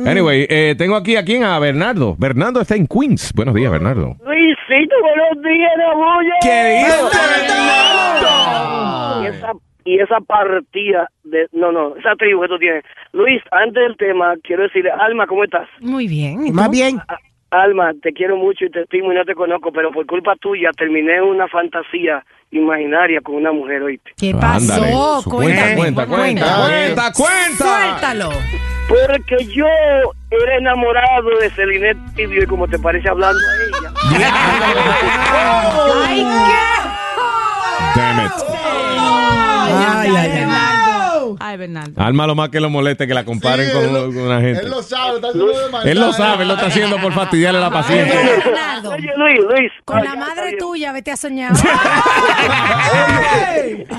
Speaker 6: Anyway, eh, tengo aquí a quién, a Bernardo. Bernardo está en Queens. Buenos días, Bernardo.
Speaker 2: Luisito, buenos días, Nabuya.
Speaker 6: ¿Qué
Speaker 2: dices, Y esa, y esa partida de... No, no, esa tribu que tú tienes. Luis, antes del tema, quiero decirle, Alma, ¿cómo estás?
Speaker 10: Muy bien.
Speaker 1: Más bien.
Speaker 2: Alma, te quiero mucho y te estimo y no te conozco, pero por culpa tuya terminé una fantasía imaginaria con una mujer, ¿oíste?
Speaker 10: ¿Qué
Speaker 2: pasó?
Speaker 6: Ándale. Su- Cuenta,
Speaker 2: Cuéntame.
Speaker 6: cuenta, cuenta, cuenta, cuenta.
Speaker 10: Suéltalo.
Speaker 2: Porque yo era enamorado de Celine Tibio y como te parece hablando a ella.
Speaker 10: ¡Ay, qué!
Speaker 6: Damn it.
Speaker 16: Ay,
Speaker 2: ay, ay.
Speaker 16: Bernardo. Ay, Bernardo.
Speaker 6: Alma lo más que lo moleste que la comparen con, con una gente.
Speaker 2: Él
Speaker 6: Él
Speaker 2: lo
Speaker 6: lo,
Speaker 2: sabe, está
Speaker 6: sabe, él lo está haciendo por fastidiarle la paciencia.
Speaker 10: Bernardo.
Speaker 2: Oye, Luis, Luis.
Speaker 10: Con la madre tuya, vete a soñar.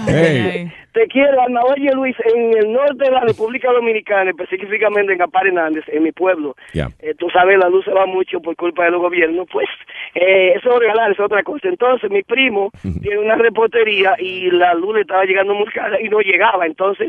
Speaker 6: Hey.
Speaker 2: Te quiero, Alma. Oye, Luis, en el norte de la República Dominicana, específicamente en Apar Hernández, en mi pueblo,
Speaker 6: Ya.
Speaker 2: eh, tú sabes, la luz se va mucho por culpa de los gobiernos, pues eh, eso es regalar, es otra cosa. Entonces, mi primo tiene una repostería y la luz le estaba llegando muy cara y no llegaba. Entonces,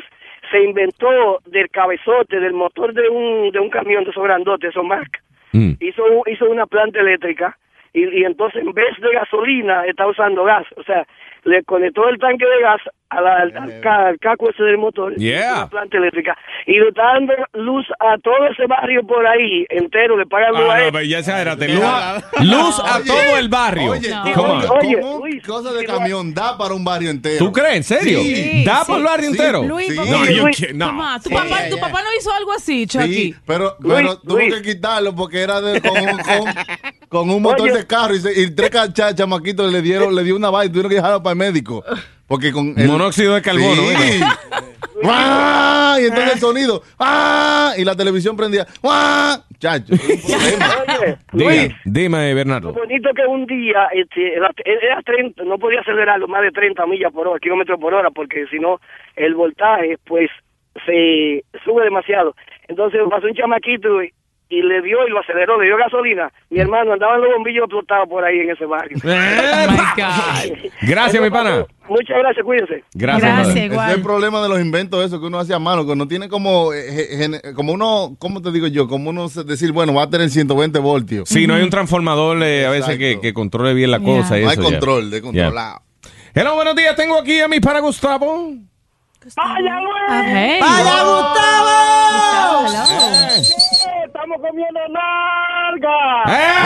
Speaker 2: se inventó del cabezote, del motor de un, de un camión de esos grandotes, esos Mac.
Speaker 12: Hmm.
Speaker 6: Mm.
Speaker 2: Hizo, hizo una planta eléctrica y, y entonces, en vez de gasolina, está usando gas. O sea, le conectó el tanque de gas a la- al, al ca- al caco ese del motor,
Speaker 6: Yeah.
Speaker 2: una planta eléctrica, y le está dando luz a todo ese barrio por ahí entero, le pagan luz
Speaker 6: Ah,
Speaker 2: a
Speaker 6: no,
Speaker 2: él.
Speaker 6: pero ya exageraste. Luz, a- luz a
Speaker 7: Oye,
Speaker 6: todo el barrio.
Speaker 7: Oye,
Speaker 6: Come on.
Speaker 7: ¿cómo,
Speaker 2: Oye,
Speaker 7: cómo cosa de camión da para un barrio entero?
Speaker 6: ¿Tú crees? ¿En serio?
Speaker 7: Sí.
Speaker 6: ¿Da
Speaker 7: Sí.
Speaker 6: por el barrio
Speaker 7: Sí.
Speaker 6: entero?
Speaker 7: Luis,
Speaker 6: no,
Speaker 7: papá.
Speaker 6: yo
Speaker 7: Luis,
Speaker 6: quiero- no.
Speaker 16: Tomás, Pues, tu,
Speaker 6: Sí.
Speaker 16: papá, tu papá no hizo algo así, Chucky.
Speaker 7: Sí, pero, pero
Speaker 2: Luis,
Speaker 7: tuvo
Speaker 2: Luis.
Speaker 7: que quitarlo porque era de, con, un- con- con un motor
Speaker 2: Oye.
Speaker 7: de carro y, se- y tres cachas, chamaquitos le dieron, le dio una vaina y tuvieron que dejarlo para el médico. Porque con el-
Speaker 6: Monóxido de carbono,
Speaker 7: Sí.
Speaker 6: venga.
Speaker 7: ¡Guau! Y entonces el sonido. ¡guau! Y la televisión prendía. ¡guau! Chacho.
Speaker 6: Diga, dime, Bernardo.
Speaker 2: Lo bonito que un día, este, era, era 30, no podía acelerarlo más de 30 millas por hora, kilómetros por hora, porque si no, el voltaje, pues, se sube demasiado. Entonces pasó un chamaquito y, y le dio y lo aceleró, le dio gasolina. Mi hermano andaban los bombillos explotados por ahí en ese barrio.
Speaker 6: Gracias, mi pana.
Speaker 2: Muchas gracias, cuídense.
Speaker 6: Gracias, brother.
Speaker 7: Ese es el problema de los inventos, eso que uno hace a mano, que no tiene como, eh, je- gen- como uno, ¿cómo te digo yo? Como uno se- decir, bueno, va a tener 120 voltios.
Speaker 6: Sí, no hay un transformador eh, a veces que, que controle bien la cosa.
Speaker 7: No
Speaker 6: y
Speaker 7: hay
Speaker 6: eso ya.
Speaker 7: control, de controlado.
Speaker 6: Ya. Hello, buenos días. Tengo aquí a mi para Gustavo.
Speaker 2: ¡Vaya,
Speaker 16: Hey.
Speaker 2: ¡Vaya,
Speaker 16: Gustavo!
Speaker 2: Estamos comiendo larga.
Speaker 6: ¡Eh!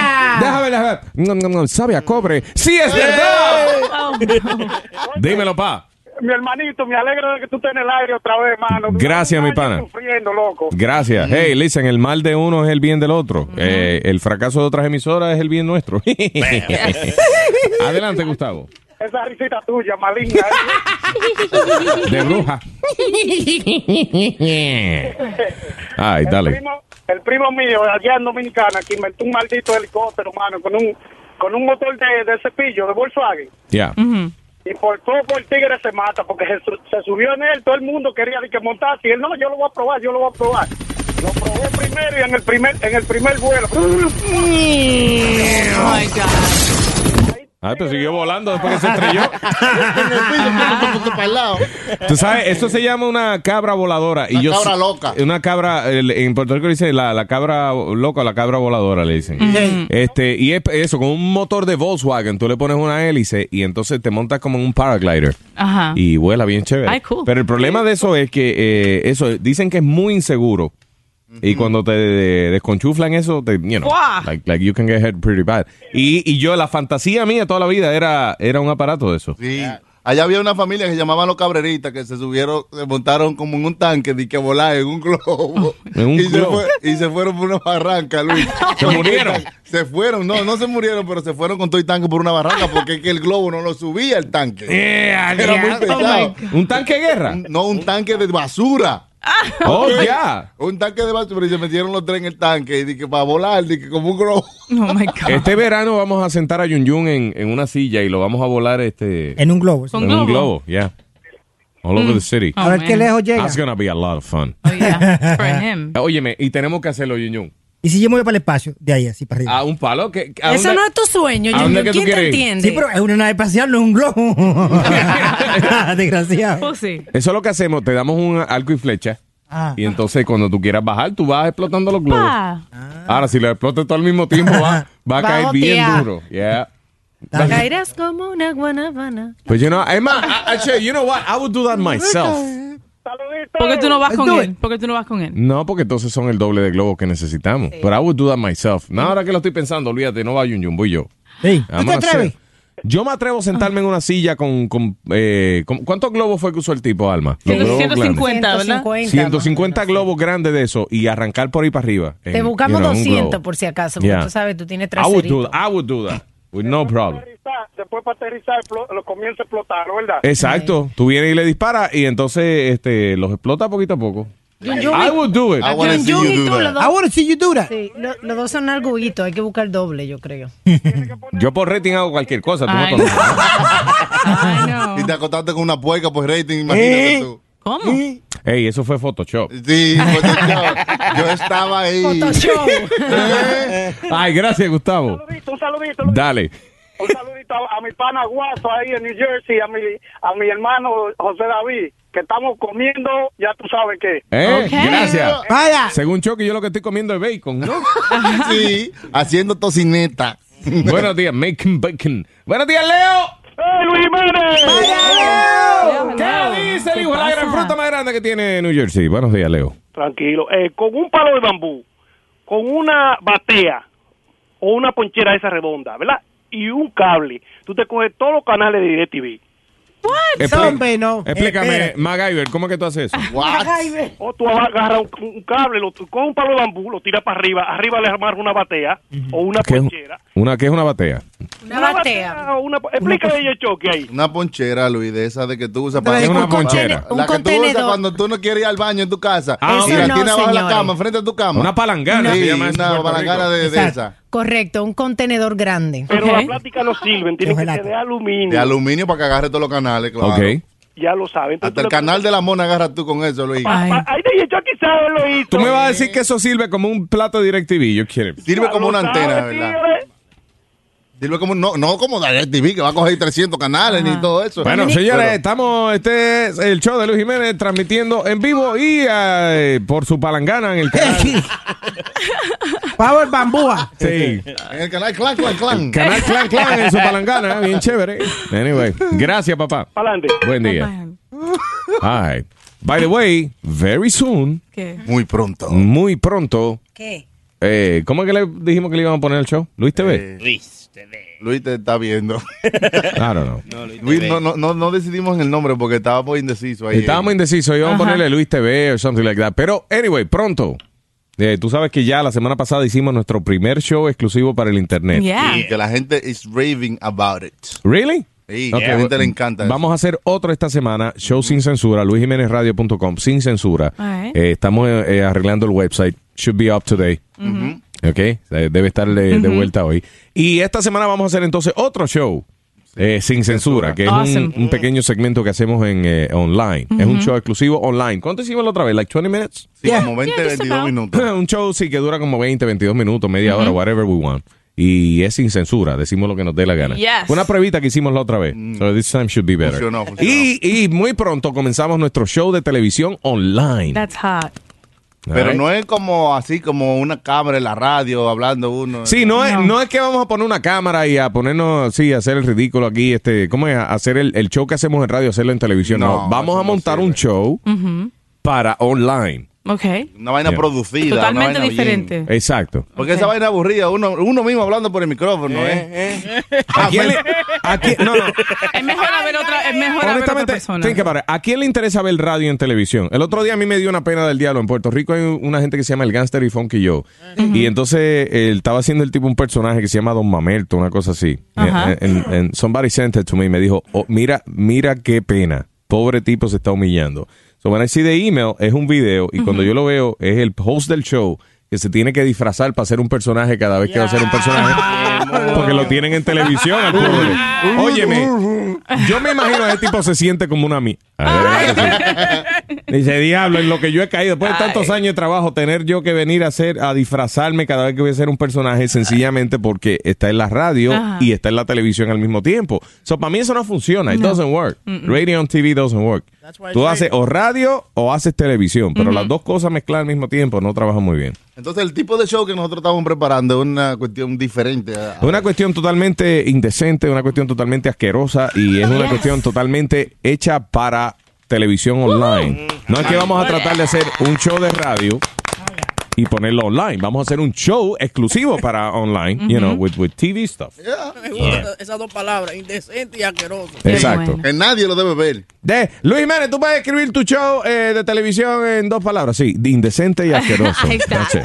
Speaker 16: Ah.
Speaker 6: Déjame, déjame. No, no, no, sabe a cobre. ¡Sí, es verdad! Dímelo, pa.
Speaker 21: Mi hermanito, me alegro de que tú estés en el aire otra vez, hermano.
Speaker 6: Gracias, mi pana.
Speaker 21: Sufriendo, loco.
Speaker 6: Gracias. Hey, listen, el mal de uno es el bien del otro. Eh, el fracaso de otras emisoras es el bien nuestro. Adelante, Gustavo.
Speaker 21: Esa risita tuya, ¿eh? maligna.
Speaker 6: De bruja. Ay,
Speaker 21: El
Speaker 6: dale.
Speaker 21: primo, el primo mío, allá en Dominicana, que inventó un maldito helicóptero, mano, con un con un motor de, de cepillo, de Volkswagen.
Speaker 6: Ya.
Speaker 21: Y por poco el tigre se mata, porque se, su- se subió en él, todo el mundo quería de que montase. Y él, no, yo lo voy a probar, yo lo voy a probar. Lo probó primero y en el primer, en el primer vuelo.
Speaker 6: Ay, Ah, pero siguió volando después que se estrelló.
Speaker 7: para el lado.
Speaker 6: Tú sabes, eso se llama una cabra voladora. y
Speaker 7: Una
Speaker 6: yo
Speaker 7: cabra
Speaker 6: sé-
Speaker 7: loca.
Speaker 6: Una cabra, el- en Puerto Rico dice la, la cabra loca o la cabra voladora, le dicen.
Speaker 7: Ujú.
Speaker 6: Este, y es eso, con un motor de Volkswagen, tú le pones una hélice y entonces te montas como en un paraglider.
Speaker 16: Ajá.
Speaker 6: Y vuela bien chévere.
Speaker 16: Ah. Ay, cool.
Speaker 6: Pero el problema de eso es que eh, eso dicen que es muy inseguro. Y cuando te de- desconchuflan eso, te, you know,
Speaker 16: Buah.
Speaker 6: like, like you can get hurt pretty bad. Y, y yo, la fantasía mía toda la vida era, era un aparato de eso.
Speaker 7: Sí. Allá había una familia que se llamaban los cabreritas que se subieron, se montaron como en un tanque de que volar en un globo.
Speaker 6: En un
Speaker 7: y, se
Speaker 6: globo.
Speaker 7: fue- y se fueron por una barranca, Luis.
Speaker 6: Se murieron.
Speaker 7: Se fueron, no, no se murieron, pero se fueron con todo el tanque por una barranca porque es que el globo no lo subía el tanque.
Speaker 6: Yeah,
Speaker 7: Era muy
Speaker 6: diablo.
Speaker 7: pesado.
Speaker 6: Oh my Eh, ¿Un tanque de guerra?
Speaker 7: No, un tanque de basura.
Speaker 16: Ah,
Speaker 6: Oh,
Speaker 7: Ok.
Speaker 6: ya.
Speaker 7: Un tanque de basura y se metieron los tres en el tanque y dije para volar, dije como un globo.
Speaker 16: Oh my God.
Speaker 6: Este verano vamos a sentar a Yun Yun en, en una silla y lo vamos a volar este
Speaker 14: En un globo.
Speaker 6: en un globo, yeah. All over
Speaker 10: Mm.
Speaker 6: the city.
Speaker 10: Oh,
Speaker 1: A ver qué lejos llega.
Speaker 6: That's gonna be a lot of fun. Óyeme, y tenemos que hacerlo, Yun Yun.
Speaker 14: ¿Y si yo me voy para el espacio? De ahí, así para arriba.
Speaker 6: A un palo que. que- a
Speaker 10: Eso
Speaker 6: dónde-
Speaker 10: no es tu sueño,
Speaker 6: ¿A dónde
Speaker 10: Junior.
Speaker 6: que
Speaker 10: ¿Quién
Speaker 6: tú
Speaker 10: te
Speaker 6: quieres ir?
Speaker 10: entiende?
Speaker 14: Sí, pero es una nave espacial, no es un globo. Desgraciado.
Speaker 6: Eso es lo que hacemos, te damos un arco y flecha.
Speaker 14: Ah.
Speaker 6: Y entonces cuando tú quieras bajar, tú vas explotando los globos. Ahora, si lo explotas todo al mismo tiempo, va, va a
Speaker 10: Va a
Speaker 6: caer bien
Speaker 10: gotear.
Speaker 6: duro. Yeah.
Speaker 10: Caerás como una guanabana.
Speaker 6: But you know, es más, I- actually, you know what? I would do that myself.
Speaker 16: ¿Por qué tú no vas
Speaker 10: Let's
Speaker 16: con
Speaker 10: do
Speaker 16: él? ¿Por qué tú no vas con él?
Speaker 6: No, porque entonces son el doble de globos que necesitamos. Pero I would do that myself. No, ahora que lo estoy pensando, olvídate, no va Yun Yun, voy yo.
Speaker 14: ¿Tú te atreves?
Speaker 6: Yo me atrevo a sentarme en una silla con... con, eh, con- ¿Cuántos globos fue que usó el tipo, Alma? Los globos grandes.
Speaker 16: 150, ¿verdad?
Speaker 6: 150 globos grandes de eso y arrancar por ahí para arriba.
Speaker 10: Te
Speaker 6: en,
Speaker 10: buscamos
Speaker 6: you know, en un
Speaker 10: 200
Speaker 6: globo.
Speaker 10: por si acaso, porque
Speaker 6: Yeah.
Speaker 10: tú sabes, tú tienes
Speaker 6: I would do
Speaker 10: traserito.
Speaker 6: that. I would do that. With no problem.
Speaker 21: Después para aterrizar, explo- lo comienza a explotar, ¿verdad?
Speaker 6: Exacto. Tú vienes y le disparas y entonces este, los explota poquito a poco.
Speaker 10: Yun Yun
Speaker 6: I
Speaker 10: y-
Speaker 6: would do it.
Speaker 7: Ah,
Speaker 10: I wanna Yun see Yun you y do tú, that. los dos.
Speaker 1: I wanna see you do that.
Speaker 10: Sí, lo- los dos son arguguitos, hay que buscar el doble, yo creo.
Speaker 6: Yo por rating hago cualquier cosa. Tú no
Speaker 10: Ay,
Speaker 6: conoces.
Speaker 7: Y te acostaste con una puerca por rating, imagínate
Speaker 6: ¿Eh?
Speaker 7: tú.
Speaker 16: ¿Cómo?
Speaker 6: Ey, eso fue Photoshop.
Speaker 7: Sí, Photoshop. Yo estaba ahí.
Speaker 21: Photoshop.
Speaker 6: Ay, gracias, Gustavo.
Speaker 21: Un saludito,
Speaker 6: Dale.
Speaker 21: un saludito a, a mi pana Guaso ahí en New Jersey, a mi, a mi hermano José David, que estamos comiendo, ya tú sabes qué.
Speaker 6: Eh,
Speaker 21: Ok.
Speaker 6: Gracias.
Speaker 1: Vaya.
Speaker 6: Según Chucky, yo lo que estoy comiendo es bacon, ¿no?
Speaker 7: sí, haciendo tocineta.
Speaker 6: Buenos días, making bacon. Buenos días, Leo.
Speaker 21: ¡Hey, Luis Jiménez!
Speaker 6: Leo!
Speaker 21: Leo,
Speaker 6: ¿Qué
Speaker 21: Leo.
Speaker 6: dice el
Speaker 21: ¿Qué
Speaker 6: hijo de la
Speaker 21: pasa?
Speaker 6: gran fruta más grande que tiene New Jersey? Buenos días, Leo.
Speaker 21: Tranquilo. Eh, con un palo de bambú, con una batea o una ponchera esa redonda, ¿verdad? Y un cable. Tú te coges todos los canales de DirecTV.
Speaker 6: Expli-
Speaker 1: Hombre,
Speaker 7: Eh,
Speaker 1: no.
Speaker 6: Explícame,
Speaker 1: Espera.
Speaker 6: MacGyver, ¿cómo es que tú haces eso?
Speaker 21: O tú agarras un, un cable, lo, con un palo de bambú, lo tiras para arriba, arriba le armas una batea o una
Speaker 6: ¿Qué es,
Speaker 21: ponchera.
Speaker 6: una, ¿Qué es una batea?
Speaker 10: Una batea.
Speaker 21: o Una, explícame yo, choque ahí.
Speaker 7: Una ponchera, Luis, de esa de que tú usas para
Speaker 6: Es una
Speaker 7: la
Speaker 6: ponchera.
Speaker 7: que tú usas cuando tú no quieres ir al baño en tu casa.
Speaker 6: Ah,
Speaker 7: y
Speaker 6: eso
Speaker 7: la
Speaker 6: no,
Speaker 7: tienes abajo de la
Speaker 6: señores.
Speaker 7: cama, frente a tu cama.
Speaker 6: Una palangana,
Speaker 7: Sí,
Speaker 6: se llama eso en
Speaker 7: una
Speaker 6: Puerto
Speaker 7: palangana de, de
Speaker 10: Exacto.
Speaker 7: esa.
Speaker 10: Correcto, un contenedor grande.
Speaker 21: Pero la plática no sirve, tiene que ser de aluminio.
Speaker 7: De aluminio para que agarre todos los canales, claro.
Speaker 6: Ok.
Speaker 21: Ya lo saben.
Speaker 7: Hasta el canal de la mona agarras tú con eso, Luis.
Speaker 21: Ahí te yo aquí sabe lo hizo.
Speaker 6: Tú me vas a decir que eso sirve como un plato de DirecTV, yo quiero.
Speaker 7: Sirve como una
Speaker 21: Lo
Speaker 7: antena,
Speaker 21: sabe,
Speaker 7: ¿verdad?
Speaker 21: señores.
Speaker 7: Sirve como, no, no como DirecTV, que va a coger 300 canales ni todo eso.
Speaker 6: Bueno, señores,
Speaker 7: Pero-
Speaker 6: estamos, este es el show de Luis Jiménez transmitiendo en vivo y eh, por su palangana en el canal.
Speaker 1: Power Bambúa.
Speaker 6: Sí.
Speaker 7: En el canal Clan, Clan, Clan.
Speaker 6: Este, Canal Clan Clan en su palangana, ¿eh? bien chévere. Anyway, gracias, papá.
Speaker 21: Pa'lante.
Speaker 6: Buen día. All right. By the way, very soon,
Speaker 16: ¿Qué?
Speaker 7: Muy pronto.
Speaker 6: muy pronto,
Speaker 10: ¿Qué?
Speaker 6: eh, ¿cómo es que le dijimos que le íbamos a poner el show? ¿Luis
Speaker 7: Eh,
Speaker 6: TV?
Speaker 7: Luis Luis te está viendo.
Speaker 6: I don't know.
Speaker 7: Luis, no, no, no, no decidimos el nombre porque estábamos indecisos ahí.
Speaker 6: Estábamos indecisos, íbamos a
Speaker 16: Ajá.
Speaker 6: ponerle Luis TV o something like that. Pero, anyway, pronto. Eh, tú sabes que ya la semana pasada hicimos nuestro primer show exclusivo para el internet.
Speaker 16: Yeah.
Speaker 7: Y que la gente is raving about it.
Speaker 6: ¿Really?
Speaker 7: Sí,
Speaker 6: Ok,
Speaker 7: a la gente le encanta eso.
Speaker 6: Vamos a hacer otro esta semana, show sin censura, luisjimenezradio.com, sin censura.
Speaker 16: Alright.
Speaker 6: Eh, estamos eh, arreglando el website, should be up today. Ok, eh, debe estar de, de vuelta hoy. Y esta semana vamos a hacer entonces otro show. eh, sin censura, que es un-
Speaker 16: Awesome.
Speaker 6: un, pequeño segmento que hacemos en eh, online. Es un show exclusivo online. ¿Cuánto hicimos la otra vez? ¿Like 20 minutes?
Speaker 7: Sí, como 20,
Speaker 16: Yeah, just
Speaker 7: 22
Speaker 16: about.
Speaker 7: minutos.
Speaker 6: un show sí que dura como 20, 22 minutos, media hora, whatever we want. Y es sin censura, decimos lo que nos dé la gana.
Speaker 16: Yes.
Speaker 6: Fue Una pruebita que hicimos la otra vez. So this time should be better.
Speaker 7: Mm. Funcionó, funcionó.
Speaker 6: Y, y muy pronto comenzamos nuestro show de televisión online.
Speaker 16: That's hot.
Speaker 7: Pero no es como así, como una cámara en la radio hablando uno.
Speaker 6: Sí, no, Es, no es que vamos a poner una cámara y a ponernos, sí, a hacer el ridículo aquí, este, ¿cómo es? A hacer el, el show que hacemos en radio, hacerlo en televisión. No,
Speaker 7: No,
Speaker 6: vamos
Speaker 7: eso
Speaker 6: a
Speaker 7: no
Speaker 6: montar un show para online.
Speaker 16: Ok.
Speaker 7: Una vaina
Speaker 6: Yeah. Eh,
Speaker 7: producida. una
Speaker 16: Totalmente
Speaker 7: vaina bien.
Speaker 16: diferente.
Speaker 6: Exacto.
Speaker 7: Porque esa vaina aburrida, uno, uno mismo hablando por el micrófono, ¿eh?
Speaker 6: ¿A quién le- a quién- no, no.
Speaker 16: Es mejor haber otra, es mejor haber otra
Speaker 6: Honestamente,
Speaker 16: persona.
Speaker 6: think about it. ¿a quién le interesa ver radio en televisión? El otro día a mí me dio una pena del diablo. En Puerto Rico hay una gente que se llama el Gangster y Funky Joe. Y entonces él estaba haciendo el tipo un personaje que se llama Don Mamerto, una cosa así.
Speaker 16: Ajá.
Speaker 6: En- en- somebody sent it to me. Me dijo, "Oh, mira, mira qué pena. Pobre tipo se está humillando. So when I see the email, es un video. Y cuando yo lo veo, es el host del show que se tiene que disfrazar para ser un personaje cada vez que va a ser un personaje. porque lo tienen en televisión al pobre. Óyeme. Yo me imagino a ese tipo se siente como una mí. Dice, diablo, en lo que yo he caído, después de tantos años de trabajo, tener yo que venir a hacer, a disfrazarme cada vez que voy a ser un personaje, sencillamente porque está en la radio
Speaker 16: Ajá.
Speaker 6: y está en la televisión al mismo tiempo. So, para mí eso no funciona. It doesn't work.
Speaker 16: Mm-mm.
Speaker 6: Radio and TV doesn't work.
Speaker 7: why
Speaker 6: Tú
Speaker 7: it's
Speaker 6: haces o radio o haces televisión, pero
Speaker 7: Ujú.
Speaker 6: las dos cosas mezcladas al mismo tiempo no trabajan muy bien.
Speaker 7: Entonces, el tipo de show que nosotros estamos preparando es una cuestión diferente. a-
Speaker 6: Es una cuestión totalmente indecente, una cuestión totalmente asquerosa y es una cuestión totalmente hecha para televisión online. No es que vamos a tratar de hacer un show de radio y ponerlo online. Vamos a hacer un show exclusivo para online, you know, with, with TV stuff.
Speaker 4: Me gustan esas dos palabras, indecente y asqueroso.
Speaker 6: Exacto.
Speaker 7: Que nadie lo debe ver.
Speaker 6: De, Luis Jiménez, tú puedes escribir tu show eh, de televisión en dos palabras. Sí, de indecente y asqueroso.
Speaker 16: Ahí está.
Speaker 6: That's it.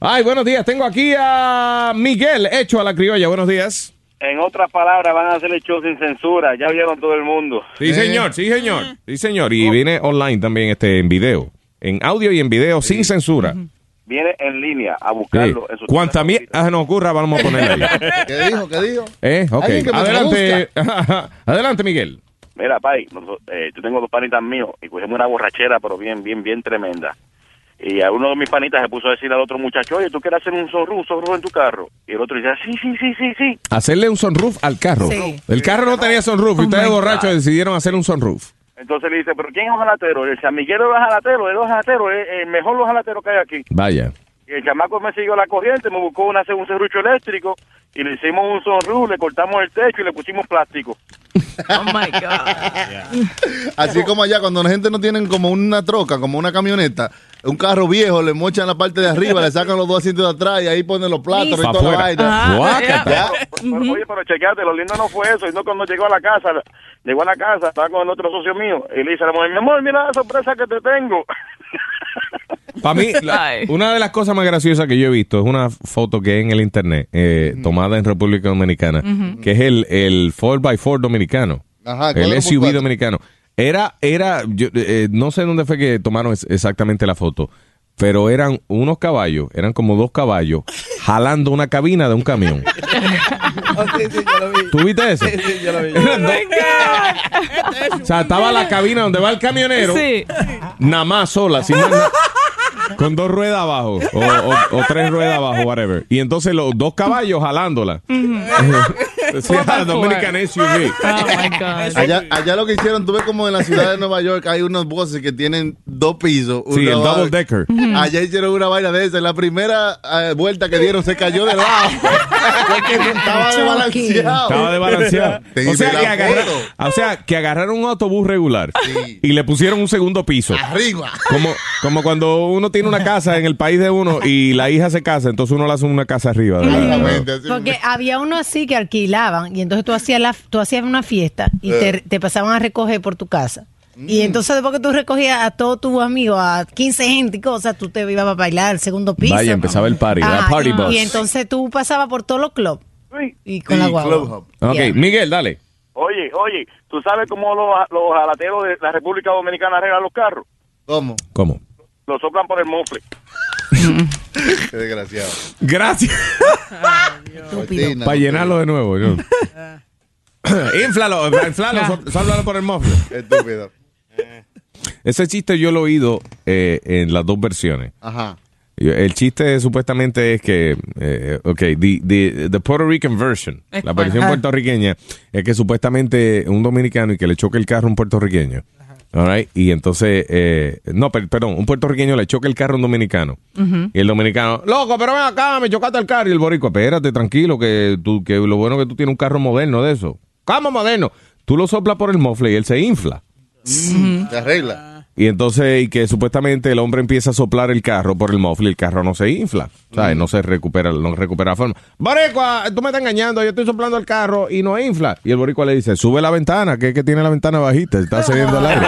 Speaker 6: Ay, buenos días. Tengo aquí a Miguel, hecho a la criolla. Buenos días.
Speaker 25: En otras palabras, van a hacer el show sin censura. Ya vieron todo el mundo.
Speaker 7: Eh.
Speaker 6: Sí, señor, sí, señor. Sí, señor. Y viene online también este en video. En audio y en video sin censura.
Speaker 25: Viene en línea a
Speaker 6: Sí.
Speaker 25: buscarlo. en su-
Speaker 6: Cuanta mierda nos ocurra, vamos a ponerla ahí.
Speaker 7: ¿Qué dijo? ¿Qué dijo?
Speaker 6: ¿Eh? Ok.
Speaker 25: Alguien que me
Speaker 6: Adelante. Adelante, Miguel.
Speaker 25: Mira, pai, nosotros- eh, yo tengo dos panitas míos y cogimos una borrachera, pero bien, bien, bien tremenda. Y a uno de mis panitas se puso a decir al otro muchacho, oye, ¿tú quieres hacer un zorro, un zorro en tu carro? Y el otro dice, "Ah, sí, sí, sí, sí, sí.
Speaker 6: Hacerle un sunroof al carro.
Speaker 25: Sí.
Speaker 6: El carro no tenía sunroof. y ustedes
Speaker 25: Oh my
Speaker 6: borrachos decidieron hacer un sunroof.
Speaker 25: Entonces le dice, ¿pero quién es un jalatero? Y el chamillero era jalatero, era jalatero, es el mejor los jalateros que hay aquí.
Speaker 6: Vaya.
Speaker 25: Y el chamaco me siguió la corriente, me buscó una, un serrucho eléctrico y le hicimos un sonrú, le cortamos el techo y le pusimos plástico.
Speaker 16: Oh my God.
Speaker 7: Así como allá, cuando la gente no tienen como una troca, como una camioneta, un carro viejo, le mochan la parte de arriba, le sacan los dos asientos de atrás y ahí ponen los platos y toda
Speaker 6: Pa'
Speaker 7: la
Speaker 6: afuera.
Speaker 7: vaina.
Speaker 6: Ah, Guácata.
Speaker 7: Ya.
Speaker 25: Pero, Oye, pero chequeate, lo lindo no fue eso, sino cuando llegó a la casa, llegó a la casa, estaba con el otro socio mío, y le dice a la mujer, mi amor, mira la sorpresa que te tengo.
Speaker 6: Para mí, la- una de las cosas más graciosas que yo he visto es una foto que hay en el internet, eh, tomada en República Dominicana,
Speaker 3: Ujú.
Speaker 6: que es el, el 4x4 dominicano.
Speaker 7: Ah,
Speaker 3: Ajá,
Speaker 6: el
Speaker 3: cuatro por
Speaker 6: SUV
Speaker 3: cuatro.
Speaker 6: dominicano. Era, era, yo, eh, no sé dónde fue que tomaron es- exactamente la foto, pero eran unos caballos, eran como dos caballos, jalando una cabina de un camión.
Speaker 16: Oh,
Speaker 6: ¿Tú viste eso? Eran dos- o sea, estaba la cabina donde va el camionero,
Speaker 16: Sí.
Speaker 6: nada más sola, sin más nada. Con dos ruedas abajo, o, o- o tres ruedas abajo, whatever. Y entonces los dos caballos jalándola. Sí, la Dominican SUV.
Speaker 16: Oh,
Speaker 7: Allá, allá lo que hicieron, tú ves como en la ciudad de Nueva York hay unos buses que tienen dos pisos.
Speaker 6: Sí,
Speaker 7: una
Speaker 6: el
Speaker 7: va-
Speaker 6: double decker.
Speaker 7: Ujú. Allá hicieron una vaina de esa. La primera eh, vuelta que dieron se cayó de lado. Porque estaba desbalanceado.
Speaker 6: Estaba desbalanceado.
Speaker 7: Te
Speaker 6: O
Speaker 7: hice
Speaker 6: sea, que
Speaker 7: la
Speaker 6: agarra-
Speaker 7: foto.
Speaker 6: o sea, que agarraron un autobús regular y le pusieron un segundo piso.
Speaker 7: Arriba.
Speaker 6: Como, como cuando uno tiene una casa en el país de uno y la hija se casa, entonces uno le hace una casa arriba. de la-
Speaker 10: Porque había uno así que alquilaban y entonces tú hacías la, tú hacías una fiesta y
Speaker 7: Eh.
Speaker 10: te, te pasaban a recoger por tu casa.
Speaker 7: Mm.
Speaker 10: Y entonces después que tú recogías a todos tus amigos, a 15 gente y cosas, tú te ibas a bailar al segundo piso. Ah,
Speaker 6: Vaya, empezaba el party,
Speaker 10: Ajá,
Speaker 6: la party
Speaker 10: y,
Speaker 6: bus.
Speaker 10: y entonces tú pasabas por todos los clubs y con la guagua.
Speaker 6: Ok,
Speaker 10: Yeah.
Speaker 6: Miguel, dale.
Speaker 25: Oye, oye, ¿tú sabes cómo los, los jalateros de la República Dominicana arreglan los carros?
Speaker 7: ¿Cómo?
Speaker 6: ¿Cómo?
Speaker 25: Los soplan por el mofle.
Speaker 7: Qué desgraciado.
Speaker 6: Gracias.
Speaker 7: Cortina.
Speaker 6: Para llenarlo de nuevo. yo. inflalo, inflalo, sopl- sóplalo por el mofle.
Speaker 7: Estúpido.
Speaker 6: Ese chiste yo lo he oído eh, en las dos versiones.
Speaker 7: Ajá.
Speaker 6: Yo- El chiste supuestamente es que, eh, ok, the, the- the Puerto Rican version,
Speaker 3: Es
Speaker 6: la
Speaker 3: cual.
Speaker 6: versión
Speaker 3: Ajá.
Speaker 6: puertorriqueña, es que supuestamente un dominicano y que le choque el carro a un puertorriqueño. All right, Y entonces, eh, no, per- perdón, un puertorriqueño le choca el carro a un dominicano. Y el dominicano, loco, pero ven acá, me chocaste el carro. Y el boricua, espérate, tranquilo, que, tú, que lo bueno que tú tienes un carro moderno de eso. ¿Cómo moderno? Tú lo soplas por el mofle y él se infla.
Speaker 7: Mm, Se arregla.
Speaker 6: Y entonces, y que supuestamente el hombre empieza a soplar el carro por el muffler, el carro no se infla, ¿sabes? No se recupera, no recupera forma. Boricua, tú me estás engañando, yo estoy soplando el carro y no infla. Y el boricua le dice, sube la ventana, que es que tiene la ventana bajita, está cediendo el aire.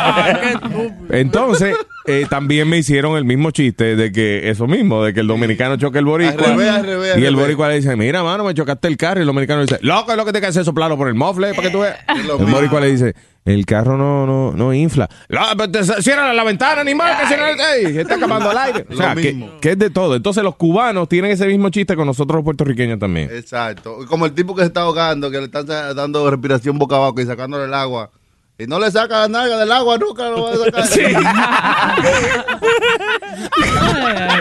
Speaker 6: Entonces, eh, también me hicieron el mismo chiste de que eso mismo, de que el dominicano choca el boricua.
Speaker 7: Al revés, al revés, al
Speaker 6: y el
Speaker 7: revés.
Speaker 6: boricua le dice, mira, mano, me chocaste el carro. Y el dominicano le dice, loco, es lo que te que hacer soplarlo por el mofle, para que tú veas.
Speaker 7: Eh.
Speaker 6: El boricua le dice, el carro no, no, no infla. "No, pero pues, te- Cierra la ventana, animal, que cierra el... ey, está acabando el aire. O sea,
Speaker 7: Ah, Lo
Speaker 6: que,
Speaker 7: mismo.
Speaker 6: que es de todo. Entonces los cubanos tienen ese mismo chiste con nosotros los puertorriqueños también.
Speaker 7: Exacto. Como el tipo que se está ahogando, que le están sa- dando respiración boca abajo y sacándole el agua. Y no le saca la nalga del agua, nunca lo va a sacar.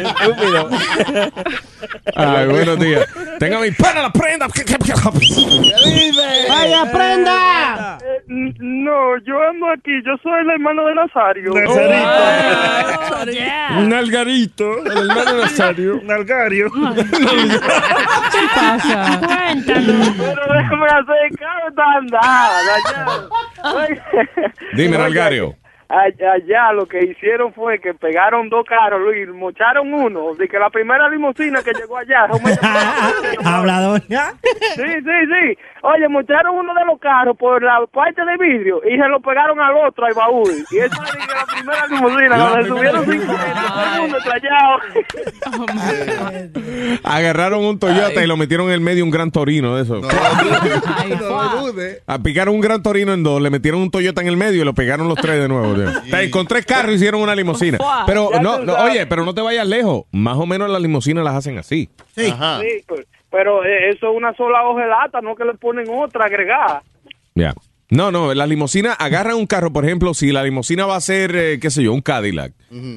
Speaker 6: Estúpido.
Speaker 23: Ah,
Speaker 6: Ay, buenos días. Tenga mi pana la prenda.
Speaker 4: ¡Vaya prenda!
Speaker 8: Eh, No, yo ando aquí, yo soy el hermano de Nazario. Oh.
Speaker 16: Oh,
Speaker 6: Nalgarito, el hermano Nazario.
Speaker 8: Nalgario.
Speaker 23: ¿Qué pasa?
Speaker 8: Cuéntanos. Pero déjame hacer carro tan
Speaker 6: Dime, Nalgario.
Speaker 8: Allá, allá lo que hicieron fue que pegaron dos carros Luis, y mocharon uno. De que la primera limusina que llegó allá.
Speaker 14: Hablador.
Speaker 8: Sí, sí, sí. Oye, mocharon uno de los carros por la parte de vidrio y se lo pegaron al otro, al baúl. Y esa es la primera limusina,
Speaker 6: La
Speaker 8: la
Speaker 6: primera
Speaker 8: subieron cinco
Speaker 16: Oh,
Speaker 8: gente, todo el mundo estrellado.
Speaker 6: Agarraron un Toyota y lo metieron en el medio un gran torino de eso. Picaron un gran torino en dos, le metieron un Toyota en el medio y lo pegaron los tres de nuevo. tío. O sea, Con tres carros hicieron una limusina.
Speaker 23: Fua.
Speaker 6: Pero
Speaker 23: Ya
Speaker 6: no,
Speaker 23: tú
Speaker 6: no,
Speaker 23: sabes.
Speaker 6: oye, pero no te vayas lejos. Más o menos las limusinas las hacen así.
Speaker 8: Sí, pero, pero, eh, eso es una sola hojalata, no que le ponen otra agregada.
Speaker 6: Ya. No, no, las limusinas agarran un carro, por ejemplo, si la limusina va a ser, eh, qué sé yo, un Cadillac.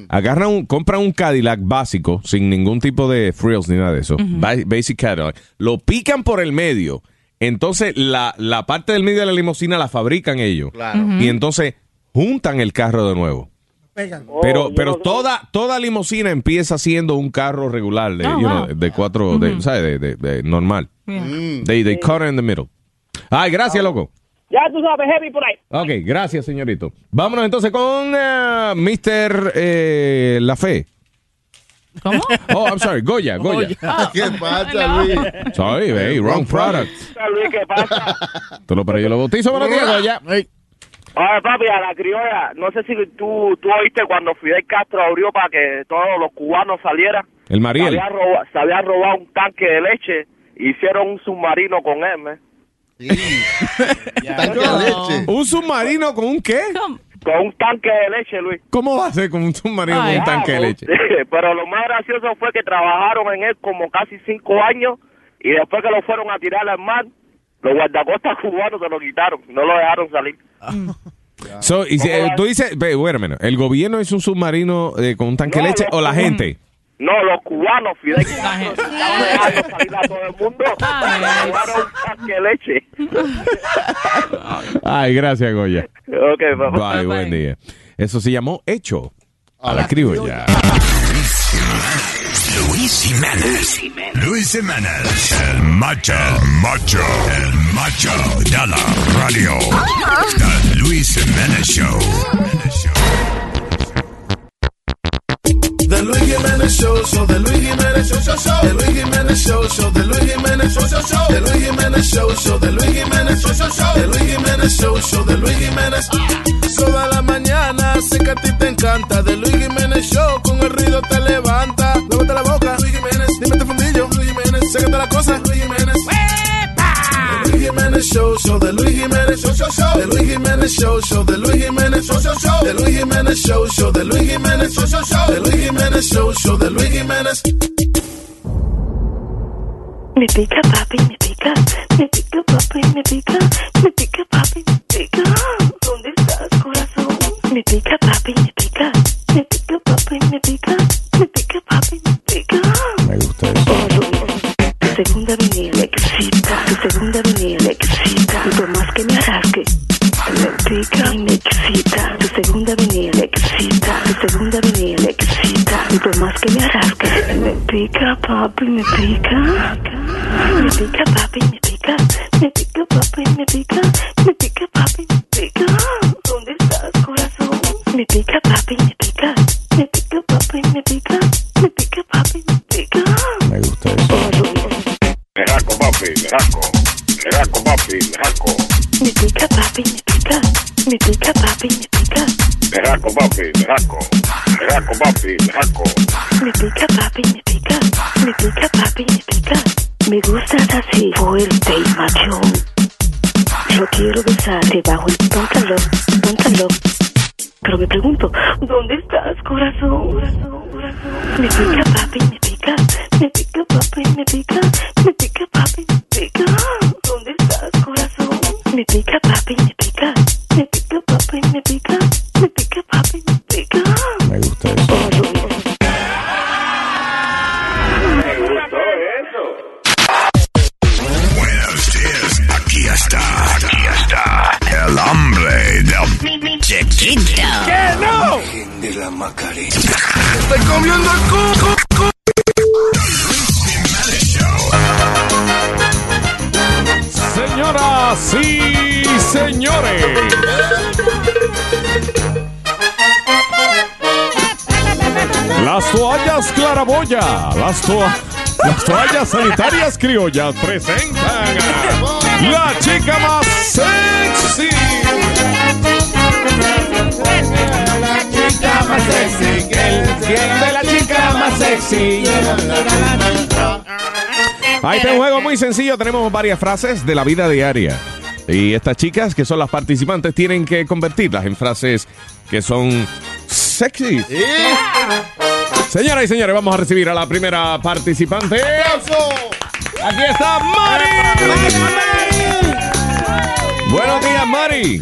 Speaker 6: Agarran un, compran un Cadillac básico, sin ningún tipo de frills ni nada de eso. ba- Basic Cadillac. Lo pican por el medio. Entonces, la, la parte del medio de la limusina la fabrican ellos.
Speaker 7: Claro. Ujú.
Speaker 6: Y entonces juntan el carro de nuevo. Oh,
Speaker 4: Oh,
Speaker 6: Pero, pero toda, toda limusina empieza siendo un carro regular, de,
Speaker 23: Oh,
Speaker 6: you know,
Speaker 23: wow.
Speaker 6: de- de cuatro, de, ¿sabes? De, de- de normal.
Speaker 23: Yeah. Mm.
Speaker 6: They, they cut it in the middle. Ay, gracias, loco.
Speaker 8: Ya tú sabes, heavy por ahí.
Speaker 6: Ok, gracias, señorito. Vámonos entonces con eh, Mr. eh, La Fe.
Speaker 29: ¿Cómo?
Speaker 6: Oh, I'm sorry, Goya, Goya.
Speaker 7: ¿Qué pasa, Luis?
Speaker 6: Sorry, hey, wrong product.
Speaker 8: Luis, ¿qué pasa?
Speaker 6: Tú lo para yo lo bautizo, buenos días, Goya.
Speaker 8: Oye, papi, a la criolla, no sé si tú, tú oíste cuando Fidel Castro abrió para que todos los cubanos salieran.
Speaker 6: El
Speaker 8: Se
Speaker 6: Mariel.
Speaker 8: había, roba- se había robado un tanque de leche, hicieron un submarino con él, ¿me?
Speaker 7: Tanque de leche.
Speaker 6: ¿Un submarino con un qué?
Speaker 8: Con un tanque de Eh, leche, Luis. Ah,
Speaker 6: ¿Cómo va a ser con un submarino con un tanque de leche?
Speaker 8: Pero lo más gracioso fue que trabajaron en él como casi cinco años y después que lo fueron a tirar al mar, los guardacostas cubanos se lo quitaron, no lo dejaron salir.
Speaker 6: Ah. So, y si, eh, tú dices, ve, wait a minute, ¿el gobierno hizo un submarino eh, con un tanque de leche o la gente?
Speaker 8: No, los cubanos, Fidel Castro, estaban dejando salir a todo el mundo. Robaron un tanque de leche.
Speaker 6: Ay, gracias, Goya.
Speaker 8: Ok, papá.
Speaker 6: pues, Bye, buen día. Eso se llamó hecho a la criolla.
Speaker 27: Luis Jiménez. Luis Jiménez. El macho. El macho. El macho de la radio. The Luis Jiménez Show.
Speaker 23: The Luis Jimenez Show, show, The Luis Jimenez Show, show, show, The Luis Jimenez Show, show, The Luis Jimenez Show, show, show, The Luis Jimenez Show, show, The Luis Jimenez Show, show, show, The Luis Jimenez Show, show, The Luis Jimenez. Toda la mañana sé que a ti te encanta, The Luis Jimenez Show, con el ruido te levanta. Lávate la boca, Luis Jimenez, dímete fundillo, Luis Jimenez, sécate la cosa, Luis Jimenez. The Luis Jimenez Show, show, The Luis Jimenez Show, show, show, The Luis Jimenez Show, show, The Luis Jimenez Show, show, show, The Luis Jimenez Show, show, The Luis Jimenez Show, show, show, The Luis Jimenez Show, show, The Luis Jimenez.
Speaker 12: Me pica papi, me pica, me pica papi, me pica, me pica papi, me pica. ¿Dónde estás, corazón? Me pica papi, me pica, me pica papi, me pica, me pica papi, me pica. Me gusta eso. tu segunda venida me excita, tu segunda venida me excita, y por más que me arrasque. Me pica y me excita, tu segunda venida me excita, tu segunda venida me excita, y por más que me arrasque. Me pica papi, me pica. Me pica papi, me pica, me pica papi, me pica, me pica papi, me pica. ¿Dónde estás, corazón? Me pica, papi, me pica. Me pica, papi, me pica. Me pica, papi, me pica.
Speaker 6: Me gusta eso.
Speaker 24: Meraco, papi, meraco. Meraco, papi, meraco.
Speaker 12: Me pica, papi, me pica. Me pica, papi, me pica.
Speaker 24: Meraco, papi, meraco. Meraco, papi, meraco.
Speaker 12: Me pica, papi, me pica. Me pica, papi, me pica. Me gustas así, fuerte y machón. Yo quiero besarte bajo el pantalón, pantalón. Pero me pregunto, ¿dónde estás, corazón? Corazón, corazón. Me pica, papi, me pica. Me pica, papi, me pica. Me pica, papi, me pica. ¿Dónde estás, corazón? Me pica, papi, me pica. Me pica, papi, me pica. Me pica, papi, me pica.
Speaker 6: Me gusta eso.
Speaker 24: Me gustó eso.
Speaker 27: Buenos días, aquí está. Aquí está. El hambre del chiquito.
Speaker 24: ¡Que no!
Speaker 27: De la Macarena.
Speaker 24: ¡Estoy comiendo el coco!
Speaker 6: Señoras y señores. Las toallas claraboya, las, toa- las toallas sanitarias criollas presentan a la chica más sexy.
Speaker 24: La chica más sexy que el cielo de la chica más sexy.
Speaker 6: Ahí está un juego muy sencillo, tenemos varias frases de la vida diaria. Y estas chicas, que son las participantes, tienen que convertirlas en frases que son sexy. Señoras y señores, vamos a recibir a la primera participante. Aquí está Mari. Buenos días, Mari.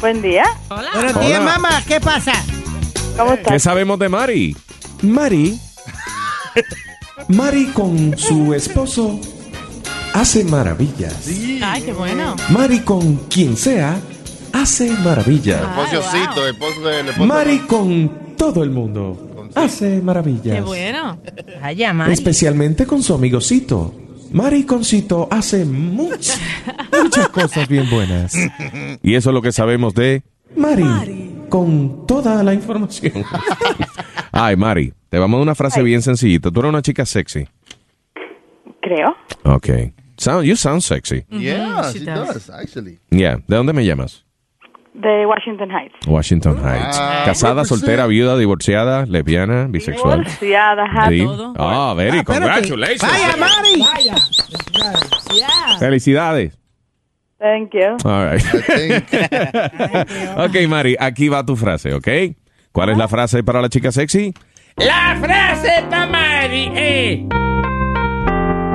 Speaker 11: Buen día. Buenos días,
Speaker 6: Hola.
Speaker 11: mamá. ¿Qué pasa?
Speaker 12: ¿Cómo
Speaker 6: ¿Qué sabemos de Mari? Mari. Mari con su esposo hace maravillas.
Speaker 16: Ay, qué bueno.
Speaker 6: Mari con quien sea hace maravillas.
Speaker 10: Ah.
Speaker 7: Esposiocito, esposo del esposo.
Speaker 6: Mari con todo el mundo hace maravillas.
Speaker 10: Qué bueno. Vaya, Mari.
Speaker 6: Especialmente con su amigocito. Mari con Cito hace muchas, muchas cosas bien buenas. Y eso es lo que sabemos de Mari, con toda la información. Ay, Mari, te vamos a dar una frase bien sencillita. Tú eres una chica sexy.
Speaker 12: Creo.
Speaker 6: Ok. Sound, you sound sexy.
Speaker 7: Yeah,
Speaker 12: she
Speaker 7: she
Speaker 12: does.
Speaker 7: does, actually.
Speaker 6: Yeah. ¿De dónde me llamas?
Speaker 12: De Washington Heights.
Speaker 6: Washington Heights.
Speaker 12: Ah.
Speaker 6: Casada,
Speaker 12: Represent.
Speaker 6: soltera, viuda, divorciada, lesbiana, bisexual.
Speaker 12: Divorciada, ajá,
Speaker 6: Sí.
Speaker 12: todo.
Speaker 6: Ah, very congratulations.
Speaker 11: Vaya, Mari.
Speaker 6: Felicidades.
Speaker 12: Thank you.
Speaker 6: All right. ok, Mari, aquí va tu frase, ¿ok? ¿Cuál es
Speaker 12: Ah.
Speaker 6: la frase para la chica sexy?
Speaker 19: La frase para Mari es: eh.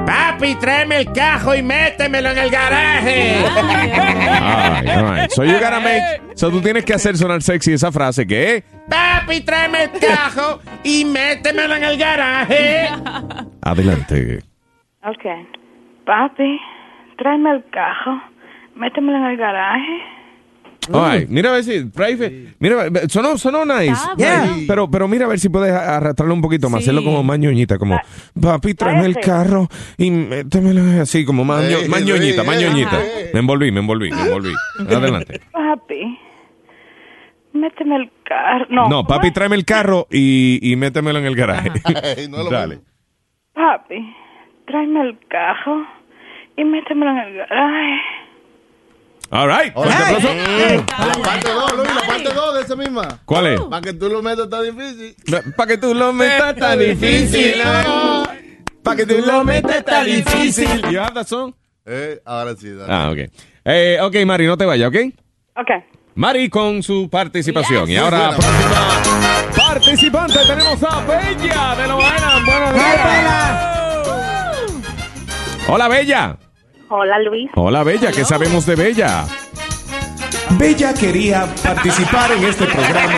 Speaker 19: Papi, tráeme el cajo y métemelo en el garaje.
Speaker 6: All right, all right. So you gotta make. So tú tienes que hacer sonar sexy esa frase que
Speaker 19: Papi, tráeme el cajo y métemelo en el garaje.
Speaker 6: adelante.
Speaker 12: Ok. Papi, tráeme el cajo. Métemelo en el garaje. Mm.
Speaker 6: All right. Mira a ver si private. Mira, a ver, sonó, sonó nice.
Speaker 12: Está
Speaker 6: Yeah.
Speaker 12: bueno.
Speaker 6: Pero, pero mira a ver si puedes arrastrarlo un poquito más,
Speaker 12: Sí. Ah.
Speaker 6: hacerlo como más ñoñita, como papi tráeme el
Speaker 12: Parece.
Speaker 6: carro y métemelo así como más, ño-
Speaker 7: Ey,
Speaker 6: más
Speaker 7: ey,
Speaker 6: ñoñita,
Speaker 7: ey,
Speaker 6: más
Speaker 7: ey.
Speaker 6: ñoñita. Me envolví, me envolví, me envolví. Adelante.
Speaker 12: Papi, méteme el carro. No,
Speaker 6: No, papi, tráeme el carro y, y métemelo en el garaje. Dale.
Speaker 12: papi, tráeme el cajo y métemelo en el garaje.
Speaker 6: All right. Eh.
Speaker 7: All right.
Speaker 6: Fuerte aplauso.
Speaker 7: La parte 2, Luis, la parte 2 de esa misma.
Speaker 6: ¿Cuál es?
Speaker 7: Para que tú lo metas está difícil.
Speaker 6: Para que tú lo metas está difícil. Para que tú lo metas está difícil. You have that song?
Speaker 7: Eh, ahora sí, dale.
Speaker 6: Ah, ok. Eh, ok, Mari, no te vayas, ¿ok?
Speaker 12: Ok.
Speaker 6: Mari con su participación. Y ahora, próxima participante, tenemos a Bella de Los Ángeles. Buenos días. Hola, Bella.
Speaker 12: Hola, Luis.
Speaker 6: Hola, Bella. ¿Qué sabemos de Bella? Bella quería participar en este programa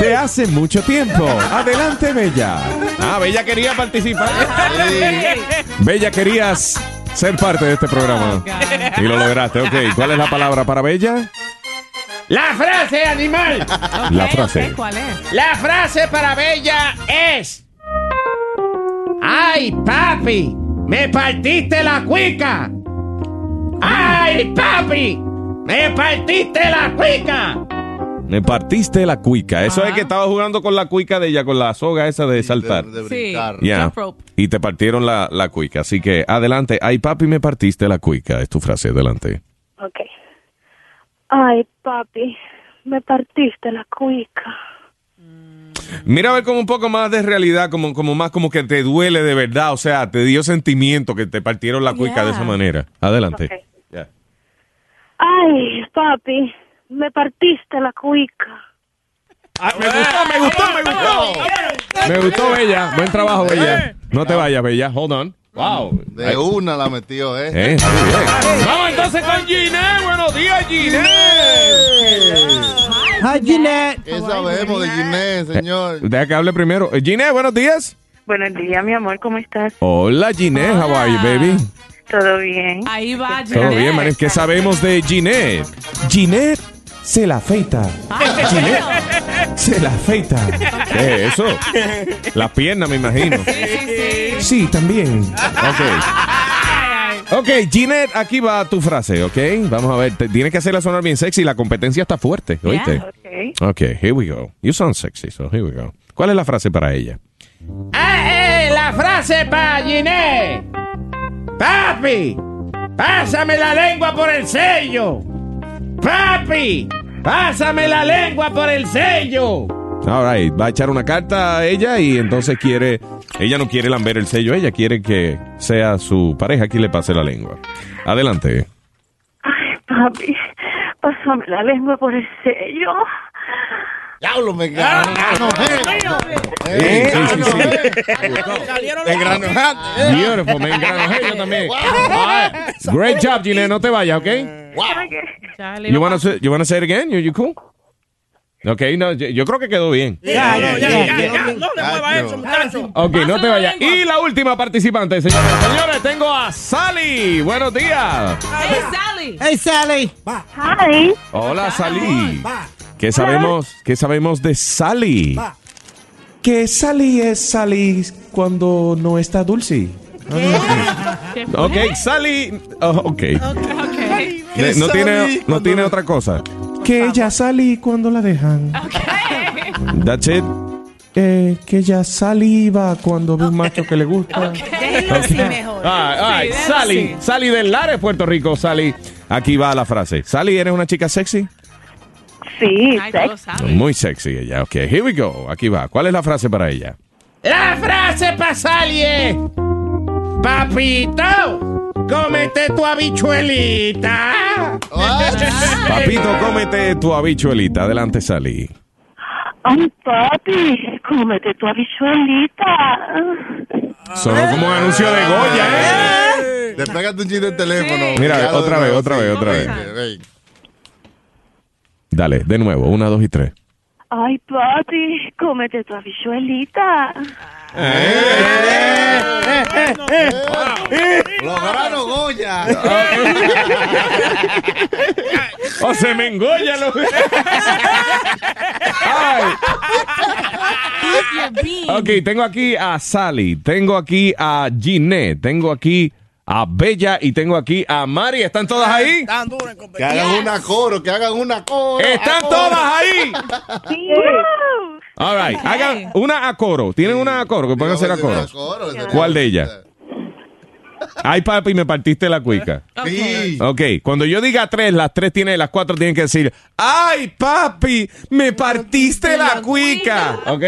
Speaker 6: de hace mucho tiempo. Adelante, Bella. Ah, Bella quería participar. Bella querías ser parte de este programa. Y lo lograste, ok. ¿Cuál es la palabra para Bella?
Speaker 19: La frase, animal.
Speaker 6: La frase.
Speaker 19: ¿Cuál es? La frase para Bella es: ¡Ay, papi! ¡Me partiste la cuica! ¡Ay, papi! ¡Me partiste la cuica!
Speaker 6: Me partiste la cuica. Eso es que estaba jugando con la cuica de ella, con la soga esa de saltar.
Speaker 7: de
Speaker 6: Ya.
Speaker 7: brincar.
Speaker 6: Y te partieron la, la cuica. Así que adelante. Ay, papi, me partiste la cuica. Es tu frase. Adelante.
Speaker 22: Ok. Ay, papi, me partiste la cuica.
Speaker 6: Mira a ver como un poco más de realidad, como, como más como que te duele de verdad. O sea, te dio sentimiento que te partieron la cuica de esa manera. Adelante. Ya.
Speaker 22: Ay, papi, me partiste la cuica.
Speaker 6: Ah, me gustó, me gustó, me gustó. Me gustó, Bella. Buen trabajo, Bella. No te vayas, Bella. Hold on. Wow.
Speaker 7: De
Speaker 6: Ay.
Speaker 7: una la metió, ¿eh?
Speaker 6: Eh,
Speaker 19: Vamos entonces con Giné. Buenos días, Giné.
Speaker 24: Hi, Ginette.
Speaker 7: ¿Qué sabemos de Ginés,
Speaker 24: Eh,
Speaker 7: señor?
Speaker 6: Deja que hable primero. Eh, Ginés, buenos días.
Speaker 16: Buenos días, mi amor, ¿cómo estás?
Speaker 6: Hola, Ginés. How are you, baby?
Speaker 16: ¿Todo bien? Ahí va,
Speaker 6: Todo bien, Maris. ¿Qué sabemos de Ginette? Ginette se la afeita. Ginette se la afeita. ¿Qué es eso? Las piernas, me imagino. Sí, también. Ok. Ok, Ginette, aquí va tu frase, ¿ok? Vamos a ver, te- tienes que hacerla sonar bien sexy. La competencia está fuerte, ¿oíste? Ok, here we go. You sound sexy, so here we go. ¿Cuál es la frase para ella?
Speaker 19: ¡Eh, eh! La frase para Giné. Papi, pásame la lengua por el sello. Papi, pásame la lengua por el sello.
Speaker 6: All right, va a echar una carta a ella y entonces quiere, ella no quiere lamber el sello, ella quiere que sea su pareja quien le pase la lengua. Adelante.
Speaker 22: Ay, papi, pásame la lengua por el sello.
Speaker 7: Diablo, me ganó.
Speaker 6: Eh, Ah, sí, sí, sí.
Speaker 7: Me ganó.
Speaker 6: Beautiful, me engranojé yo también. Great job, Gina, no te vayas, ¿ok?
Speaker 4: Dale.
Speaker 6: You wanna, say- you wanna say it again? You, you cool? Ok, no, yo, yo creo que quedó bien.
Speaker 19: Ya, ya, ya, ya, ya. No le
Speaker 6: Ah,
Speaker 19: mueva
Speaker 6: no.
Speaker 19: eso, muchacho.
Speaker 6: Ok, no te vayas. Y la última participante, señores. Señores, tengo a Sally. Buenos días.
Speaker 4: Hey, Sally.
Speaker 24: Hey, Sally.
Speaker 22: Hi.
Speaker 6: Hola, Sally. ¿Qué sabemos, ¿Qué sabemos de Sally?
Speaker 30: Que Sally es Sally cuando no está dulce.
Speaker 6: Ah, Ok, Sally. oh, ok.
Speaker 4: Okay.
Speaker 6: Ne- No tiene, no tiene otra cosa.
Speaker 30: Que ella Sally cuando la dejan.
Speaker 6: That's it.
Speaker 30: Eh, que ella saliva cuando ve un macho que le gusta.
Speaker 6: Déjenlo así mejor. All right, Sally. Sally del Lares, Puerto Rico. Sally. Aquí va la frase. Sally, ¿eres una chica sexy?
Speaker 16: Sí,
Speaker 6: Muy sexy ella. Ok, here we go. Aquí va. ¿Cuál es la frase para ella?
Speaker 19: La frase para Sally es, Papito, cómete tu habichuelita.
Speaker 6: Ah. Papito, cómete tu habichuelita. Adelante, Sally.
Speaker 22: Ay, papi, cómete tu habichuelita.
Speaker 6: Sonó como un anuncio de Goya, ¿eh?
Speaker 7: Despégate un chiste del teléfono.
Speaker 6: Mira,
Speaker 7: Ya lo
Speaker 6: otra
Speaker 7: de
Speaker 6: vez,
Speaker 7: nuevo,
Speaker 6: otra
Speaker 7: sí.
Speaker 6: vez, otra vez.
Speaker 7: Ey,
Speaker 6: Dale, de nuevo. Una, dos y tres.
Speaker 22: Ay, papi, cómete tu habichuelita.
Speaker 6: Eh.
Speaker 7: Lograron Goya.
Speaker 6: Ah, ¡O se me engolla! Lo... Ay. Ok, tengo aquí a Sally, tengo aquí a Ginette, tengo aquí a Bella y tengo aquí a Mari. ¿Están todas ahí?
Speaker 7: Que hagan una coro, que hagan una coro.
Speaker 6: ¡Están todas ahí!
Speaker 22: Sí.
Speaker 6: All right, hagan una a coro. ¿Tienen una a coro? que pueden hacer a coro? ¿Cuál de ellas? Ay, papi, me partiste la cuica.
Speaker 7: Sí.
Speaker 6: Ok, cuando yo diga tres, las tres tienen, las cuatro tienen que decir, ¡Ay, papi! ¡Me partiste la cuica! Ok,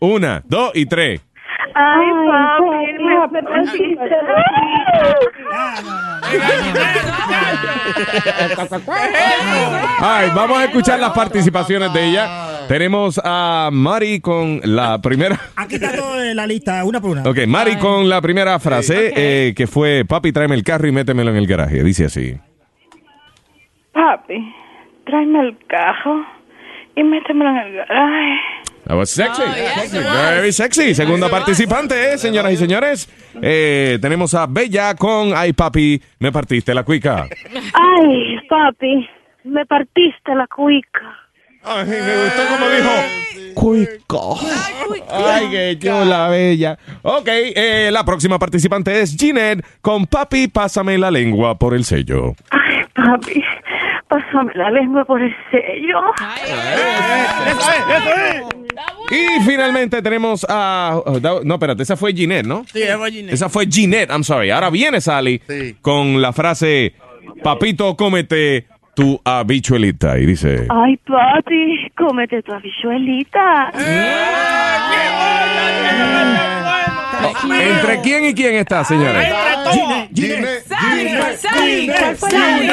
Speaker 6: una, dos y tres.
Speaker 22: Ay, papi, me partiste la
Speaker 31: Ah,
Speaker 6: All right, vamos a escuchar las participaciones de ella. Tenemos a Mari con la primera.
Speaker 14: Aquí está toda la lista, una por una.
Speaker 6: Ok, Mari con la primera frase, eh, que fue, papi, tráeme el carro y métemelo en el garaje. Dice así.
Speaker 22: Papi, tráeme el cajo y métemelo en el garaje.
Speaker 6: That was sexy. Very sexy. Segunda participante, eh, señoras y señores. Eh, tenemos a Bella con, ay, papi, me partiste la cuica.
Speaker 22: Ay, papi, me partiste la cuica.
Speaker 6: Ay, me gustó como dijo. Cuica. Ay, que yo la bella. Ok, eh, la próxima participante es Ginette con papi, pásame la lengua por el sello.
Speaker 22: Papi,
Speaker 31: Pásame la lengua por el sello.
Speaker 6: Y finalmente tenemos a. oh, No, espérate, esa fue Ginette, ¿no?
Speaker 3: Sí, esa fue Ginette.
Speaker 6: Esa fue Ginette, I'm sorry. Ahora viene Sally con la frase: Papito, cómete tu habichuelita. Y dice:
Speaker 31: Ay, papi, cómete tu habichuelita.
Speaker 6: ¿Entre quién y quién está, señores?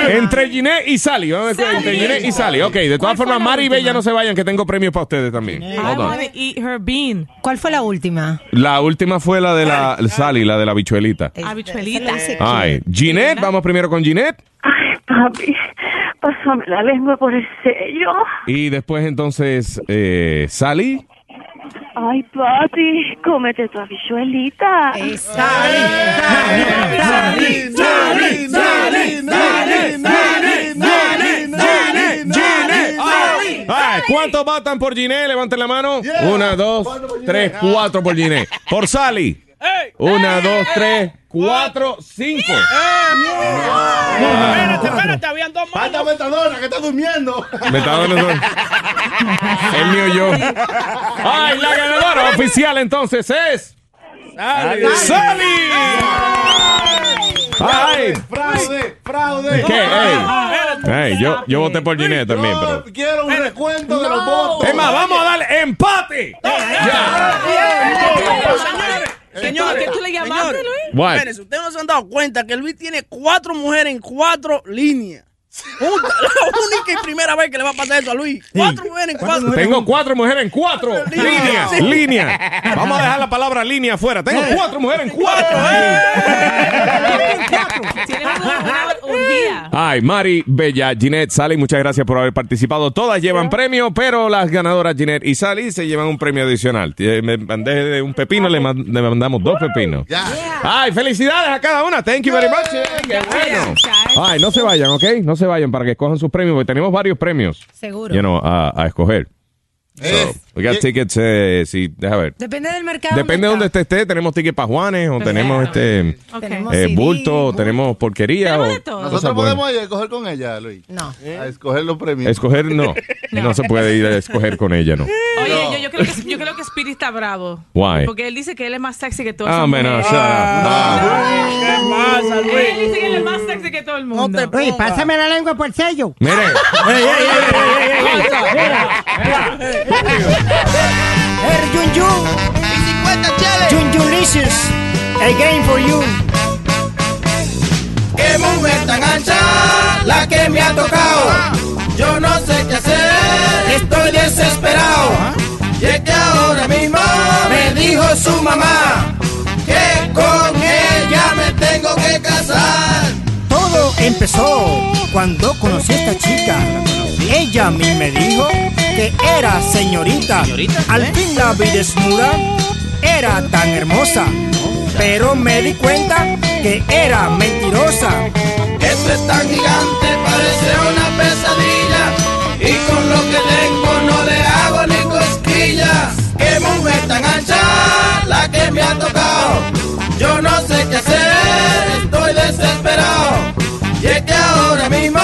Speaker 6: Entre Ginette y Sally. Vamos a decir,
Speaker 16: Sally.
Speaker 6: entre Ginette y Sally. Ok, de todas formas, Mari y Bella no se vayan, que tengo premios para ustedes también. Hold on.
Speaker 10: ¿Cuál fue la última?
Speaker 6: La última fue la de la Sally, la de la bichuelita.
Speaker 16: Habichuelita.
Speaker 6: Ay, Ginette, vamos primero con Ginette.
Speaker 31: Papi, pásame la lengua por el sello.
Speaker 6: Y después entonces eh, Sally.
Speaker 31: Ay, papi, cómete tu habichuelita.
Speaker 6: Ay, ¿Cuántos votan por Ginette? Levanten la mano. Una, dos, tres, cuatro por Ginette. Por Sally. Una, dos, tres, cuatro, cinco.
Speaker 3: Espérate, espérate, habían dos más.
Speaker 24: Falta metadona, que está durmiendo.
Speaker 6: Me está dando el El mío yo. Ay, la ganadora oficial entonces es. ¡Sally! ¡Ay!
Speaker 24: ¡Fraude! ¡Fraude!
Speaker 6: ¿Qué? Ey. Ey, yo, yo voté por Ginette también, pero.
Speaker 24: Quiero un recuento de los votos.
Speaker 6: Es más, vamos a darle empate.
Speaker 3: Señor, ¿qué tú le llamaste, Luis?
Speaker 6: What?
Speaker 3: Espérense, ustedes no se han dado cuenta que Luis tiene cuatro mujeres en cuatro líneas. Juntas. la única y primera vez que le va a pasar eso a Luis. Cuatro mujeres en cuatro.
Speaker 6: Tengo cuatro mujeres en cuatro. Línea,
Speaker 3: Sí.
Speaker 6: línea. Vamos a dejar la palabra línea afuera. Tengo cuatro mujeres en cuatro. Ay, Mari, Bella, Ginette, Sally, muchas gracias por haber participado. Todas llevan premio, pero las ganadoras Ginette y Sally se llevan un premio adicional. Eh, Me mandé de un pepino, le, man- le mandamos dos pepinos. Ay, felicidades a cada una. Thank you very much. Eh, qué bueno. Ay, no se vayan, ¿ok? No se vayan para que escojan sus premios, porque tenemos varios premios.
Speaker 10: Seguro.
Speaker 6: You know, a, a escoger. So, we got tickets, eh, sí, deja ver.
Speaker 10: Depende del mercado.
Speaker 6: Depende de donde esté, esté, tenemos tickets para Juanes, o tenemos este
Speaker 10: Ok.
Speaker 6: eh,
Speaker 10: CD,
Speaker 6: bulto, o tenemos porquería. o
Speaker 24: Nosotros
Speaker 6: cosas
Speaker 24: podemos ir a escoger con ella, Luis.
Speaker 10: No.
Speaker 24: A escoger los premios.
Speaker 6: Escoger no. no. se puede ir a escoger con ella, no.
Speaker 16: Oye, yo, yo creo que, yo creo que Spirit está bravo.
Speaker 6: Why?
Speaker 16: Porque él dice que él es más sexy que todo
Speaker 6: Ah, menos.
Speaker 16: ¿Qué
Speaker 3: pasa,
Speaker 16: Luis? Él dice que él es más sexy que todo el mundo.
Speaker 32: Oye, pásame la lengua por el sello.
Speaker 6: Mire.
Speaker 11: El Jun Jun. Jun Junlicious. A game for you.
Speaker 3: Qué mujer tan ancha la que me ha tocado. Yo no sé qué hacer, estoy desesperado. Y es que ahora mismo me dijo su mamá que con ella me tengo que casar.
Speaker 11: Todo empezó cuando conocí a esta chica. Ella a mí me dijo que era señorita. Al fin la vi desnuda, era tan hermosa. Pero me di cuenta que era mentirosa.
Speaker 3: Esto es Este tan gigante, parece una pesadilla. Y con lo que tengo no le hago ni cosquillas. Qué mujer tan ancha la que me ha tocado. Yo no sé qué hacer, estoy desesperado. Y es que ahora mismo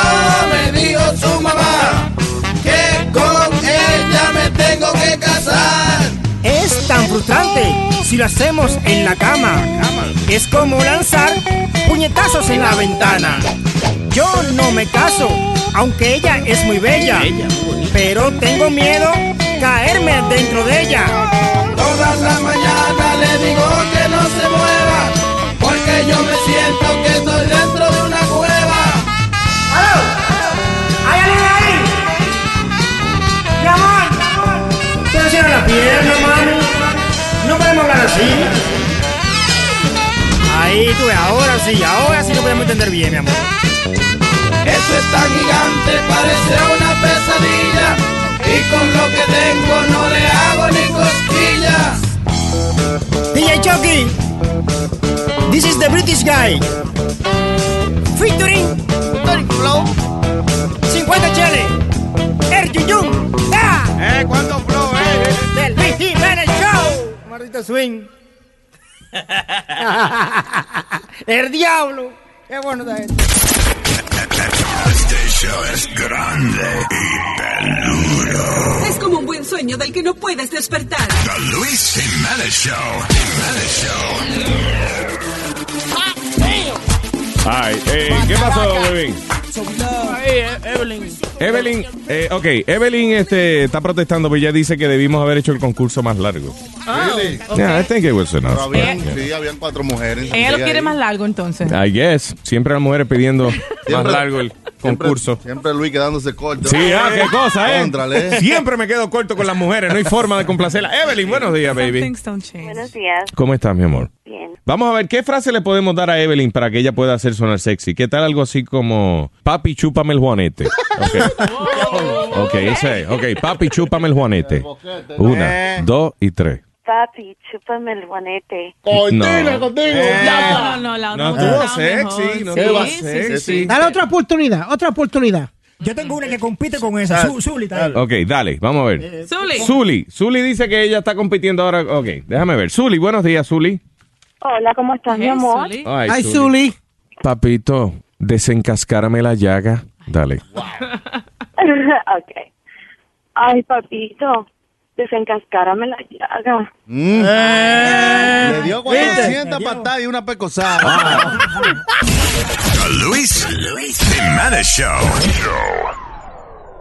Speaker 3: me dijo su mamá que con ella me tengo que casar.
Speaker 11: Es tan frustrante si lo hacemos en la cama. Es como lanzar puñetazos en la ventana. Yo no me caso, aunque ella es muy bella. Pero tengo miedo caerme dentro de ella.
Speaker 3: Todas las mañanas le digo que no se mueva, porque yo me siento que estoy dentro de una cueva.
Speaker 11: ¡Hay alguien ahí! ¡Mi amor! ¿Te cierra la pierna, mami? No podemos hablar así. Ahí tú ves, ahora sí, ahora sí lo podemos entender bien, mi amor.
Speaker 3: Eso es tan gigante, parece una pesadilla, y con lo que tengo no le hago ni cosquillas.
Speaker 11: DJ Chucky, this is the British guy. Featuring Tonic Flow. 50 Chele. El Yuyun. ¡Eh! ¿Cuánto flow, eh? Del Luis Jiménez Show. Maldito swing. El diablo. Qué bueno está esto.
Speaker 27: The bicho es grande y peludo.
Speaker 26: Es como un buen sueño del que no puedes despertar.
Speaker 27: The Luis Jimenez Show. Jimenez Show.
Speaker 6: Ay, eh, ¿qué pasó, Webin?
Speaker 24: Ay, Evelyn.
Speaker 6: Evelyn, eh, ok, Evelyn este, está protestando, pero ella dice que debimos haber hecho el concurso más largo.
Speaker 7: Really?
Speaker 6: Yeah, I think it was enough.
Speaker 7: Pero habían- sí, habían cuatro mujeres.
Speaker 16: Ella lo
Speaker 7: Sí,
Speaker 16: quiere
Speaker 7: ahí.
Speaker 16: más largo entonces.
Speaker 6: I guess. Siempre las mujeres pidiendo más
Speaker 7: Siempre-
Speaker 6: largo el
Speaker 7: siempre-
Speaker 6: concurso.
Speaker 7: Siempre Luis quedándose corto.
Speaker 6: Sí, ah, qué cosa, ¿eh?
Speaker 7: Contrale.
Speaker 6: Siempre me quedo corto con las mujeres, no hay forma de complacerlas. Evelyn, buenos días, baby.
Speaker 33: Buenos días.
Speaker 6: ¿Cómo estás, mi amor?
Speaker 33: Bien.
Speaker 6: Vamos a ver, ¿qué frase le podemos dar a Evelyn para que ella pueda hacer sonar sexy? ¿Qué tal algo así como, papi, chúpame el juanete? Ok, ok, ese es. Ok, papi, chúpame el Eh. juanete. Una, dos y tres.
Speaker 33: Papi, chúpame el guanete.
Speaker 6: Contigo, No. Eh.
Speaker 33: contigo.
Speaker 16: No, no, la
Speaker 6: No
Speaker 16: otra
Speaker 6: estuvo
Speaker 16: estaba mejor.
Speaker 6: sexy, no
Speaker 16: Sí,
Speaker 6: estuvo
Speaker 16: sí, sí,
Speaker 6: sexy.
Speaker 16: sí.
Speaker 19: Dale otra oportunidad, otra oportunidad.
Speaker 11: Yo tengo una que compite con esa, Su- Zulita.
Speaker 6: Ok, dale, Eh, vamos a ver.
Speaker 16: Zuli.
Speaker 6: Zuli. Zuli dice que ella está compitiendo ahora. Ok, déjame ver. Zuli, buenos días, Zuli.
Speaker 33: Hola, ¿cómo estás, mi amor?
Speaker 6: Ay, Zuli. Papito, desencascárame la llaga. Dale.
Speaker 33: ok. Ay, papito, desencascárame la llaga.
Speaker 7: Mm. Eh. Le dio Ah. 400 patadas y una pecosada.
Speaker 27: The Luis Jimenez Show.